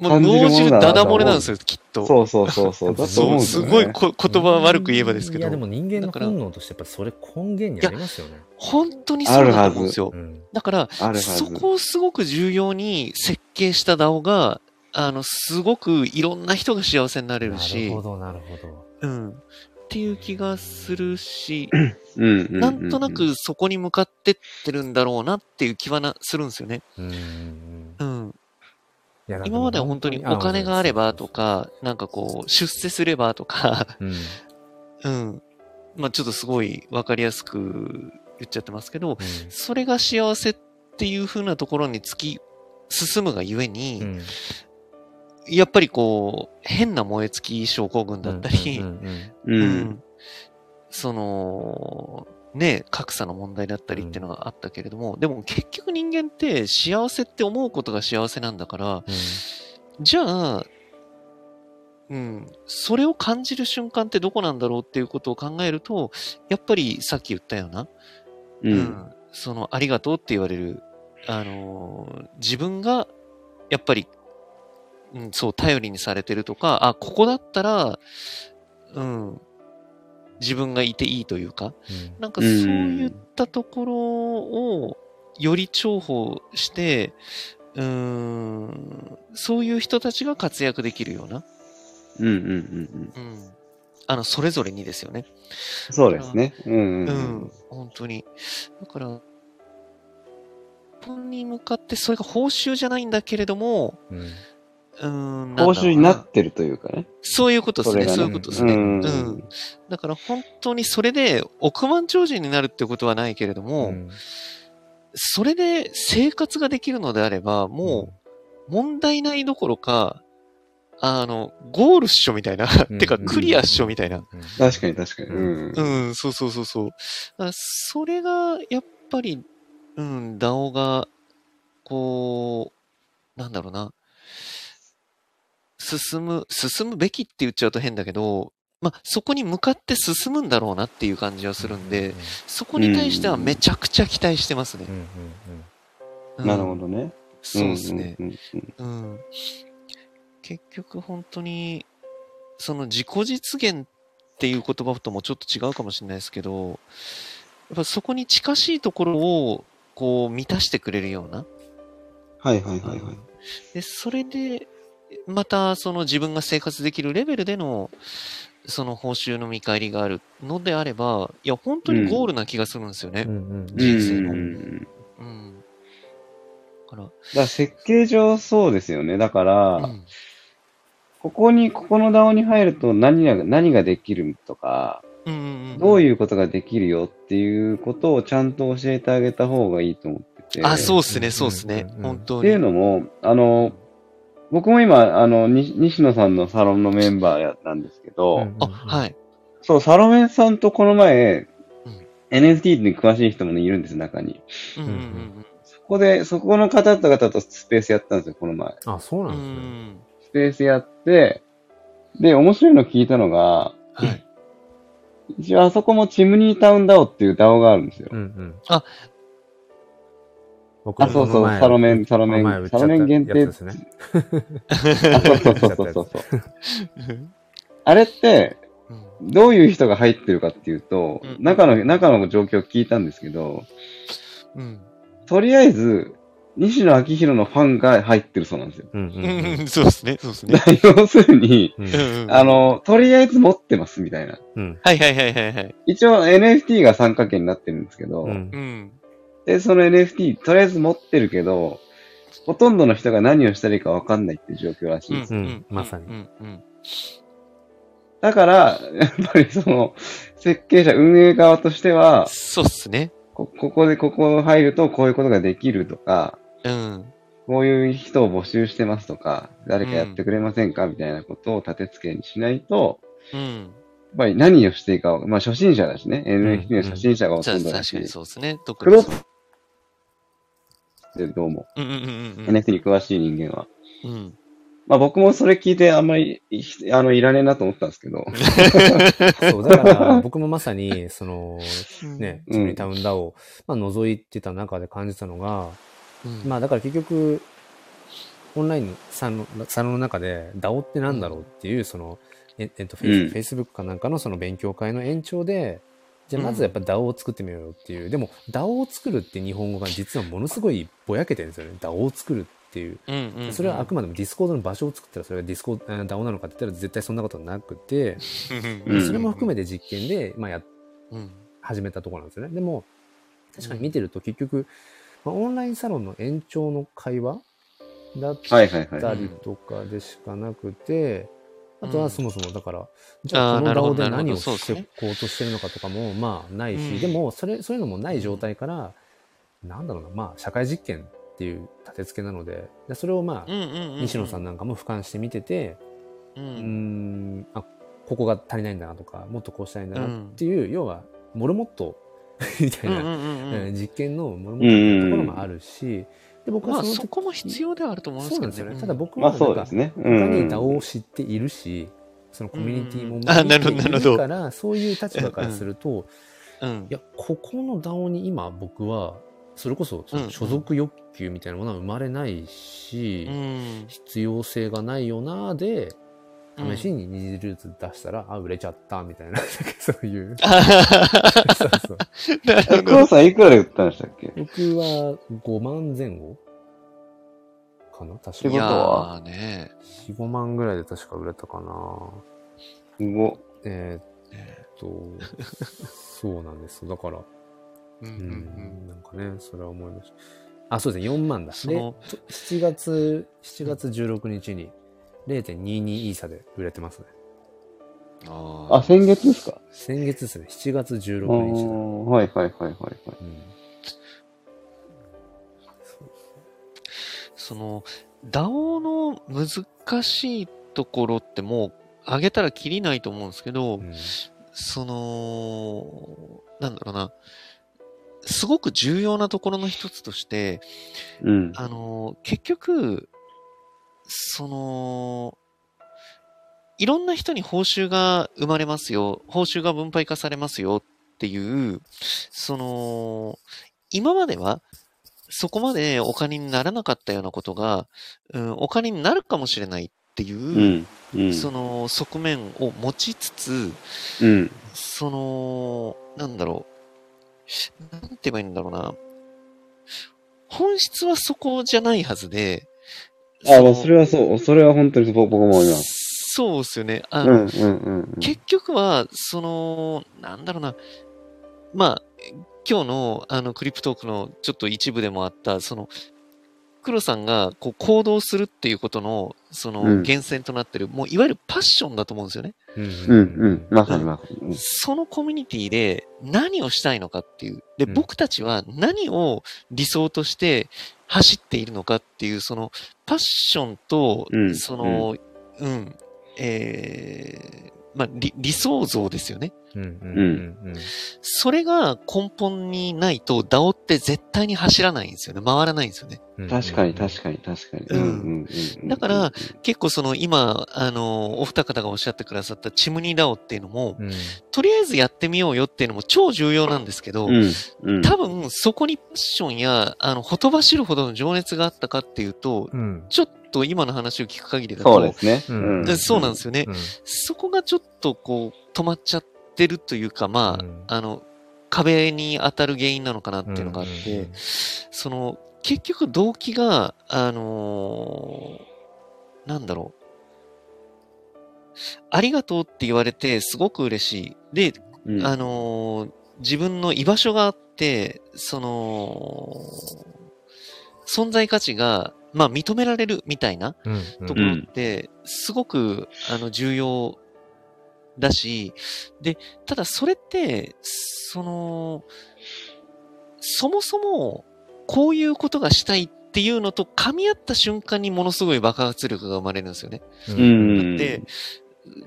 A: う。うん。もう
C: 感じ
A: 脳
C: るものだな
A: 汁ダダ漏れなんですよ、きっと。
C: そうそうそうそう、だと思
A: そ
C: うん
A: う
C: です
A: す
C: よね。
A: ごいこ言葉悪く言えばですけ
B: いや、で
A: ど、
B: も人間の本能としてやっぱそれ根源にありますよね。
A: 本当にそうだと思うんですよ
B: う。ん
A: だから、
C: あるはず
A: そ。こをすごく重要に設計した DAO が、あの、すごくいろんな人が幸せになれる
B: なる
A: し
B: ほ、ど、なるほど。
A: うん。っていう気がするし、
C: うんうんうんうん
A: なんとな、くそこに向かってってるんだろうなっていう気はな、するんですよね。
B: うんうんうん
A: うん。
B: いやなんか
A: 今までは本当にお金があればとか、なんかこう、出世すればとか、
B: うん、うん
A: うん。まあちょっとすごいわかりやすく言っちゃってますけど、それが幸せっていう風なところに突き進むがゆえ
B: う
A: に、
B: ん
A: やっぱりこう、変な燃え尽き症候群だった
B: うんう
A: り、
B: んうん
C: う。
A: うんん。その、ね、格差の問題だったりっていうのがあったけれども、でも結局人間って幸せって思うことが幸せなんだから、じゃあ、うん、それを感じる瞬間ってどこなんだろうっていうことを考えると、やっぱりさっき言ったような、
C: うん。
A: そのありがとうって言われる、あのー自分がやっぱり、うん、そう、頼りにされてるとか、あ、ここだったら、うん、自分がいていいというか、なんかそういったところをより重宝して、うーん、そういう人たちが活躍できるような、
C: うんうんうん。
A: うん、あの、それぞれにですよね。
C: そうですね。うんうん
A: う
C: うん
A: ん、本当に。だから、日本に向かってそれが報酬じゃないんだけれども、
B: うん
A: うーん、
C: 報酬にな
A: っ
C: ってるというかね。
A: そういうことですね、
C: それがね
A: そういうことです
C: う
A: ね。
C: ん
A: う。んだから本当にそれで億万長者になるってことはないけれども、
B: うん
A: それで生活ができるのであれば、もう問題ないどころか、あの、ゴールっしょみたいな、
B: うん
A: てかクリアっしょみたいな。。
C: 確かに確かに。うん。
A: うん、そうそうそうそう。だからそれがやっぱり、うん、DAO が、こう、なんだろうな、進む、進むべきって言っちゃうと変だけど、まあ、そこに向かって進むんだろうなっていう感じはするんで、そこに対してはめちゃくちゃ期待してますね
B: うん。うん
A: うん
C: なるほどね。
A: そうですね。
C: うんうんう
A: う
C: ん
A: ん。結局本当に、その自己実現っていう言葉ともちょっと違うかもしれないですけど、やっぱそこに近しいところをこう満たしてくれるような。
C: はいはいはいはい。
A: で、それで、またその自分が生活できるレベルでの、その報酬の見返りがあるのであれば、いや、本当にゴールな気がするんですよね
B: うん。うんうん
A: 人生
C: う
A: の
C: んうんうん。だか
A: うん。だから、
C: ら設計上そうですよね。だから、
A: うん
C: ここに、ここの DAO に入ると何が、何ができるとか、
A: うんうんうん
C: どういうことができるよっていうことをちゃんと教えてあげた方がいいと思ってて。
A: あ、そうっ
B: っ
A: す
B: す
A: ね、
B: ね
A: そうっすね
B: うんうんう。ん
A: 本当
C: っていう
A: に。
C: のも、あの、僕も今、あの、に西野さんのサロンのメンバーやなんですけど、
B: うん
A: あ、はい。
C: そう、サロメンさんとこの前、
A: うん
C: NFT に詳しい人もね、いるんです、中に。
A: うんうんうんうん。
C: そこで、そこの方々とスペースやったんですよ、この前。
B: あ、そうな
A: うん
B: ですね。
A: ん
C: スペースやって、で、面白いの聞いたのが、
A: はい。
C: 一応あそこもチムニータウンダオっていうダオがあるんですよ。
B: うんうん。
A: あ、
B: 僕
C: あ、そうそう、サロメン、サロメン、サロメン限定。
B: ですね。
C: あ、そうそうそうそうそうそう。あれって、どういう人が入ってるかっていうと、
A: うん
C: 中の、中の状況を聞いたんですけど、
A: うん。
C: とりあえず、西野明宏のファンが入ってるそうなんですよ。
B: うんうん
A: うんうんそうですね、そうです
C: だ
A: ね。
C: から要するに、
B: うん。
A: うんうん
C: あ、の、とりあえず持ってますみたいな。
B: うん
A: はいはいはいはいはい。
C: 一応 NFT が参加権になってるんですけど、
B: うん
A: うん。
C: で、その NFT、とりあえず持ってるけど、ほとんどの人が何をしたらいいかわかんないっていう状況らしいんですよ
A: う
B: うんまさに
A: うんうん
C: だから、やっぱりその、設計者、運営側としては、
A: そうっすね。
C: こここでここ入るとこういうことができるとか、
A: うん。
C: こういう人を募集してますとか、誰かやってくれませんかみたいなことを立て付けにしないと、
A: うん。
C: やっぱり何をしていいかを、まあ初心者だしね、NFT
B: うん
C: の初心者がほ
A: じ
C: と
A: ゃあ
C: んど
A: 確
C: だし、
A: かにそうっすね。特
C: ク
A: に
C: ロ
A: そ
C: でどうも、
A: う。うんうんうんうん
C: NFT に詳しい人間は。
A: うん。
C: まあ僕もそれ聞いてあんまり、いあの、いらねえなと思ったんですけど、
B: そう、だから僕もまさ に、その、
A: うん。
B: ね、
C: うん
B: チムニータウンダを、まあ、覗いてた中で感じたのが、
A: うん。
B: まあだから結局、オンラインのサロンサロンの中で DAO ってなんだろうっていう、その、ええっと、フェイ
C: うん
B: スフェイスブックかなんかのその勉強会の延長で、じゃあまずやっぱ DAO を作ってみようよっていう、でも DAO を作るって日本語が実はものすごいぼやけてるんですよね。DAO を作るっていう。
A: うんうんうん。
B: それはあくまでもディスコードの場所を作ったらそれがディスコード、DAO なのかって言ったら絶対そんなことなくて、
A: うん。
C: うん
B: それも含めて実験で、まあやっ
A: うん。
B: 始めたところなんですよね。でも、確かに見てると結局、まあ、オンラインサロンの延長の会話だっ
C: はいはいはい。
B: たりとかでしかなくて、
A: うん
B: あとはそもそもだから、じゃ
A: あ
B: あ
A: ー
B: この
A: なるほ
B: 顔
A: ど
B: で
A: なるほ
B: 何
A: ど
B: を
A: そうです
B: して
A: ね
B: こうとしてるのかとかも、まあないし、
A: うん
B: でも、それ、そういうのもない状態から、なんだろうな、まあ社会実験っていう立て付けなので、でそれをま
A: う
B: あ、
A: んうんうん。
B: 西野さんなんかも俯瞰して見てて、
A: う
B: うー
A: ん。
B: んあここが足りないんだなとかもっとこうしたいんだなっていう、要はモルモット みた
A: う
B: い
A: んうんう
B: な、
A: んう
B: え
A: ん。
B: ー実験のモルモットのところもあるし、で僕
A: ま
B: は
A: あ
B: その時、
A: そこも必要ではあると思うんです
B: そう
A: け
B: な
A: ど
B: んですよね、
A: ね。
B: ただ僕は
C: まあ
B: なん
C: そう
B: か、
C: ですね。う
B: 他
C: ん
B: に DAO を知っているしそのコミュニティも
A: うんあなるほど
B: 見てい
A: なるほど
B: からそういう立場からすると
A: うん
B: い。やここの DAO に今僕はそれこそその所属欲求みたいなものは生まれないし、
A: うん。
B: 必要性がないよなで
A: うん
B: 試 しに二次流通出したら、あ、売れちゃった、みたいな、 そういう。
A: あはは
B: そうそう
A: なるほ
C: え、
A: ど
C: ク。ロさんいくらで売ったんでしたっけ
B: 僕は5万前後かな確か
C: ってことは
A: やーね。
B: 4、5万ぐらいで確か売れたかな。
C: すご。
B: えーっ と、そうなんですよ。だから、
A: うんう
B: うん
A: うん
B: ん、なんかね、それは思いました。あ、そうですね、4万だ。で、
A: その
B: 7月、7月16日に0.22イーサで売れてますね。
A: あ
C: あ、
A: あ
C: 先月ですか
B: 先月ですね、7月16
C: あ
B: 日だ。
C: ーはいはいはいはいはい。
B: うん
A: その DAO の難しいところってもう上げたらきりないと思うんですけど、
B: うん
A: そのなんだろうなすごく重要なところの一つとして
C: うん。
A: あの結局そのいろんな人に報酬が生まれますよ報酬が分配化されますよっていうその今まではそこまでお金にならなかったようなことが、うん、お金になるかもしれないっていうう、
C: ん。うん。
A: その側面を持ちつつ
C: うん。
A: そのなんだろうなんて言えばいいんだろうな本質はそこじゃないはずで
C: あ、
A: の
C: まあそれはそう。それは本当に僕僕も思います。
A: そうですよね。
C: う
A: あ
C: んうんうんうん。
A: 結局は、その、なんだろうな、まあ、今日のあのクリプトークのちょっと一部でもあった、その、黒さんがこう行動するっていうことの、その
C: うん
A: 源泉となってる、もういわゆるパッションだと思うんですよね。
C: うん
B: う
C: うん
B: ん。
C: まさにまさに。
A: そのコミュニティで何をしたいのかっていう。で、
B: うん
A: 僕たちは何を理想として走っているのかっていう、そのパッションと
C: う、ん
A: その、うん、えーまあ理、理想像ですよね。
B: うんうんうん
A: それが根本にないと、DAO って絶対に走らないんですよね。回らないんですよね。
B: うん。
C: 確かに確かに確かに。
A: うん
C: んう
A: だから、結構その今、あの、お二方がおっしゃってくださったチムニー DAO っていうのも、
B: に。
A: とりあえずやってみようよっていうのも超重要なんですけど、
C: うん。うん。
A: 多分そこにパッションや、あの、ほとばしるほどの情熱があったかっていうと、
B: うん。うん。
A: ちょっと今の話を聞く限りだと、
C: そうですね。
B: うん
A: えそうなんですよね。
B: うん
A: そこがちょっとこう、止まっちゃってるというか、まあ、
B: うん
A: あの、壁に当たる原因なのかなっていうのがあって、
B: うんうんうん
A: その、結局動機が、あのーなんだろう。ありがとうって言われて、すごく嬉しい。で、
C: うん
A: あのー自分の居場所があって、その、存在価値が、まあ、認められるみたいな
B: うん
A: ところって、すごく、あの、重要だし、で、ただそれって、その、そもそも、こういうことがしたいっていうのと噛み合った瞬間にものすごい爆発力が生まれるんですよね。
B: う
C: うんん。
A: で、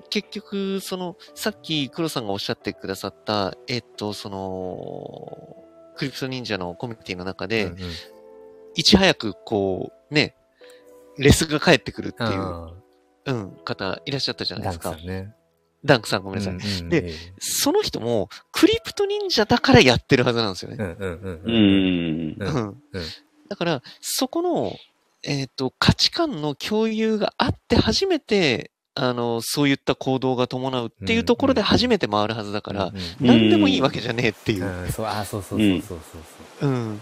A: 結局、その、さっき黒さんがおっしゃってくださった、えっと、その、クリプト忍者のコミュニティの中で、
B: うんうん
A: いち早くこう、ね、レスが返ってくるっていう、
B: あ
A: うん、方いらっしゃったじゃ
B: ー
A: ないで
B: ダン
A: す
B: クさ
A: か。
B: んね。
A: ダンクさんご
B: ご
A: めんなさい。で
B: で、
A: その人も、クリプト忍者だからやってるはずなんですよ
B: う
A: ね。
B: んうんうん
C: う
B: うん。
C: ん。
B: う
A: うんん。だから、そこの、えっ、と、価値観の共有があって初めて、あの、そういった行動が伴うっていうところで初めて回るはずだから、
C: うん
A: 何でもいいわけじゃねえっていうう。
B: ん、そう、あー、そうそうそうそうそ
A: う
B: う
A: ん。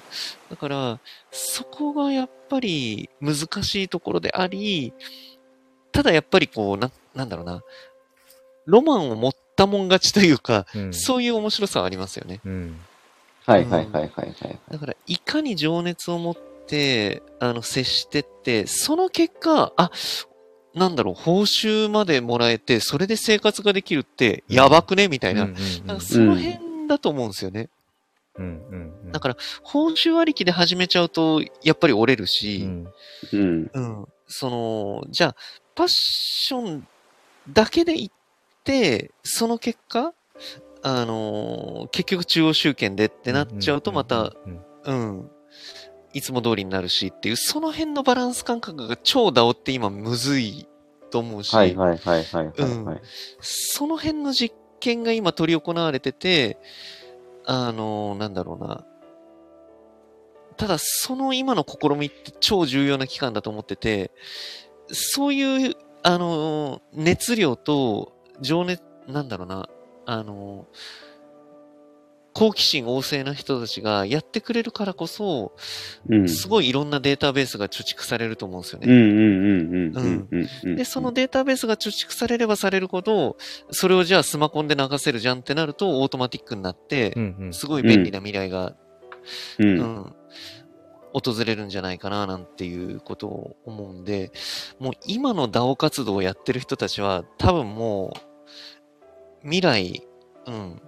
A: だから、そこがやっぱり難しいところであり、ただやっぱりこう、な、なんだろうな、ロマンを持ったもん勝ちというか、
B: そう。うん
A: そういう面白さはありますよね。
B: うん。
C: はいはいはいはいはい。
A: だから、いかに情熱を持って、あの、接してって、その結果、あ、なんだろう、報酬までもらえて、それで生活ができるって、やばくねみたいな。
B: うん
A: なんかその辺だと思うんですよね。
B: うんうんうん。
A: だから、報酬ありきで始めちゃうと、やっぱり折れる
B: う
A: し、
B: ん
C: うん。
A: うん、その、じゃあ、パッションだけでいって、その結果、あのー結局中央集権でってなっちゃうと、また、、
B: うん
A: うん。いつも通りになるしっていう、その辺のバランス感覚が超ダオって今むずいと思うし、
C: はいはいはいはいはいはい。
A: その辺の実験が今取り行われてて、あのなんだろうな。ただ、その今の試みって超重要な期間だと思ってて、そういうあのー、熱量と情熱、なんだろうな、あのー、好奇心旺盛な人たちがやってくれるからこそ、
C: うん。
A: すごいいろんなデータベースが貯蓄されると思うんですよ
C: うん
A: ね。
C: うんうんうんうんうん。
A: で、その、データベースが貯蓄されればされるほど、それをじゃあスマコンで流せるじゃんってなると、オートマティックになって
B: う、んうん。
A: すごい便利な未来が、
C: う。
A: うんん、訪れるんじゃないかな、なんていうことを思うんで、もう今の DAO 活動をやってる人たちは、多分もう、未来、うん、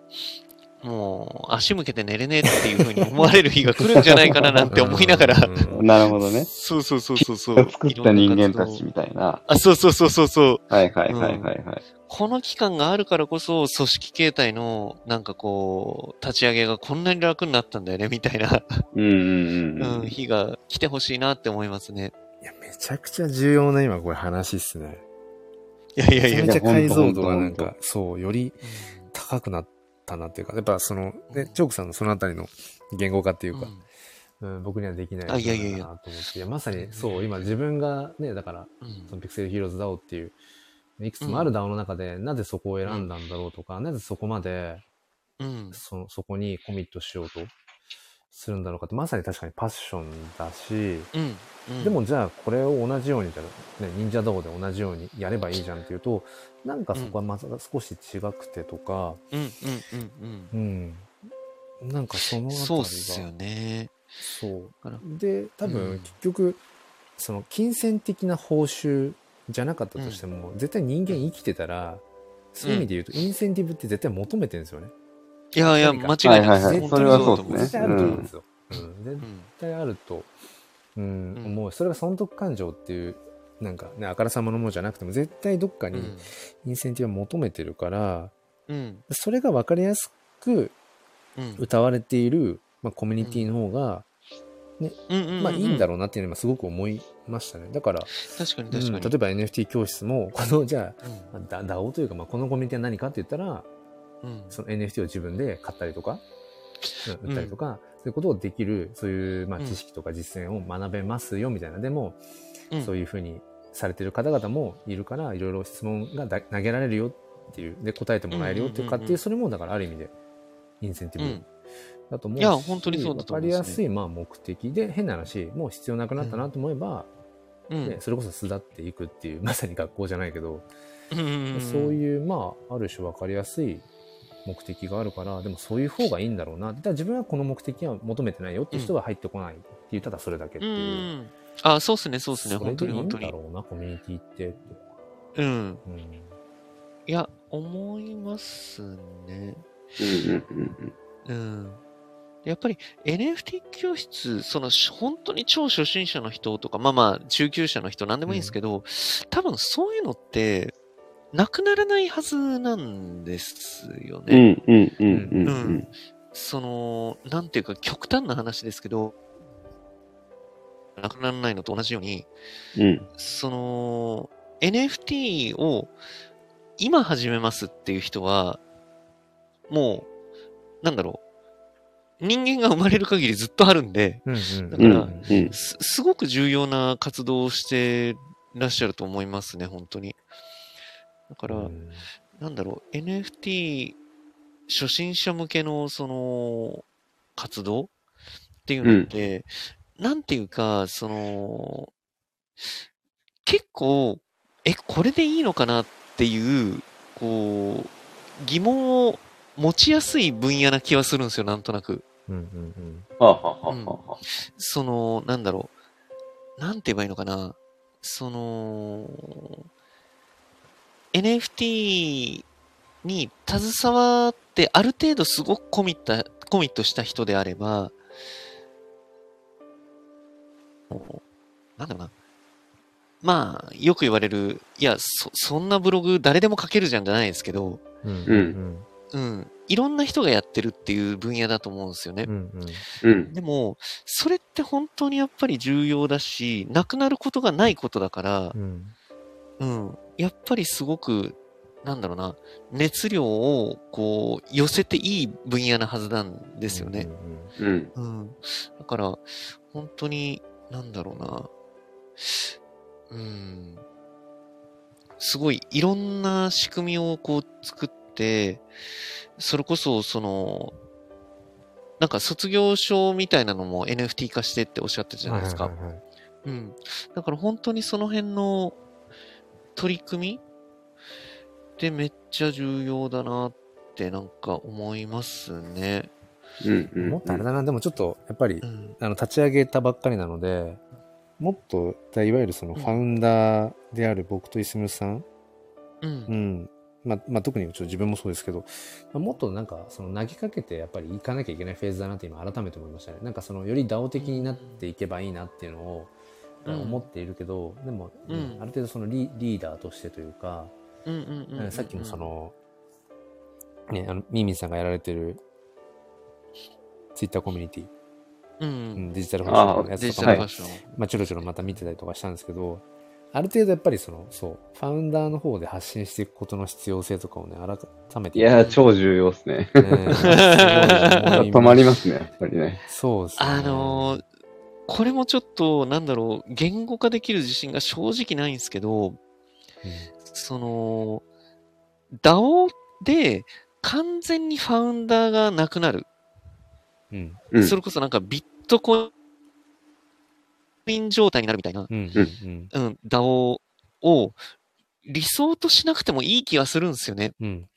A: もう足向けて寝れねえっていうふうに思われる日が来るんじゃないかな、なんて思いながら、
B: うん
C: なるほどね。
A: そうそうそうそうそう。
C: 作った人
A: い
C: 間たち
A: ろんな活動を
C: みたいな。
A: あ、そうそうそうそうそう。
C: はいはいはいはいはい。
A: この期間があるからこそ、組織形態の、なんかこう、立ち上げがこんなに楽になったんだよね、みたいな、
C: うんうんう
A: うんん、日が来てほしいなって思いますね。
D: いや、めちゃくちゃ重要な今これ話っすね。
A: いやいや
D: め
A: い
D: ちゃ
A: や
D: め。ちゃ解像度が
C: いや
D: な
C: ほん
D: ん
C: とほんと
D: か、そう、より高くなったなっていうか、やっぱその、ね、チョークさんのそのあたりの言語化っていうか、
B: うん、僕にはできない
A: あいやいやいや
B: なと思って。いや、まさにそう、今自分がね、だから、
A: うんうん
B: そのピクセルヒーローズ DAO っていう、いくつもある DAO の中で、なぜそこを選んだんだろうとか、なぜそこまで、
A: うん
B: その、そこにコミットしようとするんだろうかって、まさに確かにパッションだし、
A: うんうん
B: でもじゃあこれを同じようにじゃあ、ね、忍者道で同じようにやればいいじゃんっていうとなんかそこはまた少し違くてとか、
A: うんうんうん
B: うんなんかその
A: う
B: あ
A: ん。
B: たりが
A: そうっすよね。
B: そう
A: だから
B: で多
A: うん
B: 分結局、その金銭的な報酬じゃなかったとしても、絶対人間生きてたらそういう意味で言うと、インセンティブって絶対求めてるんですよね。
A: いやいや、
B: 何
A: 間
B: か
A: 違いない。
C: はいはいはい
A: 本当
B: 絶対
C: それ
A: に
C: はそうっす
A: だ
C: ね
A: と思うんで
B: 絶対あると思うんですよ。うん絶
A: うん
B: 絶対あると、うん
A: うん
B: 思うそれが損得感情っていうなんかねあからさまのものじゃなくても絶対どっか
A: う
B: に
A: ん
B: インセンティブを求めてるから、
A: うん
B: それが分かりやすく
A: うん
B: 歌われている、まあ、コミュニティの方が、
A: うんうん。
B: まあいいんだ
A: ろ
B: ろうなっていうのはすごく思いましたねだから、
A: う。確かに
B: うん
A: 確か
B: 例
A: に
B: えば NFT 教室も このじゃあ。
A: うん
B: まあダ DAO というか、まあ、このコミュニティは何かって言ったら
A: うん
B: その NFT を自分で買ったりとか、
A: ん
B: 売ったりとか、そういうことをできる、そういう、まあ、
A: うん
B: 知識とか実践を学べますよ、みたいな。でも、
A: うん
B: そういうふうにされてる方々もいるから、いろいろ質問がだ投げられるよっていう、で、答えてもらえるよっていうかって
A: うんうんうん
B: いうう、それもだからある意味で、インセンテ
A: う
B: ィブ
A: ん。
B: だと思う
A: い
B: し、
A: や、本当にそうだ
B: わ
A: と思
B: かり
A: い
B: や
A: ます
B: す
A: ね。
B: い、まあ、目的で、変な話、もう必要なくなったなと思えば、
A: うん
B: ね、それこそ巣立っていくっていう、ま さに学校じゃないけど、
A: うん
B: そういう、まあ、ある種分かりやすい目的があるから、でもそういう方がいいんだろうな。だから自分はこの目的は求めてないよっていう人が入ってこないっていう、ただそれだけって
A: う
B: いう。
A: ん。あ、そうっすね、そうっすね、
B: そ
A: 本
B: れ
A: 当
B: でい
A: に
B: いん
A: 本当
B: だ
A: に。
B: ろうな、コミュニティって。
A: うん。
B: うん。
A: いや、思いますね。
C: うんうん
A: うん。やっぱり NFT 教室、その本当に超初心者の人とか、まあまあ中級者の人、なんでもいいんですけど、多分そういうのって、なくならないはずなんですよ
C: う
A: ね。
C: んうんうんうんうん
A: その、なんていうか極端な話ですけど、なくならないのと同じように、
C: うん
A: その、NFT を今始めますっていう人は、もう、なんだろう。人間が生まれる限りずっとあるんで、
B: うん
A: だ
B: う
A: か
C: うん
A: ら
C: うんうん
A: す、すごく重要な活動をしてらっしゃると思いますね、本当に。だから、
B: ん。
A: なんだろう、NFT 初心者向けのその活動っていうのって、なんていうか、その、結構、え、これでいいのかなっていう、こう、疑問を持ちやすい分野な気はするんですよ、なんとなく。
B: うんうん
C: はあはあはあはあ
A: その、なんだろう。なんて言えばいいのかな。その、NFT に携わって、ある程度すごくコミット、コミットした人であれば、なんだろうな。まあ、よく言われる、いや、そ、そんなブログ誰でも書けるじゃんじゃないですけど、
B: うん。うん
A: うん。いろんな人がやってるっていう分野だと思うんですよね。
B: うんうん。
C: うん
A: でも、それって本当にやっぱり重要だし、なくなることがないことだから
B: う、ん。
A: うん。やっぱりすごく、なんだろうな、熱量をこう、寄せていい分野なはずなんで
B: です
A: よね。。
C: うん
A: うん。だから、本当に、なんだろうな、うん。すごいいろんな仕組みをこう作って、それこそその、なんか卒業証みたいなのも NFT 化してっておっしゃってたじゃないですか。
E: はいはいはい
A: うん。だから本当にその辺の取り組みってめっちゃ重要だなってなんか思いますね。
C: うんうん。
B: もっとあれだな、でもちょっと、やっぱり
A: う、ん。
B: あの、立ち上げたばっかりなので、もっと、いわゆるその、ファウンダーである僕とイスムさん、
A: う。
B: うんん。まあ、まあ、特にちょっと自分もそうですけど、まあもっとなんか、その、投げかけて、やっぱり行かなきゃいけないフェーズだなって今改めて思いましたね。なんか、その、より DAO 的になっていけばいいなっていうのを、
A: うん
B: まあ思っているけど、でも、
A: うん
B: うんある程度そのリリーダーとしてというか、
A: うんうんうんうん。
B: さっきもそ、の、ね、あの、ミーミンさんがやられてる、ツイッターコミュニティ、
A: う。
B: うんんデジタルファッションのや
A: デ
B: つ
A: ジ
B: と
A: タ
B: か
A: ル
B: も
A: ファッション。
B: まあ、ちょろちょろまた見てたりとかしたんですけど、ある程度やっぱりその、そう、ファウンダーの方で発信していくことの必要性とかをね、改めて。
C: いやー、超重要ですね。
B: ね、すごい思い
C: 止まりますね、やっぱりね。
B: そうですね。
A: あのーこれもちょっと、なんだろう、言語化できる自信が正直ないんですけど、その、DAO で完全にファウンダーがなくなる。
B: うん、うん、
C: うん。
A: それこそなんかビットコイン状態になるみたいな、
B: うん、うん、
A: うん、DAO を理想としなくてもいい気がするんですよね。
B: うん、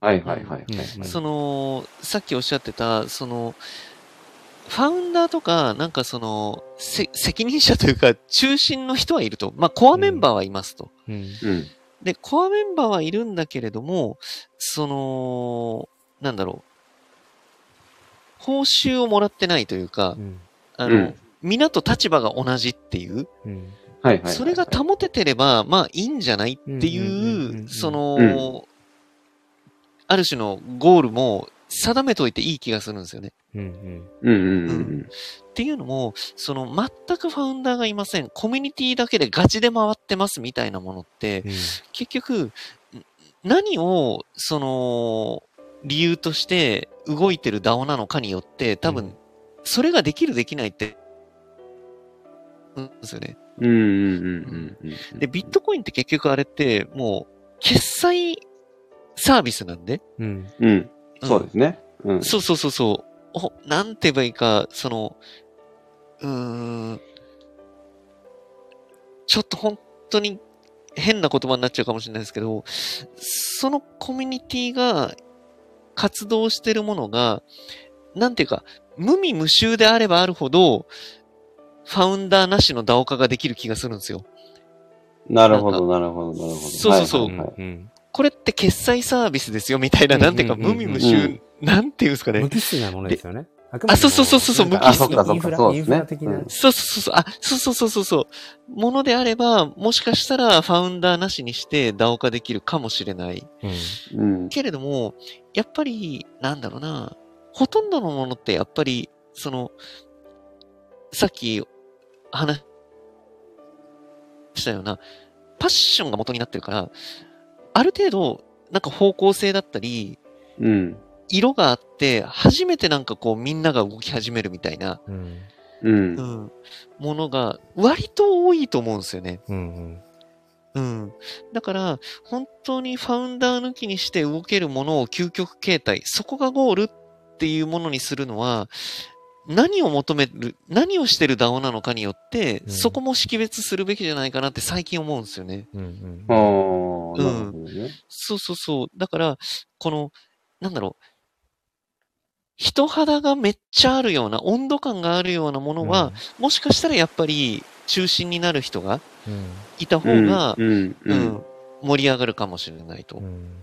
C: はいはいはいはい。
B: うん
A: その、さっきおっしゃってた、その、ファウンダーとか、なんかその、せ責任者というか、中心の人はいると。まあ、コアメンバーはいますと。
B: うん、
C: うん。
A: で、コアメンバーはいるんだけれども、その、なんだろう。報酬をもらってないというか
B: う、ん、
A: あの、
C: うん
A: 皆と立場が同じっていう、
B: うん、
C: はいはいはい。
A: それが保ててれば、まあいいんじゃないって
B: うんうんうんうんう
A: い
B: ん
A: う、その、
C: うん
A: ある種のゴールも定めといていい気がするんですよね。
B: うん、うん、
C: うんうんうん
A: っていうのも、その全くファウンダーがいません、コミュニティだけでガチで回ってますみたいなものって、結局、ん何を、その、理由として動いてる DAO なのかによって、多
B: う
A: 分
B: ん、
A: それができるできないって、うんですよね。
C: うん。うんうんうんうんうん。
A: で、ビットコインって結局あれって、もう、決済サービスなんで、
B: うん、
C: うん。
A: うん
C: そうですね。うん。
A: そうそうそうそう。お、なんて言えばいいか、その、うーん、ちょっと本当に変な言葉になっちゃうかもしれないですけど、そのコミュニティが活動してるものが、なんていうか、無味無臭であればあるほど、ファウンダーなしのダオ化ができる気がするんですよ。
C: なるほど、なるほど、なるほど。
A: そうそうそう
C: はいはいはい
B: ん。
A: これって決済サービスですよ、みたいな、なんていうか、
B: うんうんう
A: 無
B: んうん
A: 味無臭、なんていうんですかね
B: 無。機質なものですよね。
A: あそうそうそうそう
B: なんか
A: 無機質な
B: あインフラ、
C: そう
B: イ
C: で
B: ン
C: す
B: フ
C: ね
B: ラ的な。
C: うん
A: そうそうそうそう、あ、そうそうそうそうそう。ものであれば、もしかしたらファウンダーなしにして DAO 化できるかもしれない。
C: うん。
A: けれども、やっぱり、なんだろうな、ほとんどのものってやっぱり、その、さっき話したような、パッションが元になってるから、ある程度、なんか方向性だったり、
C: うん。
A: 色があって、初めてなんかこうみんなが動き始めるみたいな、
B: うん、
C: うん
A: う。ん、ものが割と多いと思うんですよね。
B: うん、うん。
A: うん。だから、本当にファウンダー抜きにして動けるものを究極形態、そこがゴールっていうものにするのは、何を求める、何をしてる DAO なのかによって、
B: うん
A: そこも識別するべきじゃないかなって最近思うんですよね。
B: うん、うん
C: ああ、なるほどね。
A: そうそうそう。だから、この、なんだろう。人肌がめっちゃあるような、温度感があるようなものは、、もしかしたらやっぱり中心になる人が
B: うん、
A: いた方が、
C: うん。う。
A: うんん、盛り上がるかもしれないと
B: う。ん。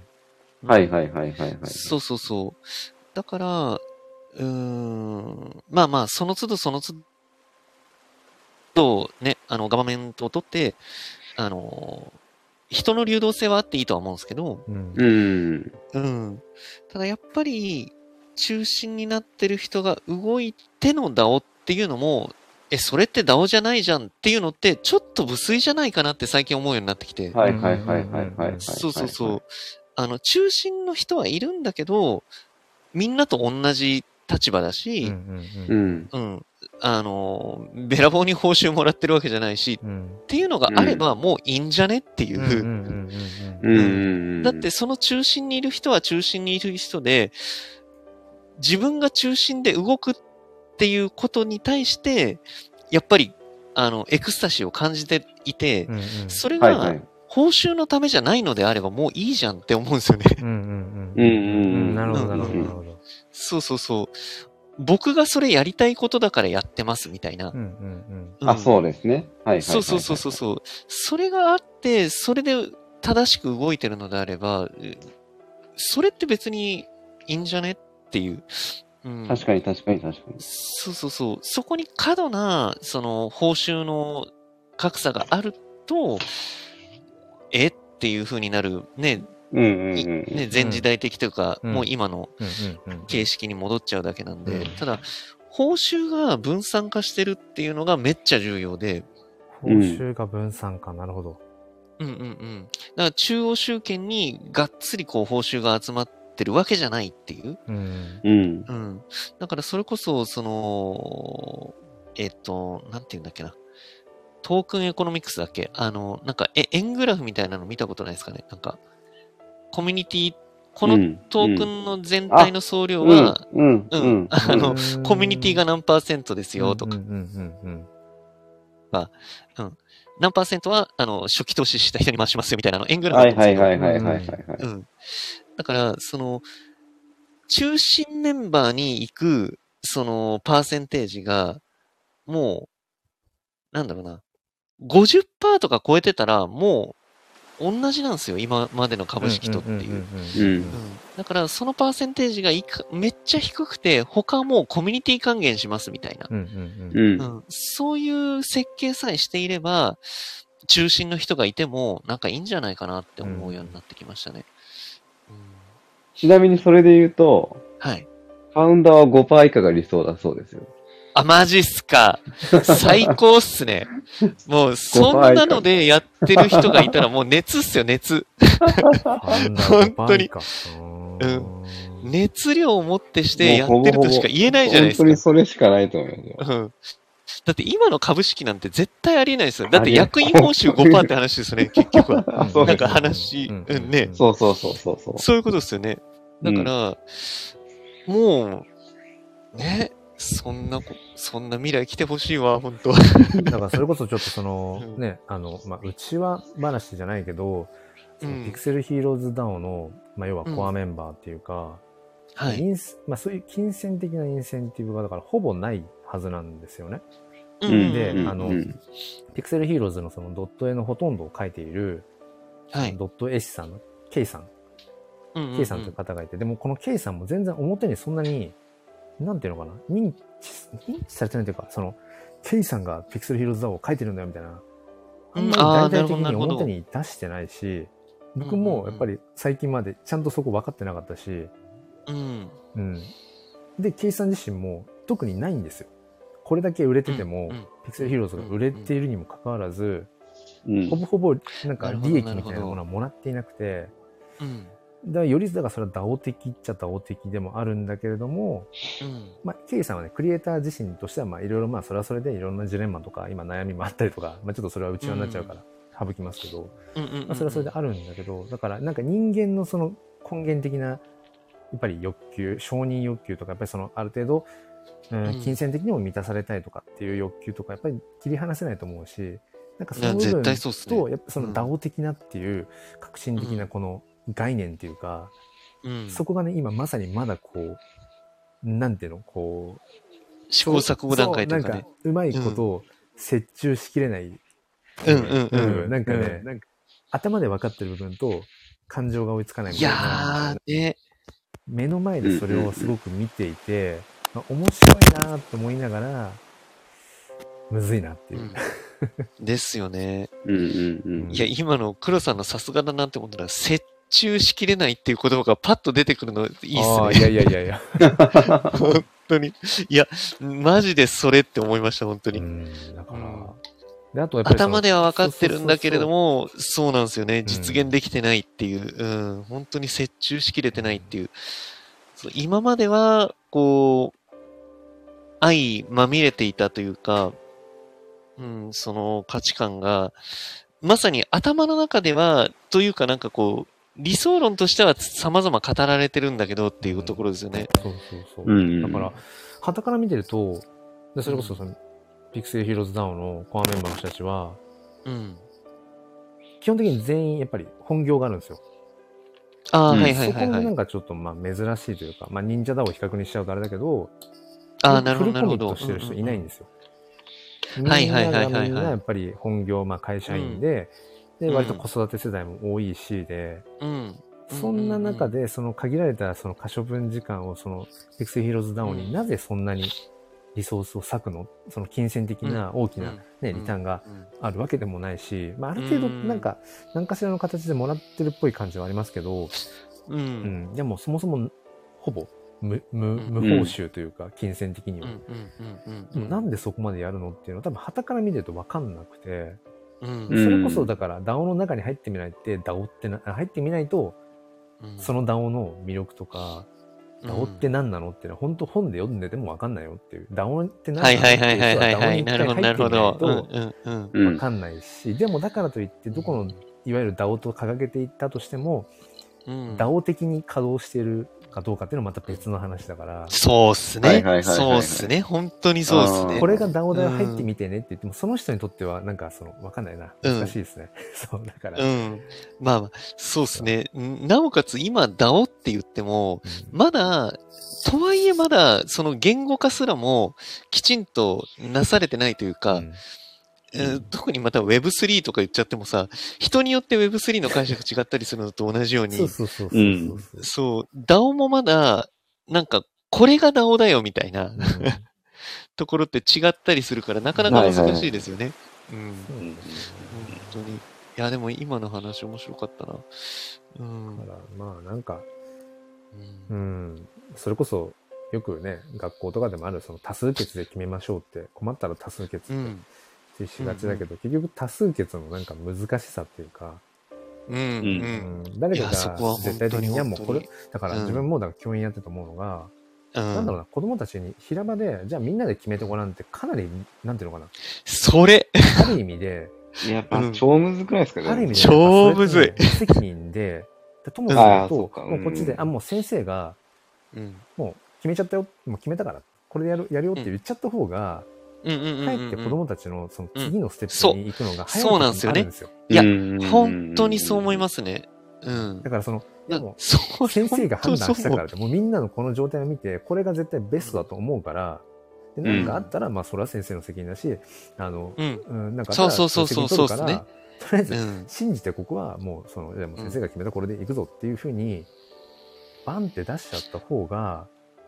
C: はいはいはいはいはい。
A: そうそうそう。だから、うーん、まあまあ、その都度その都度、ね、あの、ガバメントを取って、あの、人の流動性はあっていいとは思うんですけど、
B: うん
C: う。ん。
A: うん。ただやっぱり、中心になってる人が動いての DAO っていうのも、え、それって DAO じゃないじゃんっていうのって、ちょっと無粋じゃないかなって最近思うようになってきて。
C: はいはいはいはいはい。
A: そうそうそう。。あの、中心の人はいるんだけど、みんなと同じ立場だ
B: うん、う
A: し、
B: ん、
C: うん。
A: うん、あの、べらぼうに報酬もらってるわけじゃないし、
B: うん
A: っていうのがあればもういいんじゃねっていうう。
B: んうんうんうん
C: うんうんうん。
A: だって、その中心にいる人は中心にいる人で、自分が中心で動くっていうことに対して、やっぱり、あの、エクスタシーを感じていて、
B: うんうん
A: それ
C: はいは
A: が
C: い。
A: 報酬のためじゃないのであればもういいじゃんって思うんですよね。
B: うんうん
C: うん
B: う
C: うんうんん。
B: なるほどなるほど
C: うん
B: なるほど
A: そうそうそう。僕がそれやりたいことだからやってますみたいな。
B: うんうん
A: うん
C: あ、そうですね。はいはいはいはい。
A: そうそうそうそうそう。それがあって、それで正しく動いてるのであれば、えそれって別にいいんじゃねっていう。うん、
C: 確かに確かに確かに。
A: そうそうそう。そこに過度な、その、報酬の格差があると、えっていう風になる、ね、
C: うんうん
A: い
C: うん。
A: ね、前時代的というか、
B: うん
A: もう今の
B: うんうん
A: 形式に戻っちゃうだけなんで、
B: うん
A: ただ、報酬が分散化してるっていうのがめっちゃ重要で、
B: 報酬が分散かなるほど
A: うんうんうん。だから中央集権にがっつりこう報酬が集まってるわけじゃないっていう。
B: うん
C: うん。
A: うん。だからそれこそ、その、えっと、なんて言うんだっけな。トークンエコノミクスだっけあの、なんか、え、円グラフみたいなの見たことないですかねなんか、コミュニティ、こ
C: う
A: の
C: ん
A: トークンの全体の総量
C: うん
A: は、
C: うんう
A: うん
C: ん。
A: あの、
B: うん
A: コミュニティが何パーセントですよと
B: う
A: か
B: ん、うんうんうん
A: 何パーセントは、あの、初期投資した人に回しますよみたいな、あの、円グラフ
C: は
A: なん
C: い
A: です
C: は
A: け
C: い
A: ど
C: はいはいはいはい。
A: うん。だから、その、中心メンバーに行く、その、パーセンテージが、もう、なんだろうな、50%とか超えてたら、もう、同じなんですよ、今までの株式とっていう。うん
B: うん
A: だから、そのパーセンテージがいかめっちゃ低くて、他はもうコミュニティ還元しますみたいな。
B: うんうん
C: うん
A: う。ん、そういう設計さえしていれば、中心の人がいても、なんかいいんじゃないかなって思うようになってきましたね。うん
C: ちなみにそれで言うと、
A: はい。
C: ファウンダーは5%以下が理想だそうですよ。
A: あ、マジっすか。最高っすね。もう、そんなのでやってる人がいたら、もう熱っすよ、熱。
B: 本
A: 本当に
B: う
A: うん
B: ん
A: 熱量をもってしてやってるとしか言えないじゃないで
C: もうほぼほぼ本当に
A: す
C: それしかないと思いますよ。
A: か。うん。だって今の株式なんて絶対ありえないですよ。だっ
C: あ
A: て
C: りえない
A: 役員報酬5%って話 ですよね、結局は。
C: あそう
A: なん
C: です
A: か話
B: うん
A: うんね
C: そうそうそうそうそう。
A: そういうことですよね。だから、もう、ね、そんなこ、そんな未来来てほしいわ、本当
B: だからそれこそちょっとその
A: うん
B: ねあのまあうちは話じゃないけど
A: う
B: そのピ
A: ん
B: ク。セルヒーローズ DAO のまあ要はコアメンバーっていうか
A: は
B: イ
A: い。
B: ンスまあそういう金銭的なインセンティブがだからほぼないはずなんですよね
A: う
C: うん
B: で
C: うん
B: あの
C: うん
B: ピクセルヒーローズのそのドット絵のほとんどを描いている
A: はい。
B: ドット絵師さんの K さん
A: うんうんうん
B: K さんという方がいて、でもこの K さんも全然表にそんなに、なんていうのかな、認知、認知されてないというか、その、K さんがピクセルヒーローズ・ダオを書いてるんだよみたいな、あんまり
A: あーなるほ
B: 大々的
A: どな
B: に
A: るほど
B: 表に出してないし、
A: んうん
B: 僕もやっぱり最近までちゃんとそこ分かってなかったし、
A: うん。
B: うん。で、K さん自身も特にないんですよ。これだけ売れてても、
A: うんうん
B: ピクセルヒーローズが売れているにもかかわらず、
C: うん
B: ほぼほぼなん
A: な
B: か
A: るほど
B: 利益みたいなものはもらっていなくて、
A: うん。
B: だからよりだからそれは DAO 的っちゃ DAO 的でもあるんだけれども、
A: うん。
B: まあ、ケイさんはね、クリエイター自身としては、まあ、いろいろ、まあ、それはそれでいろんなジレンマとか、今悩みもあったりとか、まあ、ちょっとそれは内輪になっちゃうから、省きますけど、
A: うんうんうん
B: まあ、それはそれで
A: る。
B: あるんだけど、だから、なんか人間のその根源的な、やっぱり欲求、承認欲求とか、やっぱりその、ある程度、うん
A: うん
B: 金銭的にも満たされたいとかっていう欲求とか、やっぱり切り離せないと思うし、なんかその
A: いや
B: 部分
A: 絶対そうっすね
B: と、やっぱその
A: うん
B: DAO 的なっていう、革新的なこの概念っていうか、
A: うん。
B: そこがね、今まさにまだこう、なんていうの、こう、
A: 試行錯誤段階というかね。
B: そうなんか、うまいことを折衷しきれない。
A: うんうんうん
B: なんかね、なんか頭で分かってる部分と、感情が追いつかないみ
A: い
B: たい
A: や
B: な
A: ー、。ね。
B: 目の前でそれをすごく見ていて、まあ面白いなと思いながら、むずいなっていうう。
A: んですよね。
C: うんうんうん
A: いや、今の黒さんのさすがだなって思ったら、折衷しきれないっていう言葉がパッと出てくるのいいっす
B: ああ
A: ね。
B: いやいやいやい や。
A: 本当に。いや、マジでそれって思いました、本当に。
B: うんだか
A: うん
B: ら、であとやっぱりその
A: 頭では分かってるんだけれど
B: そうそうそ
A: も、そ
B: う
A: うなんですよね。実現できてないっていう、うん、本当に折衷しきれてないっていう。そう今までは、こう、愛まみれていたというか、うん、その価値観が、まさに頭の中では、というかなんかこう、理想論としては様々語られてるんだけどっていうところですよね。
B: そうそうそう。
C: うん
B: だから、旗から見てると、でそれこそその、ピクセルヒーローズダウンのコアメンバーの人たちは、
A: うん。
B: 基本的に全員やっぱり本業があるんですよ。
A: ああ、
C: うん
A: はいはい
B: そこ
A: はい、
B: も
A: は
B: ないん。かちょっとまあ珍しいというか、まあ忍者だを比較にしちゃうとあれだけど、
A: ああ、なるほど、
B: フ
A: な
B: ル
A: る
B: コ
A: ほど。
B: ミットしてる人いないんですよ。
A: はいはいはいはいはい
B: みんながみんなやっぱり本業、まあ会社員で、
A: う
B: で、
A: ん
B: 割と子育て世代も多いしで、
A: うんうんうん。
B: そんな中で、その限られたその可処分時間を、その、ピクセルヒーローズダウン
A: うん
B: になぜそんなにリソースを割くのその金銭的な大き
A: う
B: なんね、リターンが
A: うん
B: あるわけでもないし、まあある程度
A: うん
B: なんか、何かしらの形でもらってるっぽい感じはありますけど、
A: う。
B: うんん、でもそもそも、ほぼ無、無、無
A: うん
B: 報酬というか、金銭的に
A: う
B: は。
A: ん。うん。
B: でもなん
A: で
B: でそこまでやるのっていうのは多分旗から見てると分かんなくて、
A: うん
C: うん
B: それこそだから DAO の中に入ってみないって、DAO ってな、入ってみないと、
A: うん
B: その DAO の魅力とか、DAO って何なのっていうのは本当本で読んでても分かんないよっていう。DAO って何
A: は
B: ないの
A: はいはいはいはいは
B: って
A: い。
B: う人
A: な
B: は
A: るほ
B: DAO
A: ど、な
B: に一回入っ
A: るほ
B: てみない
A: ど。うん
B: と
A: うん
C: うん
B: 分かんないし、でもだからといってどこのいわゆる DAO と掲げていったとしても、
A: うん。うん
B: DAO 的に稼働してるかどうかっていうのはまた別の話だから、
A: そうっす
C: はいはいはいは
A: ね。
C: い
A: そうっすね。本当にそうっす
C: あー
A: ね
B: こ。れが DAO で入ってみてねって言っても、その人にとってはなんかその分かんないな
A: うん
B: 難しいですね、 そうだから、
A: う
B: うん
A: ん。まあまあ、そうっすね。んなおかつ今、DAO って言っても、まだ、とはいえまだ、その言語化すらも、きちんとなされてないというか、
B: うん
A: えー特にまた Web3 とか言っちゃってもさ、人によって Web3 の解釈違ったりするのと同じように、
B: そうそうそうそうそうそう
A: そう、DAO もまだ、なんか、これが DAO だよみたいな ところって違ったりするから、なかなか難しいですよね。うん。
B: うん
C: うん
A: 本当に。いや、でも今の話面白かったな。うん。
B: だからまあなんか、
A: うん
B: うん、それこそよくね学校とかでもあるその多数決で決めましょうって困ったら多数決って
A: うん。
B: 接しがちだけど、結局多数決のなんか難しさっていうか、
A: うん。うん。
B: うん誰か
A: いやそこ
B: が
A: は本当に
B: 絶対的にいやもうこ
A: 本
B: れだから
A: うん
B: 自分もだから教員やってて思うの
A: う
B: が、
A: ん
B: なんだろうな子供たちに平場でじゃあみんなで決めてごらんってかなりなんていうのかな
A: それ
B: ある意味で、
C: やっ
A: う
C: ぱ
A: ん
C: 超むずくないですかね。
B: ある意味で、
A: 超むずい
B: 無責任で、でとも
C: あ
B: か
C: あ
B: く
C: そう
B: と
C: か、
B: もうこっちで、
C: うん
B: あ、もう先生が、
A: うん。
B: もう決めちゃったよ、もう決めたから、これでやるやるよって言っちゃった方が、
A: うんうんうん
B: かえ
A: うん
B: って
A: う
B: 子
A: ん
B: 供たちのその次のステッ
A: そう
B: プに行くのが早い
A: そうなんですよね
B: 時にあるんで
A: い
B: すよ。
A: や
C: うん
A: 本当にそう思いますね。うん
B: だ。からその、いやも
A: そう
B: う、先生が判断
A: 本当そ
B: した
A: う
B: からって、もうみんなのこの状態を見て、これが絶対ベストだと思うから、で、なんかあったら、まあ、それは先生の責任だし、あの、
A: うん。
B: うん、なんかあった
A: そう
B: ら
A: そうそうそう
B: 責任取る
A: そう
B: か
A: っす
B: ら
A: ね
B: とりあえず
A: う、ん。
B: 信じてここはもうそのいやもう先生が決めたこれでいくぞっていうふうにバンって出しちゃった方が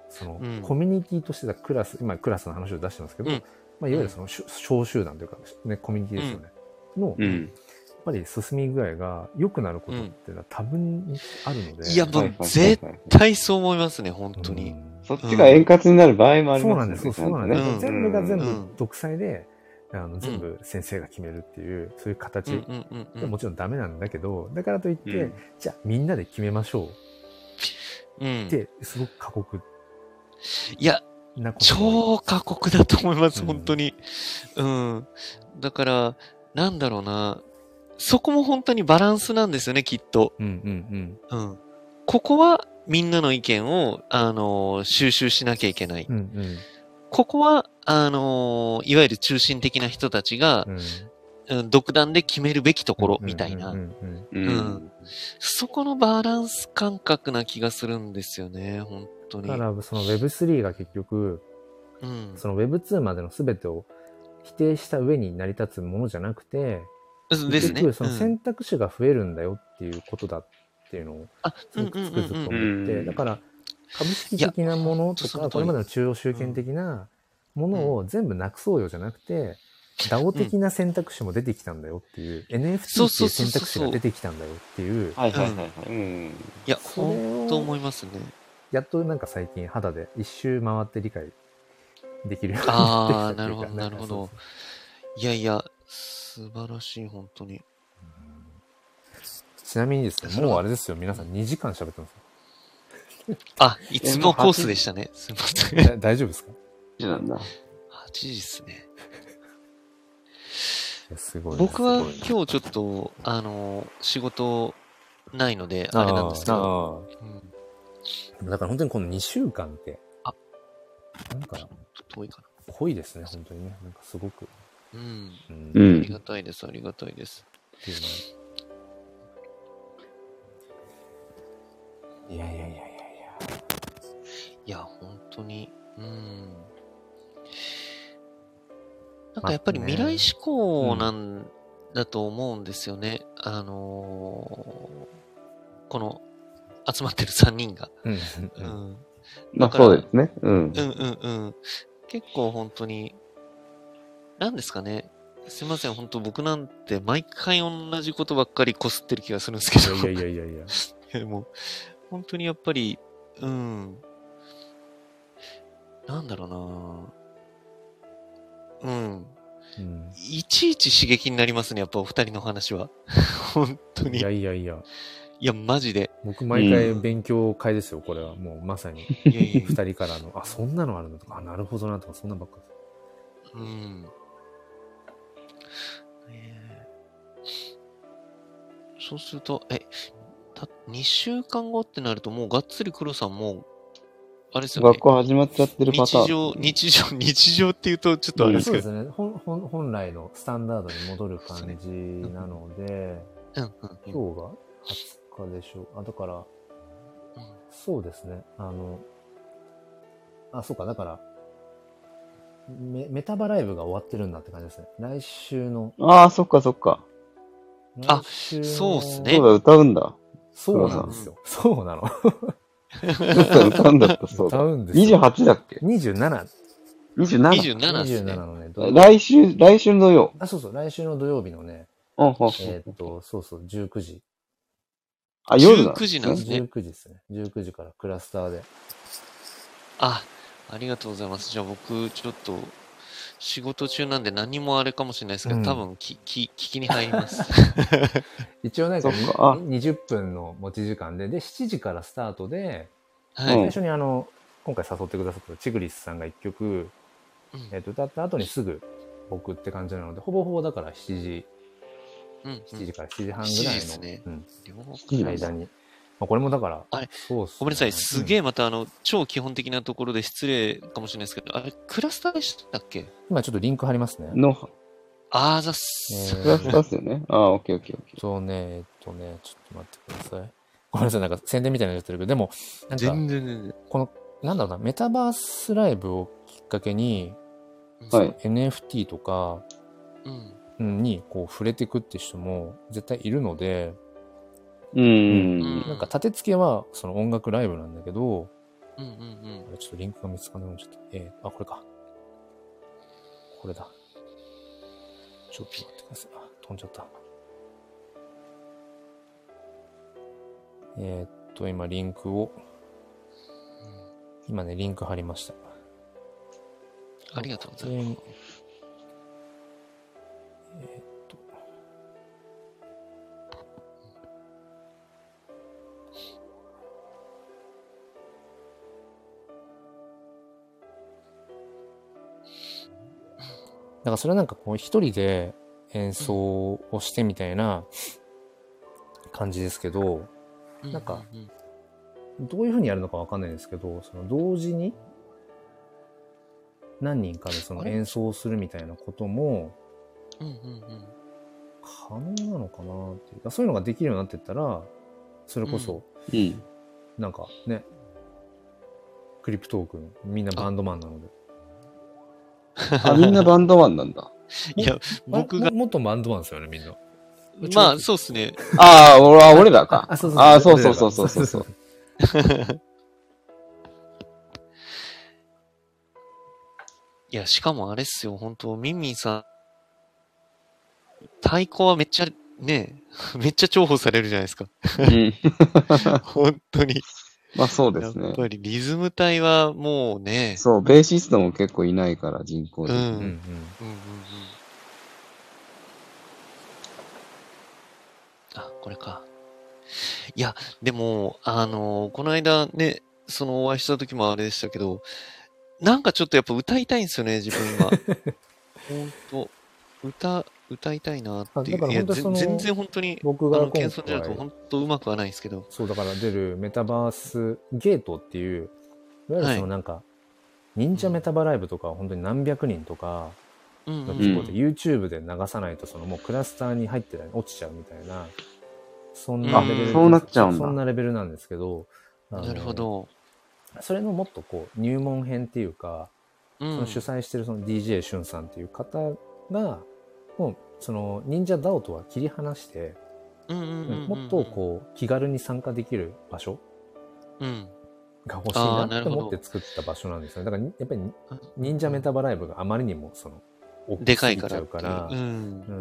B: その
A: うん
B: コミュニティとしてたクラス今クラスの話を出してますけど、
A: うん
B: まあ、いわゆるそのしゅ小集団というか、ね、コミュニティですよね、の
C: う
B: やっ
C: ん。
B: ぱり進み具合が良くなることっていうのは多分にあるので、
A: いや
B: うん
A: もう
C: はいはいはい
A: 絶絶対そう思いますね、本当に。
C: そっちが円滑になる場合もあり
B: そうな
C: ます
B: ん
C: ね。
B: ですよ
C: ち
B: そ
C: ゃ
B: うなん
C: と
B: ん
C: ね
B: ですよ全部が全
A: うん
B: 部独裁で、あの全部先生が決めるっていうそういう
A: う
B: 形、
A: んうんうんうん
B: もちろんダメなんだけどだからといって、
C: うん
B: じゃあみんなで決めましょう
A: うん
B: っ。てすごく過酷
A: いや、
B: なこと
A: 超過酷だと思います、
B: うん
A: 本当に。うん。だから、なんだろうな。そこも本当にバランスなんですよね、きっと。
B: うんうん
A: うん。ここはみんなの意見を、あのー収集しなきゃいけない。
B: うんうんうん
A: ここは、あのーいわゆる中心的な人たちが、
B: うん
A: うん、独断で決めるべきところ、みたいな。
B: うんうん
C: うん
A: うんそこのバランス感覚な気がするんですよね、本当
B: うん
A: に。
B: だからその Web3 が結局
A: うん。
B: その Web2 までの全てを否定した上に成り立つものじゃなくて
A: うんです
B: 結
A: ね。
B: 局その
A: うん
B: 選択肢が増えるんだよっていうことだっていうのを
A: あ、
B: つ
A: うん
B: く
A: うん
B: つ
A: う
B: く
A: ん
B: づく
A: う
B: と
A: ん。
B: 思っ
C: うんうん
B: てだから株式的なものと
A: いや
B: か
A: 本当その通り
B: これまでの中央集権的なものを全部なくそうよじゃなくて DAO 的な選択肢も出てきたんだよっていう NFT って
A: そうそ
B: いうう
A: そう
B: 選
A: そう
B: 択肢が出てきたんだよっていう
C: はいはいはいはい。うん。
A: いや、
B: それを
A: 本当思いますね。
B: やっとなんか最近肌で一周回って理解できるように
A: あ
B: な
A: あ、
B: ってきた
A: な
B: って
A: る
B: いう
A: ほ
B: か
A: ど、なるほど。いやいや、素晴らしい、本当に。
B: ちなみにですね、もうあれですよ、皆さん2時間喋ってますよ
A: あ、いつもコースでしたね。すいません。
B: だ。大丈夫ですか
C: 時なんだ。
A: 8時ですね。
B: いやすごいな
A: 僕は
B: すごいな
A: 今日ちょっと、あの、仕事ないので、あれなんですけど、
B: あー
A: うん、
B: でもだから本当にこの2週間って、
A: あ
B: なんか
A: 遠いか
B: 濃いですね、本当にね。なんかすごく。
A: な。うん。
B: うん
C: う
A: あり
C: ん。
A: がたいです、ありがたいです。
B: っていうのいやいやいやいやい
A: いや、本当に、うん。なんかやっぱり
B: まあね
A: 未来志向なんだと思うんですよね。あのーこの集まってる3人が。う
B: や。うんうん
A: ん。
C: まあそうですね。うん
A: う。んうんうん。結構本当に、なんですかね。すいません、本当僕なんて毎回同じことばっかりこすってる気がするんですけど。
B: いやいやいやいや。
A: でも、本当にやっぱり、うん。なんだろうなうん。
B: うん
A: いちいち刺激になりますね、やっぱお二人のお話は。 本当に。
B: い
A: いや、
B: やいやいや。
A: マジで。
B: 僕毎回勉強会ですよ、これは。もうまさに。
A: いやいや
B: 二人からの、あ、そんなのあるのとか、あ、なるほどなとか、そんなんばっかり。
A: うん。ねえそうすると、え、た、2週間後ってなると、もうがっつり黒さんも、あれですよね
C: 学。校始まっちゃってるパターン。
A: 日常、日常、 日常っていうと、ちょっとあれです
B: そう
A: け
B: で
A: ど。
B: すね。本 本本来のスタンダードに戻る感じなので、
A: うんうんうん
B: 今日が20日でしょう。あ、だから、そうですね。あの、あ、そうか、だから、メメタバライブが終わってるんだって感じですね。来週の、
C: ああ、そっかそっか。
A: あ
B: 来週の
A: そうっすね
C: そうだ、歌うん だ。
B: そうなんですよ。そうなの。
C: そうだ歌うんだった、そう
B: 歌
C: だ。
B: うんですよ。
C: 28だっけ
B: 27。
C: ?27。
A: 27ですね。
B: のね、土曜
C: 来週、来週のよ
B: あ、そうそう、来週の土曜日のね、
C: う。うん、うん
B: えーっと、そうそう、19時。
C: あ、夜だ。
A: 19時なんですね。
B: 19時ですね。19時からクラスターで。
A: あ、ありがとうございます。じゃあ僕、ちょっと、仕事中なんで何もあれかもしれないですけど、
B: うん
A: 多分き、き、聞きに入ります。
B: 一応なんか
C: そっかあ
B: に20分の持ち時間で、で、7時からスタートで、
A: は
C: う
A: い。
C: ん
B: 最初にあの、今回誘ってくださったチグリスさんが一曲、
A: うん
B: えっと歌った後にすぐ僕って感じなので、ほぼほぼだから7時、
A: うん。
B: 7時から7時
A: 7
B: 半ぐら
A: 時
B: い
A: ですね
B: の
A: 了
B: う
A: 解
B: ん間に。まあ、これもだから、
A: あれ
B: そうっすね
A: ごめんなさい。すげ
B: う
A: えまた、あの、超基本的なところで失礼かもしれないですけど、あれ、クラスターでしたっけ
B: ん今ちょっとリンク貼りますね。
C: の、
A: あーざっ
B: え
A: す。
C: クラス
B: ー
C: ターっすよね。ああ、オッケーオッケーオッケ
B: えっとね、えっとね、ちょっと待ってください。ごめんなさい、なんか宣伝みたいになっちゃってるけど、でも、なんか、
A: 全然全然。
B: この、なんだろうな、メタバースライブをきっかけ
A: う
B: に、
A: ん
C: はい
B: NFT とか
A: うん。
B: うんにこう触れてくって人も絶対いるので、
C: ー。うーん。
B: なんか立て付けはその音楽ライブなんだけど、
A: うんうん
B: あれちょっとリンクが見つかんなくなっちゃった。えー、あ、これか。これだ。ちょっと待ってください。あ、飛んじゃった。えー、っと、今リンクを、今ね、リンク貼りました。
A: ありがとうございます
B: えーえーっと。だからそれはなんかこう一人で演奏をしてみたいな感じですけど、
A: うん。
B: なんか
A: うう
B: どういうふうにやるのかわかんないですけど、その同時に何人かでその
A: あれ
B: 演奏をするみたいなことも
A: うん。うんうんうん。
B: 可能なのかなっていうか、そういうのができるようになってったら、それこそ
C: うん。
B: なんかね、クリプトークン、みんなバンドマンなので。
C: あ、みんなバンドマンなんだ。
A: いや、僕が、
B: ももっとバンドマンですよね、みんな。
A: まあ、そうですね。
C: ああ、俺は、俺らか。
B: あ、そう
C: あそうそうそうそうそうそう。
A: いや、しかもあれっすよ、本当ミンミンさん、太鼓はめっちゃ、ね えめっちゃ重宝されるじゃないです か。
C: うん。
A: 本当に。
C: まあそうで
A: や
C: すね
A: っ。ぱりリズム隊はもうね、
C: そう、ベーシストも結構いないから、人口
A: う
C: で。
A: ん。う
B: うんん
A: う
B: うんん。
A: うんあ、これか。いや、でも、あのこの間ね、そのお会いした時もあれでしたけど、なんかちょっとやっぱ歌いたいんですよね、自分 は。本当歌、歌いたいなってい
B: あだか
A: う。
B: ら
A: いや、
B: 本当
A: ぜ
B: その
A: 全然本当に、
B: 僕
A: あ
B: が
A: の、
B: 今
A: 謙遜じゃないと
B: 回、
A: 本当うまくはないんですけど。
B: そう、だから出るメタバースゲートっていう、いわゆるそ
A: は
B: のなんか、忍者メタバライブとかは本当に何百人とか
A: うん、う
B: の
A: ん。
B: 規模で YouTube で流さないと、そのもうクラスターに入ってない落ちちゃうみたいな、そんなレベ
A: あ
B: ル。
C: そうなっちゃうんだ
B: そんなレベルなんですけど、あの
A: なるほ。ど。
B: それのもっとこう、入門編っていうか、
A: う
B: そ
A: ん
B: の。主催してるその DJ しゅんさんっていう方が、もうその忍者ダオとは切り離して、
A: うんうんうんうん
B: もっとこう気軽に参加できる場所
A: う。うん。
B: が欲しい
A: あー
B: な
A: な
B: っ
A: る
B: て
A: ほど
B: 思って作った場所なんですよね。だからにやっぱりに忍者メタバライブがあまりにもその大
A: で
B: き
A: か
B: す
A: い
B: ぎ
A: か
B: ちゃ
A: ら
B: う
A: って
B: か
A: いう。う。
B: ら
A: ん。
B: う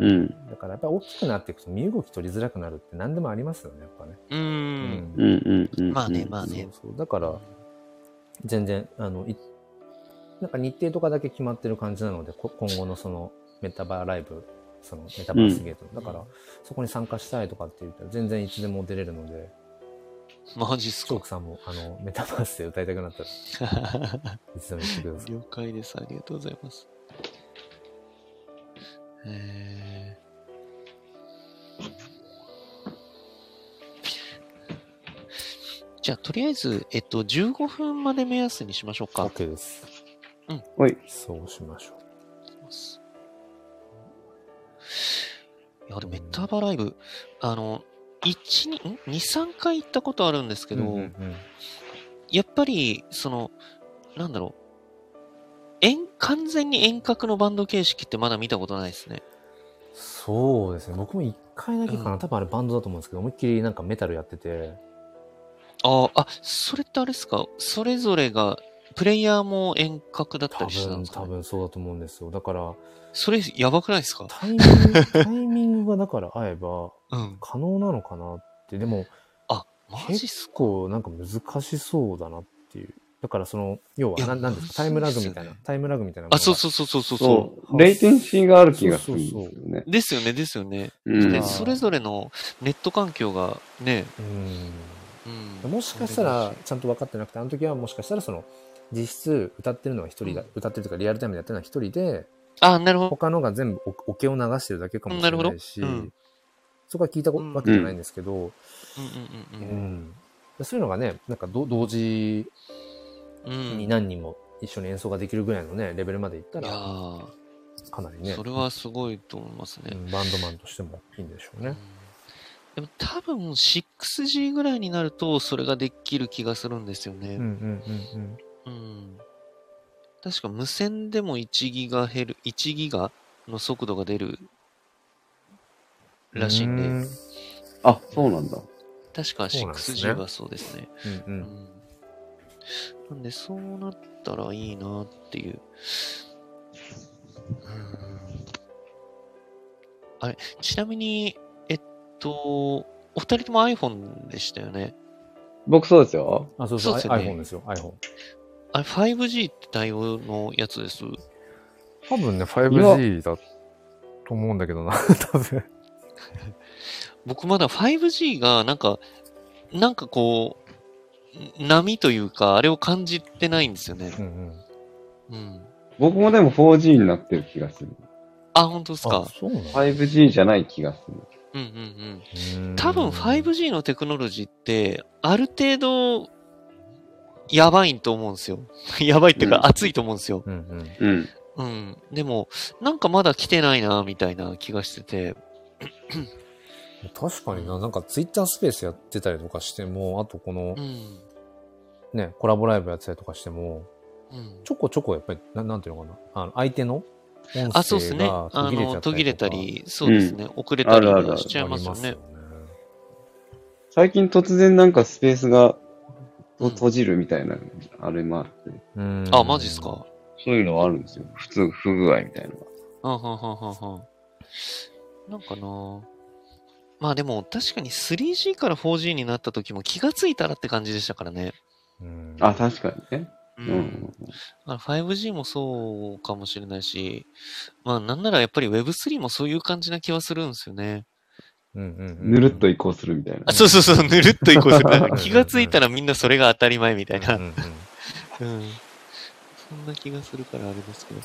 C: うんん。
B: だからやっぱり大きくなっていくと身動き取りづらくなるって何でもありますよね、やっぱね。
A: う。
B: うん
C: うん。うん。うん。
A: まあねまあね
B: そうそうだから全然、あの、いなんか日程とかだけ決まってる感じなので、こ今後のそのメタバーライブ、そのメタバースゲート、だから、そこに参加したいとかって言ったら全然いつでも出れるので、
A: マジっす
B: チョ
A: か
B: ー。クさんもあのメタバースで歌いたくなったらいつでも言ってください。
A: 了解です。ありがとうございます。えーじゃあ、とりあえず、えっと、15分まで目安にしましょうか。
B: OK です。
C: おい。
B: そうしましょ
A: いや、でもメタバライブ、あの、一にん2、3回行ったことあるんです
B: う。
A: けど、
B: うんうんうん
A: やっぱり、その、なんだろう。遠、完全に遠隔のバンド形式ってまだ見たことないですね。
B: そうですね。僕も一回だけかな、
A: うん
B: 多分あれバンドだと思うんですけど、思いっきりなんかメタルやってて、
A: ああ、あ、それってあれですかそれぞれが、プレイヤーも遠隔だった
B: 多
A: りしてたん
B: 分、
A: ですか、
B: 多
A: ね、
B: 分そうだと思うんですよ。だから、
A: それ、やばくないですか
B: タイミン グ、タイミングがだから合えば
A: うん。
B: 可能なのかなって、でも
A: マジっす
B: 結構なんか難しそうだなっていう。だからその、要
A: い
B: は
A: や
B: な、なんですか、タイムラグみた
A: そうです
B: いな
A: よね、
B: タイムラグみたいなものが。
A: あ、そうそうそうそうそうそ
C: そう。レイテンシーがある気がするんですよ
B: そう
C: ね。
A: う。ですよね、ですよね。
C: うん
A: で、それぞれのネット環境がね、
B: うん。
A: うん。
B: もしかしたら、ちゃんと分かってなくて、あの時はもしかしたらその、実質歌ってるのは一人だ、
A: うん
B: 歌ってるというかリアルタイムでやってるのは一人で、
A: あ、なるほど。
B: 他のが全部お桶を流してるだけかもし
A: な
B: れ
A: るほど
B: ないし、
A: うん
B: そこは聞いたこ
A: うん
B: わけじゃないんですけど、
A: うん
B: う
A: うん
B: んそういうのがね、なんかど同時
A: うんうん。うん。
B: に
A: い
B: 何人も一緒に演奏ができるぐらいのね、レベルまでいった
A: や
B: ら、
A: ー
B: かなりね
A: そ、れはすごいと思います
B: う
A: ね。
B: んバンドマンとしてもいいんでしょう
A: うん
B: ね。
A: でも多分 6G ぐらいになるとそれができる気がするんですよ
B: うんう
A: ね。
B: んうん
A: う
B: うん。
A: ん。確か無線でも1ギガヘル、1ギガの速度が出るらしいんで、
B: うん
C: あ、そうなんだ。
A: 確か
B: そうなんですね
A: 6G はそうですね。
B: うんうん
A: うんなんで、そうなったらいいなっていう。うんあれ、ちなみに、えっと、お二人とも iPhone でしたよね。
C: 僕そうですよ。
B: あ、そうそ
A: そうで
B: う、
A: すよね
B: iPhone ですよ、iPhone。
A: あれ、5G って対応のやつです。
B: 多分ね、
C: 5G
B: だと思うんだけどな、 多分。
A: 僕まだ 5G が、なんか、なんかこう、ん波というか、あれを感じてないんですよね
B: う。んうん。
A: うん。
C: 僕もでも 4G になってる気がする。
A: あ、本当ですか
B: あ、。そうなんだ
C: 5G じゃない気がする。
A: うんうんうん。
B: うん
A: 多分 5G のテクノロジーって、ある程度、やばいと思うんですよ。 やばいっていう
C: うん
A: か、熱いと思うんですよ。
B: うんうん。
C: うん。
A: うん。でも、なんかまだ来てないな、みたいな気がしてて。
B: 確かにな、なんかツイッタースペースやってたりとかしても、あとこの
A: うん。
B: ね、コラボライブやってたりとかしても、
A: うん。
B: ちょこちょこやっぱり、ななんていうのかな、あの相手の音
A: あ、そうです
B: 声
A: ね。
B: が
A: あ
B: 途切れちゃったりとか、
A: の、途切れたり、そうですね。遅れたり
C: あるあるある
A: しちゃいますよね。
C: 最近突然なんかスペースがを閉じるみたいな、あれもあって。
B: うん。
A: あ、マジっすか。
C: そういうのはあるんですよ。普通、不具合みたいなのが。
A: はんはんはんはんはん。なんかなまあでも、確かに 3G から 4G になった時も気がついたらって感じでしたからね。
B: うん。
C: あ、確かにね。
A: う
C: うん。
A: まあ 5G もそうかもしれないし、まあなんならやっぱり Web3 もそういう感じな気はするんですよね。
B: うんうんうん。
C: ぬるっと移行するみたいな
A: あ、。そうそうそう、ぬるっとい こうする。
B: ん
A: 気がついたらみんなそれが当たり前みたいな。
B: うんうんうん
A: うん。そんな気がするからあれですけど。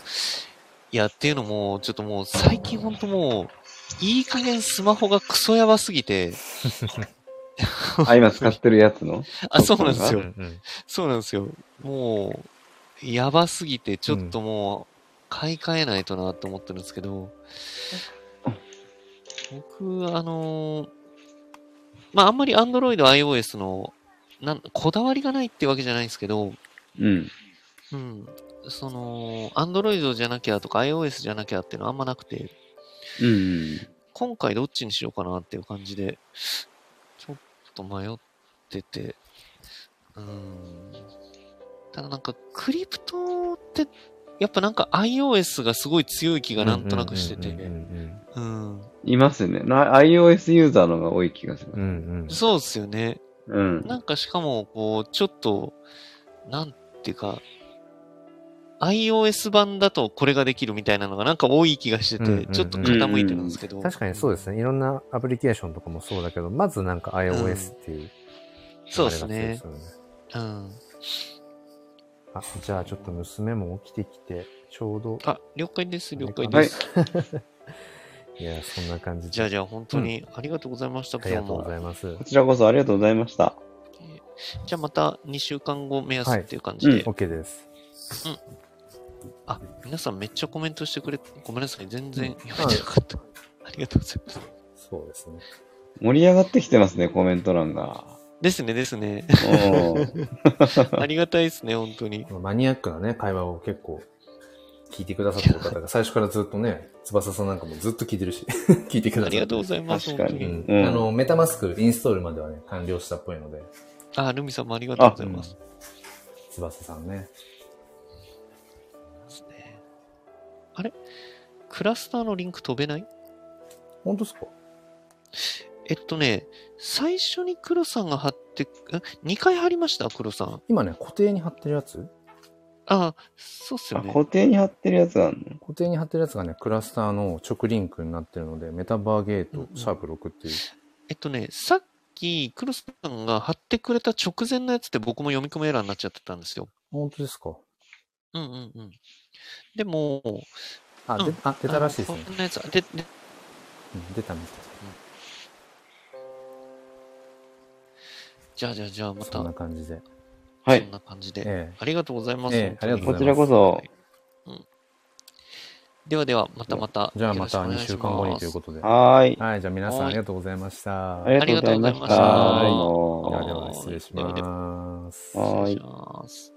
A: いや、っていうのも、ちょっともう最近ほんともう、いい加減スマホがクソやばすぎて、
C: あ、今使ってるやつの
A: あ、 そうなんです
B: う
A: よ。
B: んうん
A: そうなんですよ。もう、やばすぎて、ちょっともう、買い替えないとなと思ってるんですけど、僕、あのーまあ、あんまり Android、iOS の、なん、こだわりがないってわけじゃないんですけど、
C: うん。
A: うん。その、Android じゃなきゃとか iOS じゃなきゃっていうのはあんまなくて、
C: うん。
A: 今回どっちにしようかなっていう感じで、ちょっと迷ってて、うーん。ただなんか、クリプトって、やっぱなんか iOS がすごい強い気がなんとなくしてて、
B: うんうん
A: うん。
C: いますよね。な iOS ユーザーの方が多い気がす
B: うんう
C: る。
B: んうん
A: そうっすよね。
C: うん。
A: なんかしかも、こう、ちょっと、なんていうか、iOS 版だとこれができるみたいなのがなんか多い気がして
B: うんうんう
A: て、
B: ん
A: ちょっと傾いてるんですけど。
B: 確かにそうですね。いろんなアプリケーションとかもそうだけど、まずなんか iOS っていう、
A: そうですね。
B: あれが強いですよ。
A: うん。
B: あ、じゃあちょっと娘も起きてきて、ちょうど、
A: あ、了解です、了解
B: は
A: で
C: い
A: す。
B: いや、そんな感じで。
A: じゃあじゃあ本当にありがとうございました、
B: あり
A: 今日
B: がとうご
A: も。
B: ざいます。
C: こちらこそありがとうございました。
A: じゃあまた2週間後目安っていう感じ
C: は
A: で
C: い。
B: OK です。
A: あ、皆さんめっちゃコメントしてくれて、ごめんなさい、全然読めてなかった。ありがとうございます。
B: そうですね。
C: 盛り上がってきてますね、コメント欄が。
A: ですね、です ね。
C: おー
A: ありがたいですね、本当に。
B: マニアックなね、会話を結構聞いてくださってる方が、最初からずっとね、翼さんなんかもずっと聞いてるし、 聞いてくださ
A: あ
B: って
A: り
B: る
A: がとうございます、
C: 確か
A: 本当
C: に
A: に。
B: うん
C: うん
B: あの、メタマスクインストールまではね、完了したっぽいので、
A: あ、ルミさんもありがとうございます。
B: 翼さん
A: で
B: ね。
A: すねあれクラスターのリンク飛べない
B: 本当ですか
A: えっとね、最初に黒さんが貼って、2回貼りました黒さん。
B: 今ね、固定に貼ってるやつ
A: あ、そうっす
C: あ
A: よね。
C: 固定に貼ってるやつがあるの
B: 固定に貼ってるやつがね、クラスターの直リンクになってるので、メタバーゲ
A: う
B: ー
A: ん
B: ト
A: うん、
B: シャープ6っていう。
A: えっとね、さっき黒さんが貼ってくれた直前のやつって僕も読み込みエラーになっちゃってたんですよ。
B: 本当ですか
A: うんうんうん。でも、
B: あ、
A: う
B: で
A: ん
B: あ出たらしいです
A: あ
B: ね
A: の。そんなやつ、で、で
B: うん出たみたい。
A: じゃあじゃあじゃあまた、
B: そ
A: そ
B: ん
A: ん
B: な感じで。
C: はい。
A: な感じで、
B: ええ
A: ありがとうございます。
B: ええ
A: 本当に
B: ありがとうございます
C: こちらこ
A: う
C: そ、
A: んではでは、またまた。
B: じゃあまた2週間後にという
A: こ
B: ことで。は
C: はーい。
B: い、じゃあ皆さん
A: はい
B: ありがとうございました。
C: ありがとうございました。
A: ありがとうございました
B: では
C: どうも
B: で
A: は
B: はい失礼し
A: ではで
B: ます。
A: と
C: はーい
A: します。